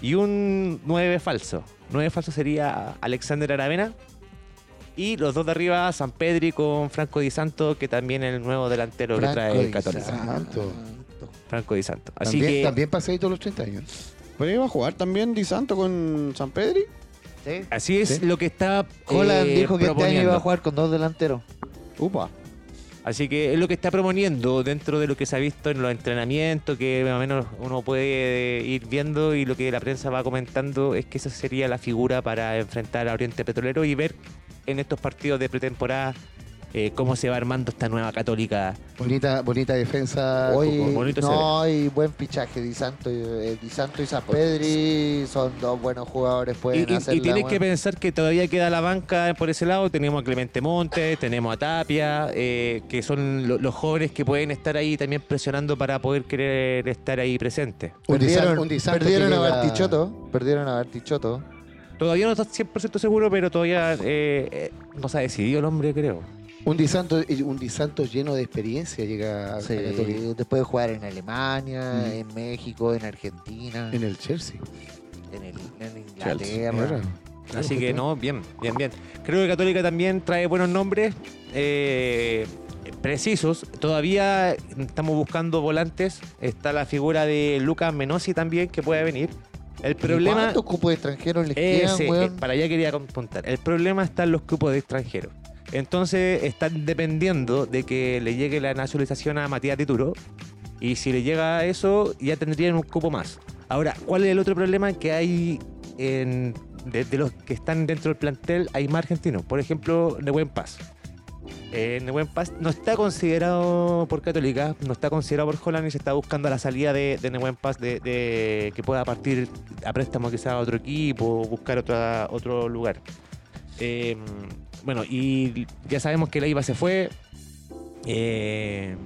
[SPEAKER 1] Y un 9 falso. 9 falso sería Alexander Aravena. Y los dos de arriba, San Pedri con Franco Di Santo, que también es el nuevo delantero que trae el
[SPEAKER 2] Di
[SPEAKER 1] Católica.
[SPEAKER 2] Santo.
[SPEAKER 3] Ah.
[SPEAKER 1] Franco Di Santo. Así
[SPEAKER 2] También,
[SPEAKER 1] que.
[SPEAKER 2] también pasadito los 30 años.
[SPEAKER 3] Pero iba a jugar también Di Santo con San Pedri.
[SPEAKER 4] Sí.
[SPEAKER 1] Así es
[SPEAKER 2] Sí.
[SPEAKER 1] lo que está.
[SPEAKER 4] Holland
[SPEAKER 1] eh,
[SPEAKER 4] dijo que este año iba
[SPEAKER 1] proponiendo.
[SPEAKER 4] a jugar con dos delanteros.
[SPEAKER 3] Upa.
[SPEAKER 1] Así que es lo que está proponiendo dentro de lo que se ha visto en los entrenamientos, que más o menos uno puede eh, ir viendo y lo que la prensa va comentando es que esa sería la figura para enfrentar a Oriente Petrolero y ver en estos partidos de pretemporada eh, cómo se va armando esta nueva católica.
[SPEAKER 2] Bonita, bonita defensa.
[SPEAKER 4] Hoy,
[SPEAKER 2] Coco.
[SPEAKER 1] Ah, bonito
[SPEAKER 4] no, y buen fichaje. Di Santo, y- eh, Di Santo y San Pedri son dos buenos jugadores. Pueden
[SPEAKER 1] Pues, Y, y-
[SPEAKER 4] hacer
[SPEAKER 1] y tienes que pensar que todavía queda la banca por ese lado. Tenemos a Clemente Montes, tenemos a Tapia, eh, que son lo- los jóvenes que pueden estar ahí también presionando para poder querer estar ahí presentes.
[SPEAKER 2] Un Di San-
[SPEAKER 4] Perdieron,
[SPEAKER 2] un Di Santo que
[SPEAKER 4] perdieron a
[SPEAKER 2] llega-
[SPEAKER 4] Bartichotto. Perdieron a Bartichotto.
[SPEAKER 1] Todavía no está 100% seguro, pero todavía eh, eh, no se ha decidido el hombre, creo.
[SPEAKER 2] Un Di Santo, un Di Santo lleno de experiencia llega a-
[SPEAKER 4] Sí,
[SPEAKER 2] a Católica.
[SPEAKER 4] después de jugar en Alemania,
[SPEAKER 2] Mm.
[SPEAKER 4] en México, en Argentina, en,
[SPEAKER 2] En el Chelsea.
[SPEAKER 4] el- en
[SPEAKER 2] Claro,
[SPEAKER 4] Inglaterra.
[SPEAKER 2] claro,
[SPEAKER 1] Así que
[SPEAKER 2] justamente.
[SPEAKER 1] no, bien, bien, bien. Creo que Católica también trae buenos nombres eh, precisos. Todavía estamos buscando volantes. Está la figura de Lucas Menosi también, que puede venir. El problema.
[SPEAKER 4] ¿Cuántos cupos de extranjeros les
[SPEAKER 1] Ese,
[SPEAKER 4] quedan,
[SPEAKER 1] eh,
[SPEAKER 4] weón?
[SPEAKER 1] para allá quería apuntar. El problema está en los cupos de extranjeros. Entonces están dependiendo de que le llegue la nacionalización a Matías Tituro. Y si le llega eso, ya tendrían un cupo más. Ahora, ¿cuál es el otro problema que hay en, de, de los que están dentro del plantel? Hay más argentinos. Por ejemplo, Nehuen Paz. Eh, Nehuen Paz no está considerado por Católica, no está considerado por Holland y se está buscando la salida de, de Nehuen Paz de, de que pueda partir a préstamo quizás a otro equipo, buscar otra, otro lugar. Eh, bueno, y ya sabemos que Leiva se fue. eh,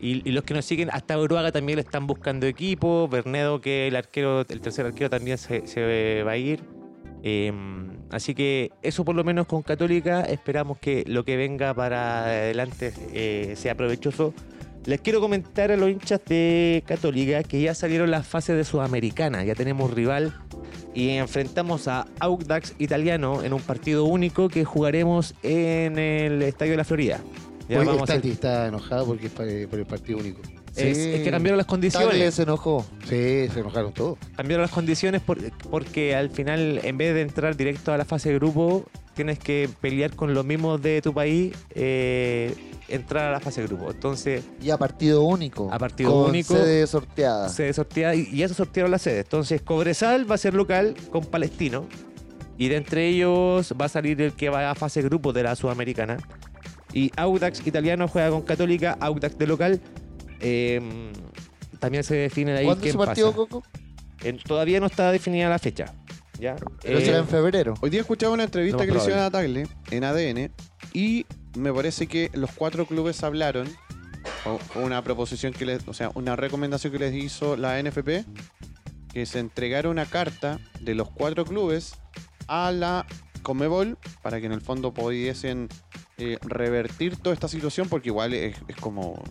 [SPEAKER 1] y, y los que nos siguen, hasta Uruaga también le están buscando equipo. Bernedo, que el arquero, el tercer arquero también se, se va a ir. Eh, así que eso por lo menos con Católica, esperamos que lo que venga para adelante eh, sea provechoso. Les quiero comentar a los hinchas de Católica que ya salieron las fases de Sudamericana, ya tenemos rival y enfrentamos a Audax Italiano en un partido único que jugaremos en el Estadio de la Florida. Ya
[SPEAKER 2] Oye,
[SPEAKER 1] vamos
[SPEAKER 2] el
[SPEAKER 1] a hacer-
[SPEAKER 2] Tati está enojado porque es pa- eh, por el partido único.
[SPEAKER 1] es,
[SPEAKER 4] Sí.
[SPEAKER 1] es que cambiaron las
[SPEAKER 4] Tagle
[SPEAKER 1] condiciones.
[SPEAKER 4] se enojó.
[SPEAKER 2] Sí, se enojaron todos.
[SPEAKER 1] Cambiaron las condiciones por- porque al final, en vez de entrar directo a la fase de grupo, tienes que pelear con los mismos de tu país, eh, entrar a la fase de grupo. Entonces,
[SPEAKER 4] Y a partido único.
[SPEAKER 1] A partido
[SPEAKER 4] con
[SPEAKER 1] único.
[SPEAKER 4] sede sorteada.
[SPEAKER 1] se sortea y y ya se sortearon las sedes. Entonces, Cobresal va a ser local con Palestino. Y de entre ellos va a salir el que va a fase grupo de la Sudamericana. Y Audax italiano juega con Católica, Audax de local. Eh, también se define ahí
[SPEAKER 4] ¿Cuándo
[SPEAKER 1] quién
[SPEAKER 4] se partió,
[SPEAKER 1] pasa. Eh,
[SPEAKER 4] Coco?
[SPEAKER 1] En- todavía no está definida la fecha. ¿ya?
[SPEAKER 4] Pero
[SPEAKER 1] Eh,
[SPEAKER 4] será en febrero.
[SPEAKER 3] Hoy día escuchaba una entrevista
[SPEAKER 1] Lo más
[SPEAKER 3] que le hicieron a Tagle en ADN y me parece que los cuatro clubes hablaron o- o una proposición que les, o sea, una recomendación que les hizo la NFP que se entregara una carta de los cuatro clubes a la Comebol para que en el fondo pudiesen eh, revertir toda esta situación porque igual es, es como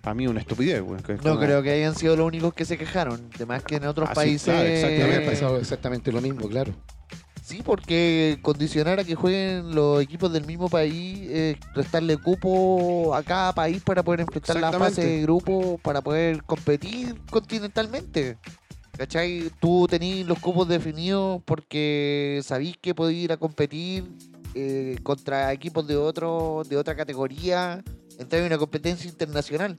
[SPEAKER 3] para mí una estupidez, güey, que es
[SPEAKER 4] No
[SPEAKER 3] como-
[SPEAKER 4] creo que hayan sido los únicos que se quejaron. De más que en otros
[SPEAKER 3] Ah, sí,
[SPEAKER 4] países.
[SPEAKER 3] claro,
[SPEAKER 2] Te
[SPEAKER 1] Eh.
[SPEAKER 2] había
[SPEAKER 3] exactamente.
[SPEAKER 2] pasado exactamente lo mismo, claro.
[SPEAKER 4] Sí, porque condicionar a que jueguen los equipos del mismo país, eh, restarle cupo a cada país para poder enfrentar la fase
[SPEAKER 3] Exactamente.
[SPEAKER 4] de grupo, para poder competir continentalmente. ¿Cachai? Tú tenés los cupos definidos porque sabís que podés ir a competir eh, contra equipos de, otro, de otra categoría, entrar en una competencia internacional.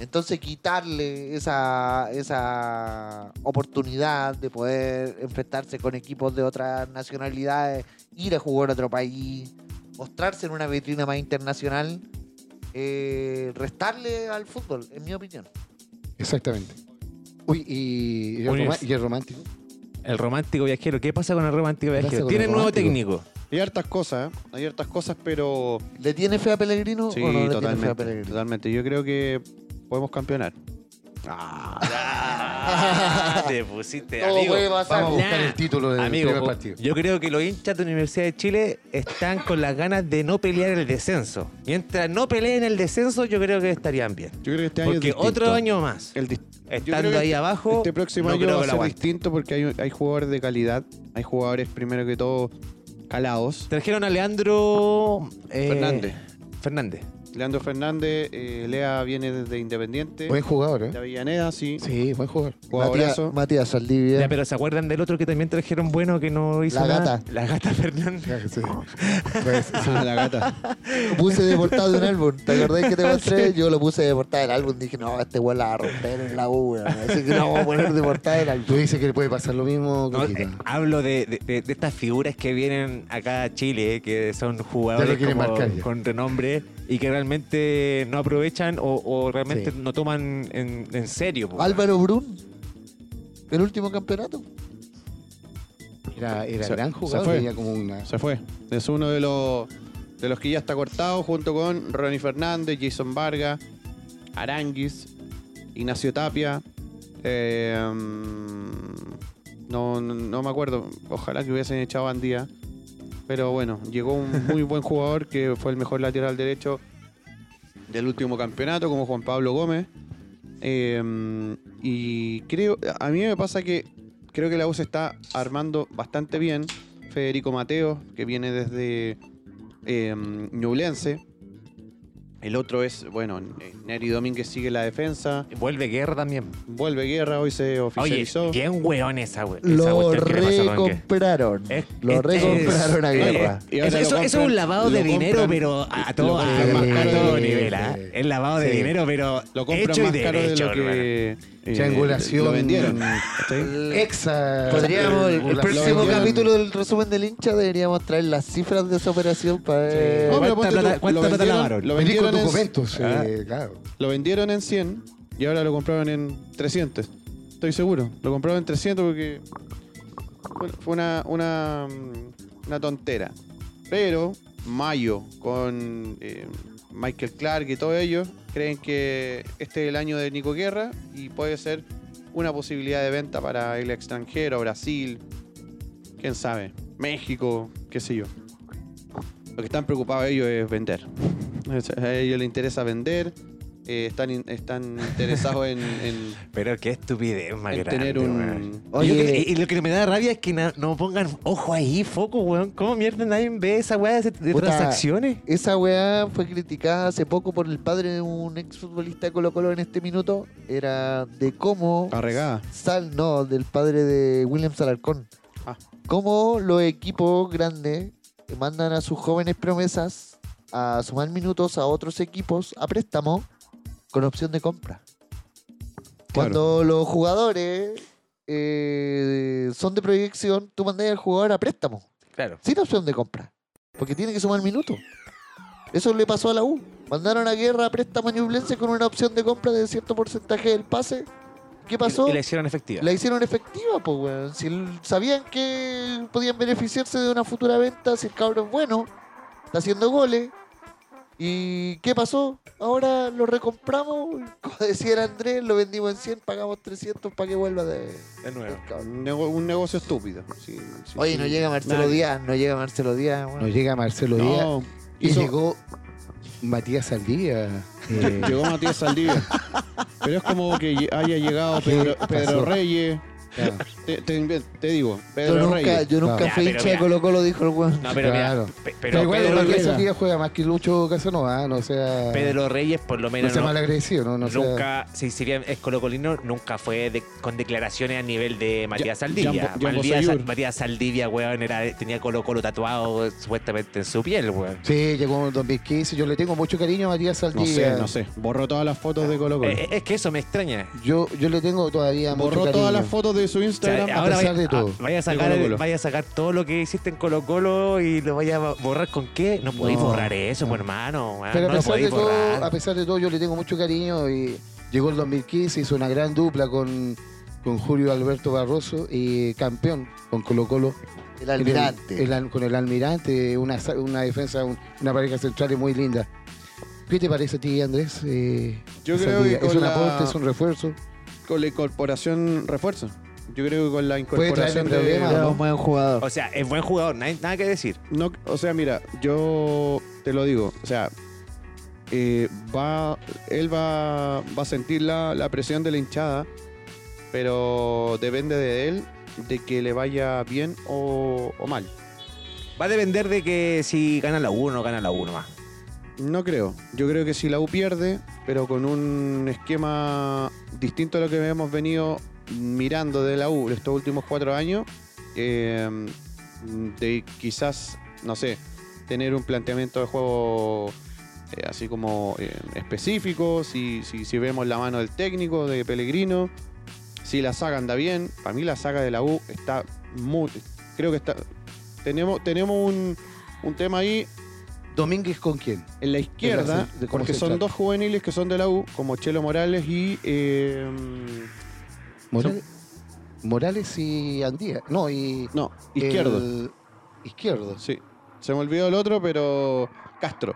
[SPEAKER 4] Entonces quitarle esa, esa oportunidad de poder enfrentarse con equipos de otras nacionalidades, ir a jugar a otro país, mostrarse en una vitrina más internacional, eh, restarle al fútbol, en mi opinión.
[SPEAKER 2] Exactamente. Uy, y, y el,
[SPEAKER 1] Oye,
[SPEAKER 2] roma-
[SPEAKER 1] es-
[SPEAKER 2] y el romántico.
[SPEAKER 1] El romántico viajero. ¿Qué pasa con el romántico
[SPEAKER 2] pasa
[SPEAKER 1] viajero?
[SPEAKER 2] con
[SPEAKER 1] Tiene
[SPEAKER 2] el
[SPEAKER 1] nuevo
[SPEAKER 2] romántico?
[SPEAKER 1] técnico.
[SPEAKER 3] Hay hartas cosas, ¿eh? hay hartas cosas, pero
[SPEAKER 4] ¿Le tiene fe a Pellegrino
[SPEAKER 3] Sí,
[SPEAKER 4] o no le tiene fe a
[SPEAKER 3] totalmente,
[SPEAKER 4] Pellegrino?
[SPEAKER 3] totalmente. Yo creo que podemos campeonar.
[SPEAKER 1] te pusiste,
[SPEAKER 4] Todo puede pasar.
[SPEAKER 2] Vamos a buscar
[SPEAKER 1] Nah.
[SPEAKER 2] el título del
[SPEAKER 1] Amigo,
[SPEAKER 2] primer
[SPEAKER 1] po-
[SPEAKER 2] partido.
[SPEAKER 1] yo creo que los hinchas de la Universidad de Chile están con las ganas de no pelear el descenso. Mientras no peleen el descenso, yo creo que estarían bien.
[SPEAKER 3] Yo creo que este año es
[SPEAKER 1] Porque
[SPEAKER 3] distinto.
[SPEAKER 1] otro año más,
[SPEAKER 3] El dis- yo creo
[SPEAKER 1] estando
[SPEAKER 3] que
[SPEAKER 1] ahí abajo,
[SPEAKER 3] este próximo
[SPEAKER 1] no
[SPEAKER 3] año
[SPEAKER 1] creo
[SPEAKER 3] va a
[SPEAKER 1] que lo
[SPEAKER 3] ser
[SPEAKER 1] aguante.
[SPEAKER 3] distinto porque hay, hay jugadores de calidad, hay jugadores primero que todo calados.
[SPEAKER 1] Trajeron a Leandro eh,
[SPEAKER 3] Fernández.
[SPEAKER 1] Fernández.
[SPEAKER 3] Leandro Fernández, eh, Lea viene desde Independiente.
[SPEAKER 2] Buen jugador,
[SPEAKER 3] de
[SPEAKER 2] ¿eh?
[SPEAKER 3] Avellaneda, sí.
[SPEAKER 2] Sí, buen jugador.
[SPEAKER 4] Matías,
[SPEAKER 3] Jugadorazo.
[SPEAKER 4] Matías Saldivia.
[SPEAKER 1] Ya, pero ¿se acuerdan del otro que también trajeron bueno que no hizo
[SPEAKER 4] La
[SPEAKER 1] nada?
[SPEAKER 4] gata.
[SPEAKER 1] La gata Fernández.
[SPEAKER 2] Ya, sí. Pues,
[SPEAKER 3] La gata.
[SPEAKER 4] Lo puse de portada de un álbum. ¿Te acordás que te mostré? Yo lo puse de portada del álbum. Dije, no, este weón la va a romper en la U, weón. Así que no vamos a poner de portada del álbum.
[SPEAKER 2] Tú dices que le puede pasar lo mismo,
[SPEAKER 1] No,
[SPEAKER 2] Coquita.
[SPEAKER 1] eh, hablo de, de- de- de estas figuras que vienen acá a Chile, eh, que son jugadores
[SPEAKER 2] quiere
[SPEAKER 1] como-
[SPEAKER 2] marcar ya.
[SPEAKER 1] con renombre y que realmente no aprovechan o, o realmente
[SPEAKER 2] Sí.
[SPEAKER 1] no toman en, en serio. pues, po.
[SPEAKER 4] Álvaro Brun. El último campeonato.
[SPEAKER 2] Era, era
[SPEAKER 3] Se-
[SPEAKER 2] gran
[SPEAKER 3] se
[SPEAKER 2] jugador,
[SPEAKER 3] fue.
[SPEAKER 2] tenía como una...
[SPEAKER 3] Se fue. Es uno de los, de los que ya está cortado junto con Ronnie Fernández, Jason Vargas, Aranguis, Ignacio Tapia. eh, mm, no, no- no me acuerdo. Ojalá que hubiesen echado a Andía. Pero bueno, llegó un muy buen jugador que fue el mejor lateral derecho del último campeonato, como Juan Pablo Gómez. Eh, mm, y creo, a mí me pasa que creo que la U se está armando bastante bien. Federico Mateo, que viene desde eh, Ñublense. em, El otro es, bueno, eh, Neri Domínguez sigue la defensa.
[SPEAKER 1] Vuelve guerra también.
[SPEAKER 3] Vuelve guerra, hoy
[SPEAKER 1] Oye,
[SPEAKER 3] se oficializó.
[SPEAKER 1] bien weón esa, we- esa
[SPEAKER 6] Lo
[SPEAKER 1] cuestión que le pasó a Manque.
[SPEAKER 6] recompraron.
[SPEAKER 1] Es-
[SPEAKER 6] Lo
[SPEAKER 1] es-
[SPEAKER 4] este
[SPEAKER 6] recompraron a
[SPEAKER 1] es-
[SPEAKER 6] guerra.
[SPEAKER 3] Y
[SPEAKER 1] Eso,
[SPEAKER 3] ahora
[SPEAKER 1] eso-
[SPEAKER 3] lo
[SPEAKER 1] eso es un
[SPEAKER 3] compran-
[SPEAKER 1] lavado de
[SPEAKER 3] lo
[SPEAKER 1] dinero,
[SPEAKER 3] compran-
[SPEAKER 1] pero a, a todo,
[SPEAKER 3] lo
[SPEAKER 1] a,
[SPEAKER 3] compran más
[SPEAKER 1] a
[SPEAKER 3] caro
[SPEAKER 1] todo
[SPEAKER 3] de-
[SPEAKER 1] nivel. ¿ah? Es lavado de
[SPEAKER 2] Sí.
[SPEAKER 1] dinero, pero
[SPEAKER 3] Lo compran
[SPEAKER 1] eh, hecho y
[SPEAKER 3] más caro de
[SPEAKER 1] derecho.
[SPEAKER 3] lo que. eh,
[SPEAKER 2] Triangulación.
[SPEAKER 3] Lo vendieron. ¿cachai?
[SPEAKER 2] Exa.
[SPEAKER 4] Podríamos, el,
[SPEAKER 2] la-
[SPEAKER 4] próximo
[SPEAKER 2] la-
[SPEAKER 4] capítulo del resumen del hincha deberíamos traer las cifras de esa operación para ver.
[SPEAKER 3] No, pero
[SPEAKER 1] ¿Cuánta
[SPEAKER 3] ponte tú,
[SPEAKER 1] plata-
[SPEAKER 3] lo
[SPEAKER 1] cuánta plata
[SPEAKER 3] vendieron-
[SPEAKER 1] lavaron?
[SPEAKER 3] Lo
[SPEAKER 2] Venís con
[SPEAKER 3] vendieron,
[SPEAKER 2] tus
[SPEAKER 3] en, Ah.
[SPEAKER 2] comentos, eh, claro.
[SPEAKER 3] lo vendieron en 100 y ahora lo compraron en 300. Estoy seguro. Lo compraron en 300 porque bueno, fue una, una, mm, una tontera. Pero Mayo con eh, Michael Clark y todos ellos creen que este es el año de Nico Guerra y puede ser una posibilidad de venta para el extranjero, Brasil, quién sabe, México, qué sé yo. Lo que están preocupados ellos es vender. Es- A ellos les interesa vender, eh, están, in- están interesados en, en-
[SPEAKER 1] Pero qué estupidez más
[SPEAKER 3] en
[SPEAKER 1] grande,
[SPEAKER 3] tener
[SPEAKER 1] weón.
[SPEAKER 3] un...
[SPEAKER 1] Y, lo
[SPEAKER 4] Oye.
[SPEAKER 1] que, y lo que me da rabia es que na- no pongan ojo ahí, foco, weón. ¿Cómo mierda nadie ve esa weá de, de
[SPEAKER 4] Puta.
[SPEAKER 1] transacciones?
[SPEAKER 4] Esa weá fue criticada hace poco por el padre de un exfutbolista de Colo Colo en este minuto. Era de cómo...
[SPEAKER 3] Arregada.
[SPEAKER 4] Sal, no, del padre de Williams Alarcón.
[SPEAKER 3] Ah.
[SPEAKER 4] Cómo los equipos grandes mandan a sus jóvenes promesas a sumar minutos a otros equipos a préstamo con opción de compra. Cuando los jugadores eh, son de proyección, tú mandas al jugador a préstamo,
[SPEAKER 1] Claro.
[SPEAKER 4] sin opción de compra, porque tiene que sumar minutos. Eso le pasó a la U. Mandaron a guerra a préstamo a Ñublense con una opción de compra de cierto porcentaje del pase. ¿Qué pasó?
[SPEAKER 1] Y, la hicieron efectiva.
[SPEAKER 4] La hicieron efectiva, pues, weón. Si el- sabían que podían beneficiarse de una futura venta, si el cabrón es bueno, está haciendo goles. ¿Y qué pasó? Ahora lo recompramos, como decía el Andrés, lo vendimos en 100, pagamos 300 para que vuelva de...
[SPEAKER 1] De nuevo.
[SPEAKER 4] cabrón.
[SPEAKER 3] Un, nego- un negocio estúpido. Sí, sí,
[SPEAKER 4] Oye,
[SPEAKER 3] sí.
[SPEAKER 4] no llega Marcelo
[SPEAKER 3] Nadie.
[SPEAKER 4] Díaz, no llega Marcelo Díaz, weón.
[SPEAKER 2] Nos llega Marcelo Díaz
[SPEAKER 3] No,
[SPEAKER 2] y
[SPEAKER 3] hizo-
[SPEAKER 2] llegó Matías Saldía. eh,
[SPEAKER 3] llegó Matías Saldivia. Pero es como que lle- haya llegado Pedro,
[SPEAKER 2] pasó?
[SPEAKER 3] Pedro Reyes.
[SPEAKER 2] claro,
[SPEAKER 3] Te, te- te digo,
[SPEAKER 4] Yo
[SPEAKER 3] Pedro
[SPEAKER 4] nunca,
[SPEAKER 3] Reyes.
[SPEAKER 4] yo nunca
[SPEAKER 2] Claro.
[SPEAKER 4] fui
[SPEAKER 1] Ya, pero
[SPEAKER 4] hincha de
[SPEAKER 1] mira.
[SPEAKER 4] Colo Colo, dijo el weón.
[SPEAKER 1] No, pero mira,
[SPEAKER 2] claro.
[SPEAKER 1] pe-
[SPEAKER 2] Pero
[SPEAKER 1] pero
[SPEAKER 2] igual
[SPEAKER 1] Pedro,
[SPEAKER 2] Matías
[SPEAKER 1] Reyes,
[SPEAKER 2] Saldía juega más que Lucho Casanova, ¿eh? no sea,
[SPEAKER 1] Pedro Reyes, por lo
[SPEAKER 2] no
[SPEAKER 1] menos,
[SPEAKER 2] sea
[SPEAKER 1] no-
[SPEAKER 2] malagradecido, no, no sea-
[SPEAKER 1] nunca, si, si bien es colocolino, nunca fue de- con declaraciones a nivel de Matías
[SPEAKER 3] Jambo-
[SPEAKER 1] Saldivia.
[SPEAKER 3] Jambo
[SPEAKER 1] Matías,
[SPEAKER 3] Sayur.
[SPEAKER 1] Matías Saldivia, weón, era, tenía Colo Colo tatuado supuestamente en su piel, weón.
[SPEAKER 2] Sí, llegó en el 2015. Yo le tengo mucho cariño a Matías Saldía.
[SPEAKER 3] No sé, no sé. Borró todas las fotos de Colo Colo.
[SPEAKER 1] Eh, eh, es que eso me extraña.
[SPEAKER 2] Yo, yo le tengo todavía mucho
[SPEAKER 3] Borró
[SPEAKER 2] cariño.
[SPEAKER 3] todas las fotos de su
[SPEAKER 1] O sea,
[SPEAKER 3] Instagram.
[SPEAKER 2] a pesar de todo.
[SPEAKER 1] ah, vaya a sacar,
[SPEAKER 3] De Colo-Colo.
[SPEAKER 1] vaya a sacar todo lo que hiciste en Colo Colo y lo vaya a borrar con qué. No podéis
[SPEAKER 2] No,
[SPEAKER 1] borrar eso, pues, hermano. weón,
[SPEAKER 2] Pero
[SPEAKER 1] no
[SPEAKER 2] a,
[SPEAKER 1] lo
[SPEAKER 2] pesar de
[SPEAKER 1] podéis borrar.
[SPEAKER 2] todo, a pesar de todo, yo le tengo mucho cariño y llegó el 2015, hizo una gran dupla con, con Julio Alberto Barroso y campeón con Colo Colo.
[SPEAKER 4] El almirante.
[SPEAKER 2] El- el- con el almirante, una, sa- una defensa, un- una pareja central muy linda. ¿Qué te parece a ti, Andrés? Eh,
[SPEAKER 3] Yo
[SPEAKER 2] esa
[SPEAKER 3] creo que
[SPEAKER 2] liga. es
[SPEAKER 3] con
[SPEAKER 2] un
[SPEAKER 3] la-
[SPEAKER 2] aporte, es un refuerzo.
[SPEAKER 1] ah.
[SPEAKER 3] Con la incorporación refuerzo. Yo creo que con la
[SPEAKER 2] traerle
[SPEAKER 3] incorporación de...
[SPEAKER 2] problemas,
[SPEAKER 4] Era
[SPEAKER 2] ¿no?
[SPEAKER 4] un buen jugador.
[SPEAKER 1] O sea, es buen jugador, nada, nada que decir.
[SPEAKER 3] No, o sea, mira, yo te lo digo, o sea, eh, va, él va, va a sentir la, la presión de la hinchada, pero depende de él de que le vaya bien o, o mal.
[SPEAKER 1] Va a depender de que si gana la 1 o no gana la 1 más.
[SPEAKER 3] No creo. Yo creo que si la U pierde, pero con un esquema distinto a lo que hemos venido mirando de la U estos últimos cuatro años, eh, de quizás, no sé, tener un planteamiento de juego eh, así como eh, específico, si, si, si vemos la mano del técnico, de Pellegrino, si la saga anda bien, para mí la saga de la U está muy... Creo que está... Tenemos, tenemos un, un tema ahí
[SPEAKER 2] ¿Domínguez con quién?
[SPEAKER 3] en la izquierda,
[SPEAKER 2] cen- de- como
[SPEAKER 3] porque son
[SPEAKER 2] central.
[SPEAKER 3] dos juveniles que son de la U, como Chelo Morales y. eh,
[SPEAKER 2] Morales, Morales y Andía. No, y.
[SPEAKER 3] no, izquierdo.
[SPEAKER 2] el- izquierdo,
[SPEAKER 3] Sí. Se me olvidó el otro, pero. Castro.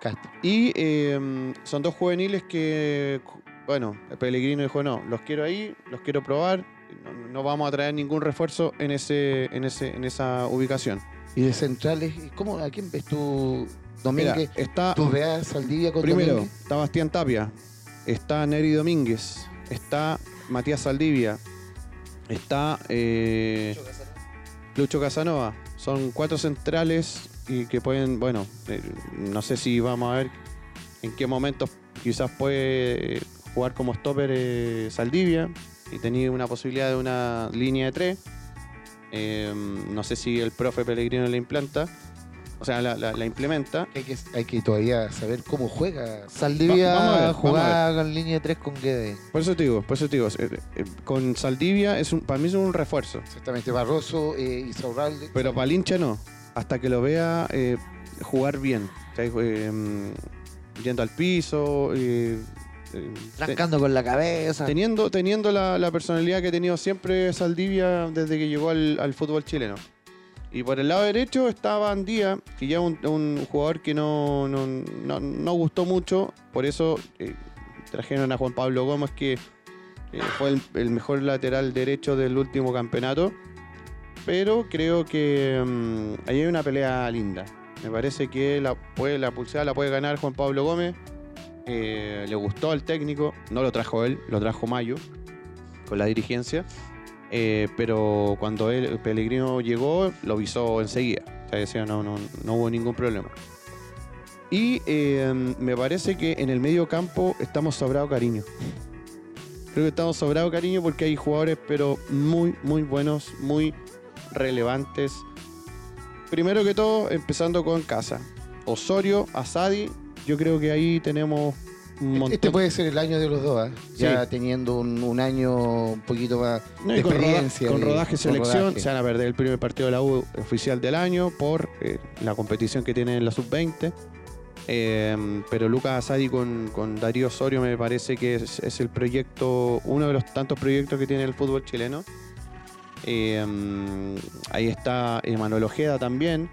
[SPEAKER 2] Castro.
[SPEAKER 3] Y eh, son dos juveniles que. Bueno, el Pellegrino dijo: no, los quiero ahí, los quiero probar. No, no vamos a traer ningún refuerzo en, ese, en, ese, en esa ubicación.
[SPEAKER 2] Y de centrales, ¿cómo, ¿a quién ves tú,
[SPEAKER 3] Mira,
[SPEAKER 2] Domínguez?
[SPEAKER 3] está.
[SPEAKER 2] ¿Tú veas a Saldivia con
[SPEAKER 3] Primero,
[SPEAKER 2] Domínguez?
[SPEAKER 3] está Bastián Tapia, está Neri Domínguez, está Matías Saldivia, está eh, Lucho Casanova. Son cuatro centrales y que pueden, bueno, eh, no sé si vamos a ver en qué momentos quizás puede jugar como stopper eh, Saldivia y tener una posibilidad de una línea de tres. Eh, no sé si el profe Pellegrino la implanta, o sea, la, la- la implementa.
[SPEAKER 2] Hay que, hay que todavía saber cómo juega.
[SPEAKER 5] Saldivia
[SPEAKER 3] Va- vamos a ver, vamos a
[SPEAKER 5] jugaba con línea de 3 con Guedes.
[SPEAKER 3] Por eso te digo, por eso te digo, eh, eh, con Saldivia es un, para mí es un refuerzo.
[SPEAKER 2] Exactamente, Barroso eh, y Saurralde.
[SPEAKER 3] Pero para el hincha no. Hasta que lo vea eh, jugar bien. ¿cachai? Eh, mm, yendo al piso. eh, eh, te-
[SPEAKER 5] Trancando con la cabeza.
[SPEAKER 3] teniendo teniendo la, la personalidad que ha tenido siempre Saldivia desde que llegó al, al fútbol chileno. Y por el lado derecho estaba Andía, que ya un, un jugador que no, no, no- no gustó mucho. Por eso eh, trajeron a Juan Pablo Gómez, que eh, fue el, el mejor lateral derecho del último campeonato. Pero creo que mm, ahí hay una pelea linda. Me parece que la, puede, la pulsada la puede ganar Juan Pablo Gómez. Eh, le gustó al técnico, no lo trajo él, lo trajo Mayo con la dirigencia. Eh, pero cuando él, Pellegrino llegó, lo visó enseguida. O sea, decía, no, no, no hubo ningún problema. Y eh, me parece que en el medio campo estamos sobrado cariño. Creo que estamos sobrado cariño porque hay jugadores, pero muy, muy buenos, muy relevantes. Primero que todo, empezando con Casa. Osorio, Asadi, yo creo que ahí tenemos un montón.
[SPEAKER 2] Este puede ser el año de los dos, ¿ah? ya
[SPEAKER 3] Sí.
[SPEAKER 2] teniendo un, un año un poquito más
[SPEAKER 3] No,
[SPEAKER 2] de
[SPEAKER 3] y con, roda-
[SPEAKER 2] experiencia.
[SPEAKER 3] con
[SPEAKER 2] de-
[SPEAKER 3] rodaje
[SPEAKER 2] con
[SPEAKER 3] selección
[SPEAKER 2] rodaje.
[SPEAKER 3] se van a perder el primer partido de la U oficial del año por eh, la competición que tienen en la sub-20. Eh, pero Lucas Asadi con, con Darío Osorio me parece que es, es el proyecto, uno de los tantos proyectos que tiene el fútbol chileno. Eh, ahí está Emanuel Ojeda también.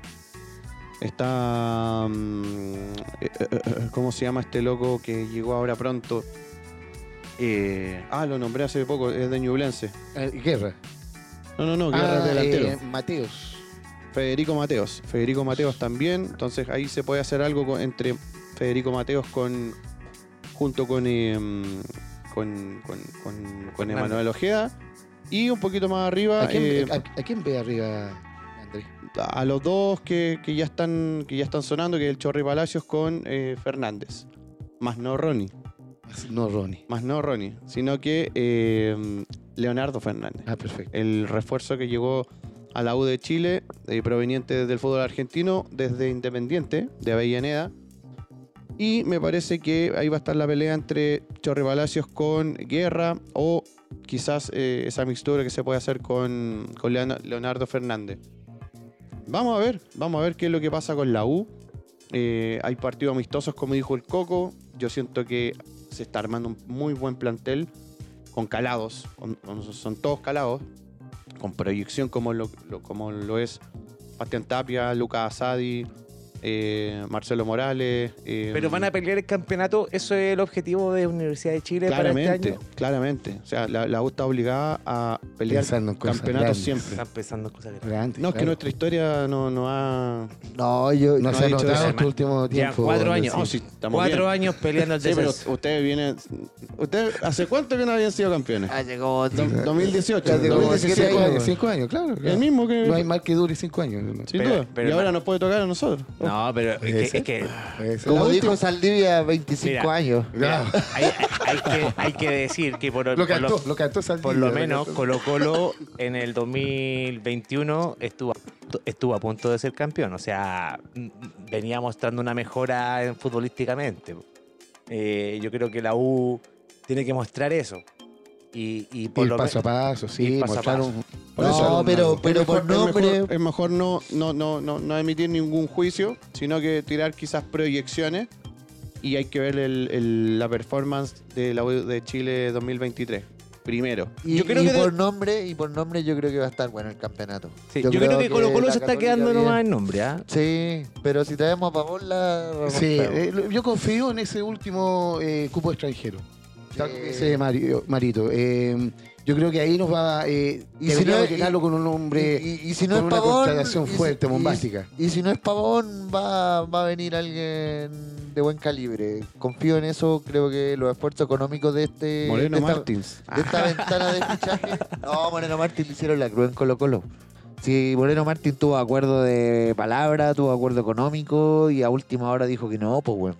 [SPEAKER 3] Está. mm, eh, eh, eh, ¿Cómo se llama este loco que llegó ahora pronto? Eh, ah, lo nombré hace poco, es de Ñublense.
[SPEAKER 2] Eh, Guerra.
[SPEAKER 3] No, no, no, Guerra es delantero.
[SPEAKER 2] eh, Mateos.
[SPEAKER 3] Ah, Federico Mateos. Federico Mateos también. Entonces ahí se puede hacer algo con- entre Federico Mateos con. junto con. eh, con, con, con, con Emanuel Ojeda. Y un poquito más arriba.
[SPEAKER 2] ¿A quién,
[SPEAKER 3] eh,
[SPEAKER 2] a- a quién ve arriba, Andrés?
[SPEAKER 3] a los dos que, que ya están que ya están sonando, que es el Chorri Palacios con eh, Fernández. Más no Ronnie.
[SPEAKER 2] No, Ronnie.
[SPEAKER 3] Más no Ronnie. Sino que eh, Leonardo Fernández.
[SPEAKER 2] Ah, perfecto.
[SPEAKER 3] el refuerzo que llegó a la U de Chile, eh, proveniente del fútbol argentino, desde Independiente, de Avellaneda. Y me parece que ahí va a estar la pelea entre Chorre Palacios con Guerra o quizás eh, esa mixtura que se puede hacer con, con Leon- Leonardo Fernández. Vamos a ver, vamos a ver qué es lo que pasa con la U. Eh, hay partidos amistosos, como dijo el Coco. Yo siento que se está armando un muy buen plantel con calados, con- con- son todos calados, con proyección como lo, lo- como lo es Bastián Tapia, Lucas Asadi, eh, Marcelo Morales. eh,
[SPEAKER 1] Pero van a pelear el campeonato, eso es el objetivo de Universidad de Chile para
[SPEAKER 3] Claramente,
[SPEAKER 1] este año.
[SPEAKER 3] claramente. O sea, la, la U está obligada a pelear
[SPEAKER 2] Pensando en cosas
[SPEAKER 3] campeonatos
[SPEAKER 2] grandes.
[SPEAKER 3] siempre.
[SPEAKER 1] Están pensando en cosas grandes.
[SPEAKER 2] Grande,
[SPEAKER 3] No, es que
[SPEAKER 2] claro.
[SPEAKER 3] nuestra historia no, no ha...
[SPEAKER 5] No, yo.
[SPEAKER 2] no,
[SPEAKER 3] no ha
[SPEAKER 2] se ha
[SPEAKER 3] dicho
[SPEAKER 2] notado
[SPEAKER 3] eso,
[SPEAKER 2] en tu
[SPEAKER 1] man.
[SPEAKER 2] último
[SPEAKER 1] Llevan
[SPEAKER 2] tiempo. pues,
[SPEAKER 1] cuatro años.
[SPEAKER 2] Andrés.
[SPEAKER 3] No, sí, estamos
[SPEAKER 1] Cuatro
[SPEAKER 3] bien.
[SPEAKER 1] años peleando el
[SPEAKER 3] Sí, pero
[SPEAKER 1] descenso.
[SPEAKER 3] ustedes vienen... Usted, ¿Hace cuánto que no habían sido campeones?
[SPEAKER 5] Ah, llegó.
[SPEAKER 3] Do- 2018.
[SPEAKER 2] Desde como
[SPEAKER 3] 2017.
[SPEAKER 2] cinco años, cinco años, claro. claro.
[SPEAKER 3] El mismo que...
[SPEAKER 2] No hay mal que dure cinco años. ¿no?
[SPEAKER 3] Sin
[SPEAKER 1] Pero-
[SPEAKER 3] duda.
[SPEAKER 1] pero
[SPEAKER 3] y ahora
[SPEAKER 1] no-
[SPEAKER 3] nos puede tocar a nosotros.
[SPEAKER 1] No, pero es
[SPEAKER 2] Puede
[SPEAKER 1] que,
[SPEAKER 2] ser.
[SPEAKER 1] es que
[SPEAKER 2] Puede ser.
[SPEAKER 5] Como
[SPEAKER 3] La
[SPEAKER 5] dijo
[SPEAKER 3] última-
[SPEAKER 5] Saldivia, 25
[SPEAKER 1] Mira.
[SPEAKER 5] años.
[SPEAKER 1] mira,
[SPEAKER 2] Claro.
[SPEAKER 1] hay, hay que, hay que decir que por,
[SPEAKER 2] Lo
[SPEAKER 1] por lo-
[SPEAKER 2] cantó, lo cantó Saldivia,
[SPEAKER 1] por lo
[SPEAKER 2] lo
[SPEAKER 1] menos
[SPEAKER 2] cantó.
[SPEAKER 1] Colo Colo en el 2021 estuvo, estuvo a punto de ser campeón. O sea, m- venía mostrando una mejora en- futbolísticamente. Eh, yo creo que la U tiene que mostrar eso. Y, y por
[SPEAKER 2] Ir
[SPEAKER 1] lo
[SPEAKER 2] paso a
[SPEAKER 1] menos...
[SPEAKER 2] paso, sí,
[SPEAKER 1] ir paso a
[SPEAKER 2] mostraron-
[SPEAKER 3] Por
[SPEAKER 5] No,
[SPEAKER 3] eso,
[SPEAKER 5] pero-
[SPEAKER 2] algo.
[SPEAKER 5] pero
[SPEAKER 3] es mejor-
[SPEAKER 5] por nombre-
[SPEAKER 3] Es mejor, es eh, mejor no, no, no, no, no emitir ningún juicio, sino que tirar quizás proyecciones y hay que ver el- el- la performance de la U de Chile 2023. Primero.
[SPEAKER 5] Y,
[SPEAKER 1] Yo creo
[SPEAKER 5] y
[SPEAKER 1] que de-
[SPEAKER 5] por nombre, y por nombre yo creo que va a estar bueno el campeonato.
[SPEAKER 1] Sí, yo, creo, que Colo Colo
[SPEAKER 5] la
[SPEAKER 1] se está
[SPEAKER 5] Católica
[SPEAKER 1] quedando
[SPEAKER 5] bien.
[SPEAKER 1] nomás en nombre. ¿ah?
[SPEAKER 5] Sí, pero si traemos a Pavón la
[SPEAKER 2] Sí,
[SPEAKER 5] rompemos.
[SPEAKER 2] eh, lo- yo confío en ese último eh, cupo extranjero. Tal-
[SPEAKER 5] Sí.
[SPEAKER 2] Ese Mario- Marito. eh, yo creo que ahí nos va eh,
[SPEAKER 5] Y
[SPEAKER 2] deberíamos
[SPEAKER 5] si no es-
[SPEAKER 2] llenarlo con un hombre.
[SPEAKER 5] y, y- y si no
[SPEAKER 2] con
[SPEAKER 5] es
[SPEAKER 2] una
[SPEAKER 5] Pavón.
[SPEAKER 2] contratación
[SPEAKER 5] y si-
[SPEAKER 2] fuerte,
[SPEAKER 5] y-
[SPEAKER 2] bombástica.
[SPEAKER 5] Y, si no es Pavón, va, va a venir alguien de buen calibre. Confío en eso, creo que los esfuerzos económicos de este.
[SPEAKER 4] Eh,
[SPEAKER 3] Moreno
[SPEAKER 5] de esta,
[SPEAKER 3] Martins.
[SPEAKER 5] de
[SPEAKER 2] Ah.
[SPEAKER 5] esta ventana de fichaje. No, Moreno Martín le hicieron la cruz en Colo Colo. Sí, Moreno Martín tuvo acuerdo de palabra, tuvo acuerdo económico y a última hora dijo que no, pues bueno.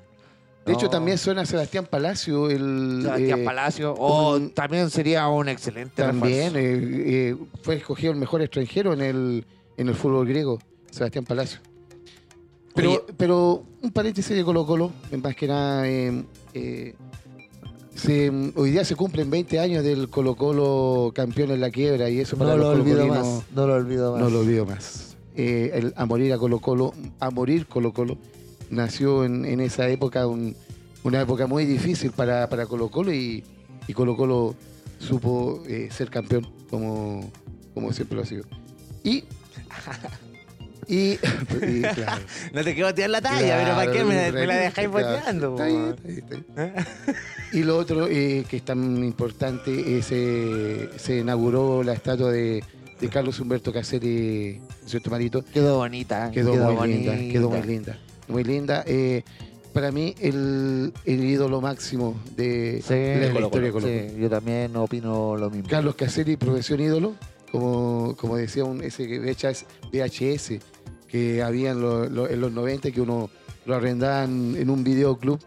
[SPEAKER 2] De hecho,
[SPEAKER 4] No.
[SPEAKER 2] también suena Sebastián Palacio. El,
[SPEAKER 5] Sebastián
[SPEAKER 2] eh,
[SPEAKER 5] Palacio. Oh,
[SPEAKER 2] un-
[SPEAKER 5] también sería un excelente
[SPEAKER 2] También
[SPEAKER 5] refuerzo.
[SPEAKER 2] eh, eh, fue escogido el mejor extranjero en el, en el fútbol griego, Sebastián Palacio. Pero,
[SPEAKER 5] Oye.
[SPEAKER 2] pero un paréntesis de Colo Colo, más que nada, eh, eh, se- hoy día se cumplen 20 años del Colo Colo campeón en la quiebra y eso para
[SPEAKER 4] No lo
[SPEAKER 2] los
[SPEAKER 4] olvido
[SPEAKER 2] colocolinos
[SPEAKER 4] más. No lo olvido más.
[SPEAKER 2] no lo olvido más. Eh, el a morir a Colo Colo, a morir Colo Colo, nació en, en esa época, un- una época muy difícil para, para Colo Colo y, y Colo Colo supo eh, ser campeón como, como siempre lo ha sido. Y... Y, y claro,
[SPEAKER 1] No te quiero tirar la talla, pero ¿para qué me, me la dejáis
[SPEAKER 2] claro,
[SPEAKER 1] boteando?
[SPEAKER 2] está bien, está bien, está bien. Y lo otro eh, que es tan importante es eh, se inauguró la estatua de, de Carlos Humberto Caceres, ¿cierto, Marito?
[SPEAKER 5] Quedó bonita.
[SPEAKER 2] Quedó, muy linda, quedó muy linda. Muy linda. Eh, para mí, el, el ídolo máximo de,
[SPEAKER 4] Sí,
[SPEAKER 2] de la
[SPEAKER 4] Colo-Colo,
[SPEAKER 2] historia de Colo Colo.
[SPEAKER 4] Sí, yo también opino lo mismo.
[SPEAKER 2] Carlos Caselli, profesión ídolo, como, como decía un, ese que VHS, VHS que había en, lo- lo- en los 90, que uno lo arrendaban en un videoclub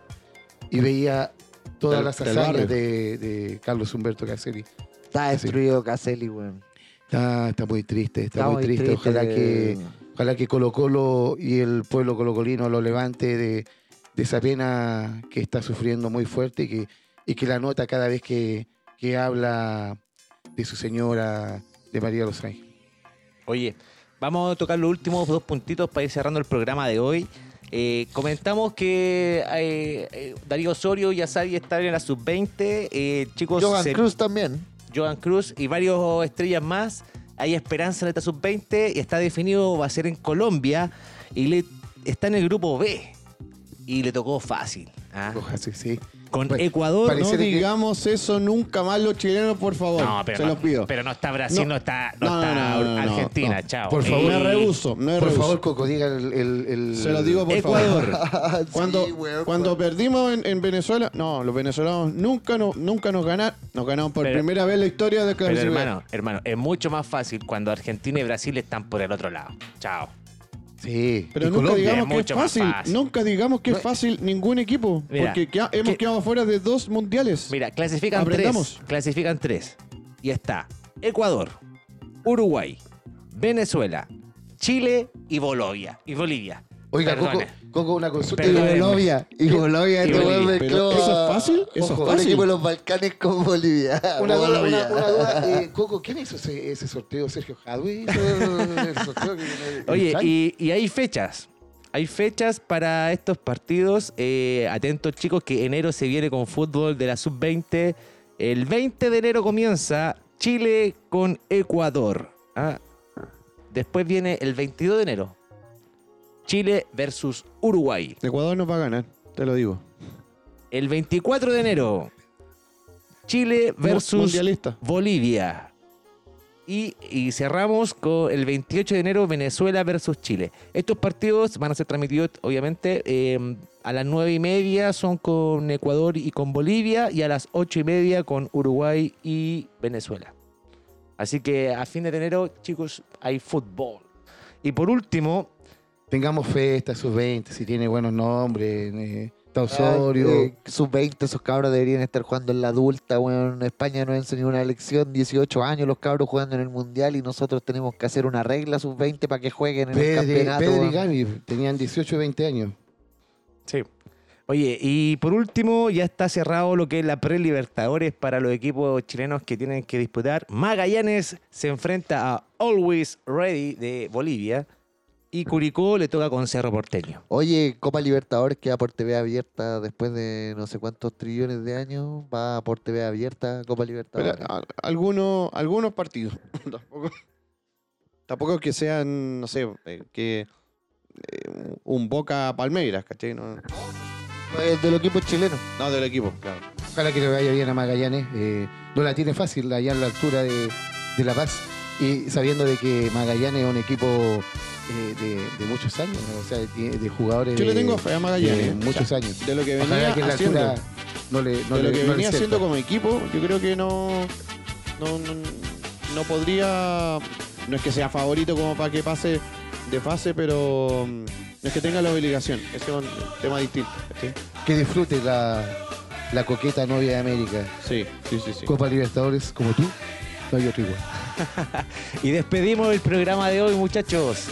[SPEAKER 2] y veía todas
[SPEAKER 3] Del-
[SPEAKER 2] las
[SPEAKER 3] del
[SPEAKER 2] hazañas
[SPEAKER 3] barrio.
[SPEAKER 2] de, de Carlos Humberto Caselli.
[SPEAKER 4] Está destruido Caselli, weón.
[SPEAKER 2] Está, está muy triste, está, muy triste. Ojalá que... Ojalá que Colo Colo y el pueblo colocolino lo levante de, de esa pena que está sufriendo muy fuerte y que, y que la nota cada vez que, que habla de su señora, de María Los Ángeles.
[SPEAKER 1] Oye, vamos a tocar los últimos dos puntitos para ir cerrando el programa de hoy. Eh, comentamos que eh, eh, Darío Osorio y Asadi están en la sub-20. eh, chicos,
[SPEAKER 4] Johan
[SPEAKER 1] se-
[SPEAKER 4] Cruz también.
[SPEAKER 1] Joan Cruz y varios estrellas más. Hay esperanza en esta sub-20 y está definido, va a ser en Colombia y le, está en el grupo B. Y le tocó fácil. ¿ah?
[SPEAKER 2] Ojalá, sí, sí.
[SPEAKER 1] Con
[SPEAKER 2] Bueno,
[SPEAKER 1] Ecuador.
[SPEAKER 2] parece
[SPEAKER 3] No
[SPEAKER 2] que-
[SPEAKER 3] digamos eso nunca más los chilenos, por favor.
[SPEAKER 1] No, pero
[SPEAKER 3] Se
[SPEAKER 1] no,
[SPEAKER 3] los pido.
[SPEAKER 1] pero no está Brasil, no,
[SPEAKER 3] No.
[SPEAKER 1] está, no
[SPEAKER 3] No, no,
[SPEAKER 1] está
[SPEAKER 3] no, no, no,
[SPEAKER 1] Argentina,
[SPEAKER 3] no.
[SPEAKER 1] chao.
[SPEAKER 2] Por favor,
[SPEAKER 1] Eh,
[SPEAKER 3] me rehuso, no es
[SPEAKER 2] Por
[SPEAKER 3] rehuso.
[SPEAKER 2] favor, Coco, diga el... el- el-
[SPEAKER 3] Se los digo por
[SPEAKER 1] Ecuador.
[SPEAKER 3] favor. Cuando, cuando perdimos en, en Venezuela, no, los venezolanos nunca, nos- nunca nos ganaron. Nos ganaron por
[SPEAKER 1] Pero-
[SPEAKER 3] primera vez en la historia de
[SPEAKER 1] Pero
[SPEAKER 3] clasificación.
[SPEAKER 1] hermano, hermano, es mucho más fácil cuando Argentina y Brasil están por el otro lado. Chao.
[SPEAKER 2] Sí.
[SPEAKER 3] Pero
[SPEAKER 2] Y
[SPEAKER 3] nunca
[SPEAKER 2] Colombia.
[SPEAKER 3] digamos
[SPEAKER 1] es
[SPEAKER 3] que es
[SPEAKER 1] mucho más
[SPEAKER 3] fácil.
[SPEAKER 1] fácil.
[SPEAKER 3] Nunca digamos que es fácil ningún equipo.
[SPEAKER 1] Mira,
[SPEAKER 3] porque queda- hemos
[SPEAKER 1] que-
[SPEAKER 3] quedado fuera de dos mundiales.
[SPEAKER 1] Mira, clasifican
[SPEAKER 3] Aprendamos.
[SPEAKER 1] tres. Clasifican tres. Y está Ecuador, Uruguay, Venezuela, Chile y Bolivia. Y Bolivia.
[SPEAKER 2] Oiga, Coco,
[SPEAKER 1] Perdone.
[SPEAKER 2] Coco, una consulta.
[SPEAKER 1] Perdone.
[SPEAKER 2] Digo, no,
[SPEAKER 4] Bolivia. Y Bolivia,
[SPEAKER 1] Y
[SPEAKER 4] este weón
[SPEAKER 1] Bolivia.
[SPEAKER 3] Pero
[SPEAKER 4] mezcló
[SPEAKER 3] eso
[SPEAKER 4] a-
[SPEAKER 3] es fácil, eso
[SPEAKER 4] Ojo,
[SPEAKER 3] es
[SPEAKER 4] un equipo de
[SPEAKER 3] fácil.
[SPEAKER 4] los Balcanes con Bolivia.
[SPEAKER 2] Una duda,
[SPEAKER 4] Bolivia.
[SPEAKER 2] una, una duda. eh, Coco, ¿quién hizo ese, ese sorteo? ¿Sergio Hadwin? El sorteo que-
[SPEAKER 1] Oye,
[SPEAKER 2] ¿Chan?
[SPEAKER 1] y, y hay fechas. Hay fechas para estos partidos. Eh, atentos, chicos, que enero se viene con fútbol de la sub-20. El 20 de enero comienza Chile con Ecuador. Ah, Después viene el 22 de enero. Chile versus Uruguay.
[SPEAKER 3] Ecuador nos va a ganar, te lo digo.
[SPEAKER 1] El 24 de enero, Chile
[SPEAKER 3] Mu-
[SPEAKER 1] versus
[SPEAKER 3] Mundialista.
[SPEAKER 1] Bolivia. Y, y cerramos con el 28 de enero, Venezuela versus Chile. Estos partidos van a ser transmitidos, obviamente, eh, a las 9 y media son con Ecuador y con Bolivia, y a las 8 y media con Uruguay y Venezuela. Así que a fin de enero, chicos, hay fútbol. Y por último,
[SPEAKER 2] Tengamos fe, esta sub-20, si tiene buenos nombres. eh, está Osorio.
[SPEAKER 4] Eh, Sus 20, esos cabros deberían estar jugando en la adulta, weón. España nos enseñó una lección, 18 años los cabros jugando en el mundial y nosotros tenemos que hacer una regla sus 20 para que jueguen en el
[SPEAKER 2] Pedri,
[SPEAKER 4] campeonato.
[SPEAKER 2] Pedri y
[SPEAKER 4] weón.
[SPEAKER 2] Gavi tenían 18 y 20 años.
[SPEAKER 1] Sí. Oye, y por último, ya está cerrado lo que es la pre-libertadores para los equipos chilenos que tienen que disputar. Magallanes se enfrenta a Always Ready de Bolivia y Curicó le toca con Cerro Porteño.
[SPEAKER 4] Oye, Copa Libertadores queda por TV abierta después de no sé cuántos trillones de años. Va por TV abierta, Copa
[SPEAKER 3] Pero,
[SPEAKER 4] Libertadores.
[SPEAKER 3] a- algunos, algunos partidos. tampoco, tampoco que sean, no sé, eh, que eh, un Boca Palmeiras, ¿cachai? No,
[SPEAKER 4] Eh, del equipo chileno.
[SPEAKER 3] no del equipo, claro.
[SPEAKER 2] Ojalá que le vaya bien a Magallanes. eh, no la tiene fácil allá en la altura de, de La Paz. Y sabiendo de que Magallanes es un equipo eh, de, de muchos años, ¿no? o sea, de, de jugadores
[SPEAKER 3] Yo le
[SPEAKER 2] de-
[SPEAKER 3] tengo fe a Magallanes.
[SPEAKER 2] Eh, de muchos años.
[SPEAKER 3] De lo que venía
[SPEAKER 2] Ojalá que en la
[SPEAKER 3] haciendo.
[SPEAKER 2] altura no le, no
[SPEAKER 3] de lo
[SPEAKER 2] le-
[SPEAKER 3] que
[SPEAKER 2] no le
[SPEAKER 3] venía
[SPEAKER 2] sirva.
[SPEAKER 3] haciendo como equipo, yo creo que no, no, no, no podría. No es que sea favorito como para que pase de fase, pero mm, no es que tenga la obligación. Ese es un tema distinto. ¿cachai?
[SPEAKER 2] que disfrute la, la coqueta novia de América.
[SPEAKER 3] Sí, sí, sí, sí.
[SPEAKER 2] Copa Libertadores como tú, no hay otro igual.
[SPEAKER 1] Y despedimos el programa de hoy, muchachos.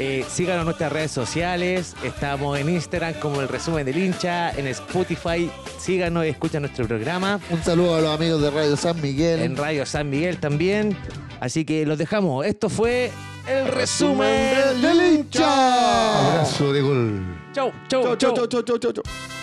[SPEAKER 1] Eh, síganos en nuestras redes sociales. Estamos en Instagram como el resumen del hincha. En Spotify, síganos y escucha nuestro programa.
[SPEAKER 5] ah. Un saludo a los amigos de Radio San Miguel.
[SPEAKER 1] En Radio San Miguel también. Así que los dejamos. Esto fue el resumen del hincha.
[SPEAKER 2] Abrazo de gol.
[SPEAKER 1] Chau,
[SPEAKER 3] Chau,
[SPEAKER 1] chau,
[SPEAKER 3] chau,
[SPEAKER 1] chau.
[SPEAKER 3] chau, chau, chau, chau.